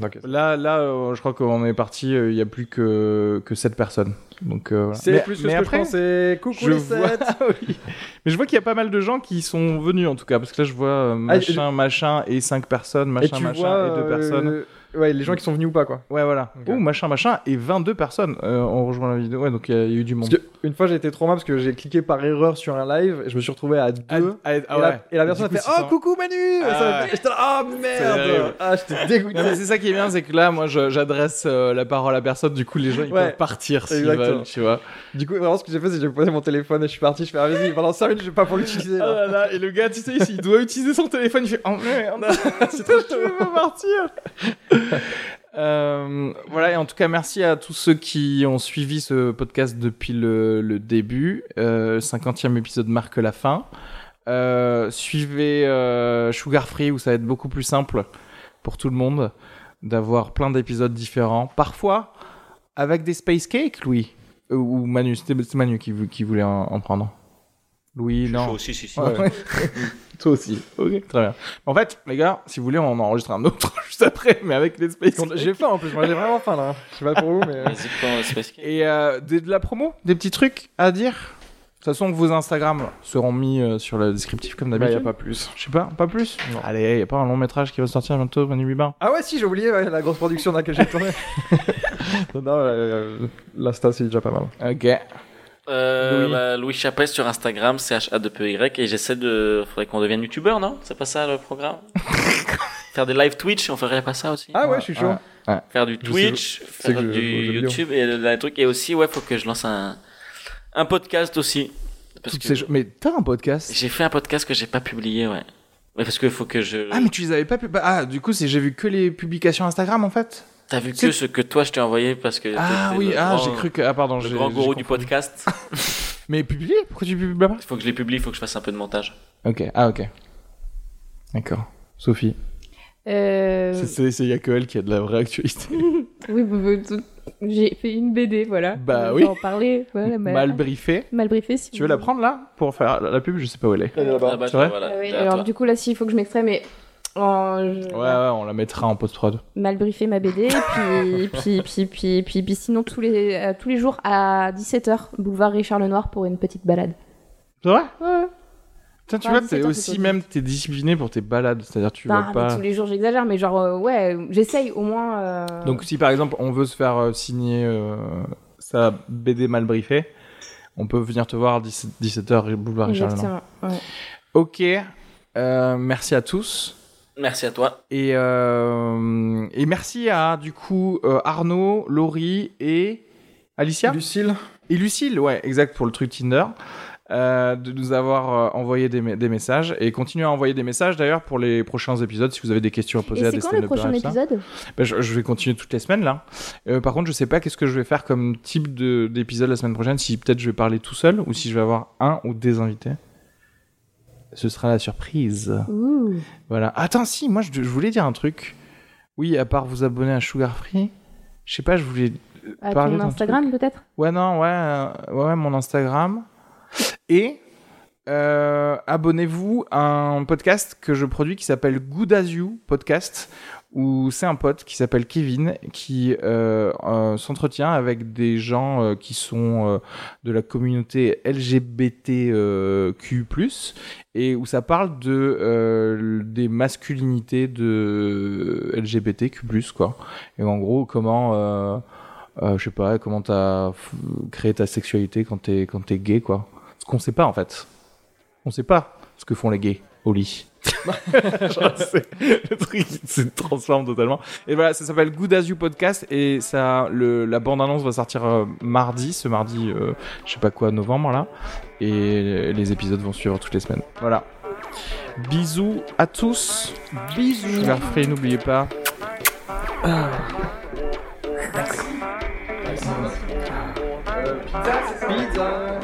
Speaker 4: Ok.
Speaker 2: Là, là, euh, je crois qu'on est parti. euh, Il y a plus que que sept personnes. Donc euh, voilà.
Speaker 4: C'est
Speaker 2: Mais-
Speaker 4: plus que
Speaker 2: mais
Speaker 4: ce que
Speaker 2: après,
Speaker 4: je pensais. Coucou
Speaker 2: Je
Speaker 4: les
Speaker 2: vois,
Speaker 4: sept.
Speaker 2: oui. Mais je vois qu'il y a pas mal de gens qui sont venus en tout cas, parce que là je vois euh, machin, machin et 5 personnes,
Speaker 4: Ah, Et
Speaker 2: machin,
Speaker 4: tu
Speaker 2: machin
Speaker 4: vois
Speaker 2: et 2
Speaker 4: euh,
Speaker 2: personnes.
Speaker 4: Ouais, les gens qui sont venus ou pas quoi.
Speaker 2: Ouais, voilà.
Speaker 4: Ok.
Speaker 2: Ou machin, machin et 22 personnes. Euh, on rejoint la vidéo. Ouais, donc il y, a il y a eu du monde.
Speaker 4: Parce que une fois, j'ai été trop mal parce que j'ai cliqué par erreur sur un live et je me suis retrouvé à deux.
Speaker 2: Ah, ah, ah,
Speaker 4: et,
Speaker 2: ouais.
Speaker 4: la, et la personne
Speaker 2: Du
Speaker 4: a
Speaker 2: coup,
Speaker 4: fait
Speaker 2: c'est
Speaker 4: Oh
Speaker 2: ça.
Speaker 4: coucou Manu
Speaker 2: Ah
Speaker 4: Ça-
Speaker 2: ouais.
Speaker 4: J'étais là Oh
Speaker 2: terrible.
Speaker 4: merde Ah j'étais dégoûté
Speaker 2: Non, mais c'est ça qui est bien, c'est que là, moi, je- j'adresse euh, la parole à personne. Du coup, les gens, ils
Speaker 4: Ouais.
Speaker 2: peuvent partir s'ils
Speaker 4: Exactement.
Speaker 2: veulent, tu vois.
Speaker 4: Du coup vraiment ce que j'ai fait c'est que j'ai posé mon téléphone et je suis parti Je fais ah, vas-y pendant 5 minutes j'ai pas pour l'utiliser
Speaker 2: Ah
Speaker 4: là.
Speaker 2: là là, et le gars, tu sais, il doit utiliser son téléphone, il fait Oh merde, c'est trop je veux pas partir. Euh, voilà, et en tout cas, merci à tous ceux qui ont suivi ce podcast depuis le, le début. Euh, 50e épisode marque la fin. Euh, suivez euh, Sugar Free où ça va être beaucoup plus simple pour tout le monde. d'avoir plein d'épisodes différents, parfois avec des space cakes, Louis Euh, Ou Manu, c'était c'était Manu qui, vou- qui voulait en, en prendre. Louis, non.
Speaker 3: aussi, si, si.
Speaker 2: Ouais, ouais. Toi aussi. Ok, très bien. En fait, les gars, si vous voulez, on en enregistre un autre juste après, mais avec les space cakes.
Speaker 4: J'ai faim en plus, moi j'ai vraiment faim là. Je sais pas pour vous, mais. euh,
Speaker 3: Vas-y, prends le Space Cake.
Speaker 2: Et euh, des- de la promo, des petits trucs à dire. De toute façon, vos Instagram seront mis euh, sur le descriptif comme
Speaker 4: Bah, y
Speaker 2: d'habitude.
Speaker 4: a pas plus.
Speaker 2: Je sais pas, pas plus. Allez, y a pas un long métrage qui va sortir bientôt, Manu Bibin.
Speaker 4: Ah ouais, si, j'ai oublié ouais, la grosse production dans laquelle j'ai tourné. non, non, euh, l'Insta c'est déjà pas mal.
Speaker 2: Ok.
Speaker 3: Euh,
Speaker 2: Louis.
Speaker 3: bah, Louis Chapès sur Instagram, CHA2PY, E et j'essaie de. Faudrait qu'on devienne youtubeur, non C'est pas ça le programme Faire des live Twitch, on ferait pas ça aussi
Speaker 4: Ah ouais, je suis chaud.
Speaker 2: ouais.
Speaker 3: Faire du
Speaker 4: Je sais-
Speaker 3: Twitch,
Speaker 4: sais
Speaker 3: faire
Speaker 4: que je- je-
Speaker 3: du
Speaker 4: je lis,
Speaker 3: YouTube et le- le truc. Et aussi, ouais, faut que je lance un, un podcast aussi. Parce
Speaker 2: Toutes
Speaker 3: que
Speaker 2: ces choses- Mais t'as un podcast
Speaker 3: j'ai fait un podcast que j'ai pas publié, ouais. Mais parce que faut que je.
Speaker 2: Ah, mais tu les avais pas pu. bah, Ah, du coup, c'est j'ai vu que les publications Instagram en fait.
Speaker 3: T'as vu que
Speaker 2: c'est-
Speaker 3: ce que toi je t'ai envoyé parce que.
Speaker 2: Ah
Speaker 3: t'étais
Speaker 2: oui,
Speaker 3: le
Speaker 2: ah,
Speaker 3: grand-
Speaker 2: j'ai cru que. Ah, pardon,
Speaker 3: Le
Speaker 2: j'ai-
Speaker 3: grand
Speaker 2: j'ai
Speaker 3: gourou du
Speaker 2: compris.
Speaker 3: podcast.
Speaker 2: Mais publié Pourquoi tu publies pas
Speaker 3: Il faut que je les publie, il faut que je fasse un peu de montage.
Speaker 2: Ok, ah, ok. D'accord. Sophie.
Speaker 5: Euh,
Speaker 2: C'est- C'est c'est y a que elle qui a de la vraie actualité.
Speaker 5: oui, vous- vous- tout- j'ai fait une BD, voilà.
Speaker 2: Bah
Speaker 5: On va
Speaker 2: oui.
Speaker 5: En parler, voilà, mais-
Speaker 2: Mal briefée.
Speaker 5: mal briefée, si
Speaker 2: Tu
Speaker 5: vous
Speaker 2: veux la
Speaker 5: voulez.
Speaker 2: prendre là pour faire la pub Je sais pas où elle
Speaker 5: Euh,
Speaker 2: est.
Speaker 3: Ah bah,
Speaker 2: C'est vrai
Speaker 3: voilà,
Speaker 5: Ah oui,
Speaker 3: t'es à
Speaker 5: alors
Speaker 3: toi.
Speaker 5: du coup là s'il faut que je m'extrais mais en je-
Speaker 2: Ouais, ouais, on la mettra en post-prod.
Speaker 5: mal briefé ma BD puis, puis, puis, puis, puis, puis sinon tous les, euh, tous les jours à 17h boulevard Richard Lenoir pour une petite balade.
Speaker 2: C'est vrai
Speaker 5: Ouais.
Speaker 2: Putain, tu
Speaker 5: Ouais,
Speaker 2: vois,
Speaker 5: mais
Speaker 2: t'es
Speaker 5: Bah, c'est un
Speaker 2: aussi
Speaker 5: peu
Speaker 2: même, t'es discipliné pour tes balades. C'est-à-dire, tu
Speaker 5: Bah,
Speaker 2: vas
Speaker 5: mais
Speaker 2: pas.
Speaker 5: tous les jours j'exagère mais genre euh, ouais j'essaye au moins euh,
Speaker 2: Donc, si par exemple, on veut se faire euh, signer euh, sa BD mal briefée, on peut venir te voir à 17h, boulevard Richard Lenoir.
Speaker 5: euh, exactement. ouais.
Speaker 2: Ok, euh, merci à tous.
Speaker 3: Merci à toi.
Speaker 2: Et, euh, et merci à du coup euh, Arnaud, Laurie et Alicia
Speaker 4: Lucille
Speaker 2: et Lucille, ouais, exact pour le truc Tinder, euh, de nous avoir euh, envoyé des, me- des messages et continuez à envoyer des messages d'ailleurs pour les prochains épisodes si vous avez des questions à poser
Speaker 5: Et
Speaker 2: à
Speaker 5: c'est
Speaker 2: des
Speaker 5: quand le
Speaker 2: stand-uppers
Speaker 5: prochain
Speaker 2: et tout ça.
Speaker 5: épisode
Speaker 2: Ben, je, je vais continuer toutes les semaines là. Euh, par contre, je sais pas qu'est-ce que je vais faire comme type de- d'épisode la semaine prochaine. Si peut-être je vais parler tout seul ou si je vais avoir un ou des invités. Ce sera la surprise.
Speaker 5: Ouh.
Speaker 2: Voilà. Attends, si, moi je, je voulais dire un truc. Oui, à part vous abonner à Sugar Free, je sais pas, je voulais. euh,
Speaker 5: à
Speaker 2: parler
Speaker 5: ton
Speaker 2: d'un
Speaker 5: Instagram peut-être
Speaker 2: Ouais, non, ouais, euh, ouais, ouais, mon Instagram. Et euh, abonnez-vous à un podcast que je produis qui s'appelle Good As You Podcast, où c'est un pote qui s'appelle Kevin qui euh, euh, s'entretient avec des gens euh, qui sont euh, de la communauté LGBTQ+, et où ça parle de euh, des masculinités de LGBTQ+, quoi. Et en gros, comment... euh, euh, je sais pas, comment t'as f- créé ta sexualité quand t'es quand t'es gay, quoi. Ce qu'on sait pas en fait. On sait pas ce que font les gays au lit. Genre, c'est- le truc il se transforme totalement. Et voilà, ça s'appelle Good As You Podcast et ça, le, la bande annonce va sortir euh, mardi, ce mardi, euh, je sais pas quoi, novembre là. Et les épisodes vont suivre toutes les semaines. Voilà. Bisous à tous. Bisous. Je free, n'oubliez pas.
Speaker 4: Pizza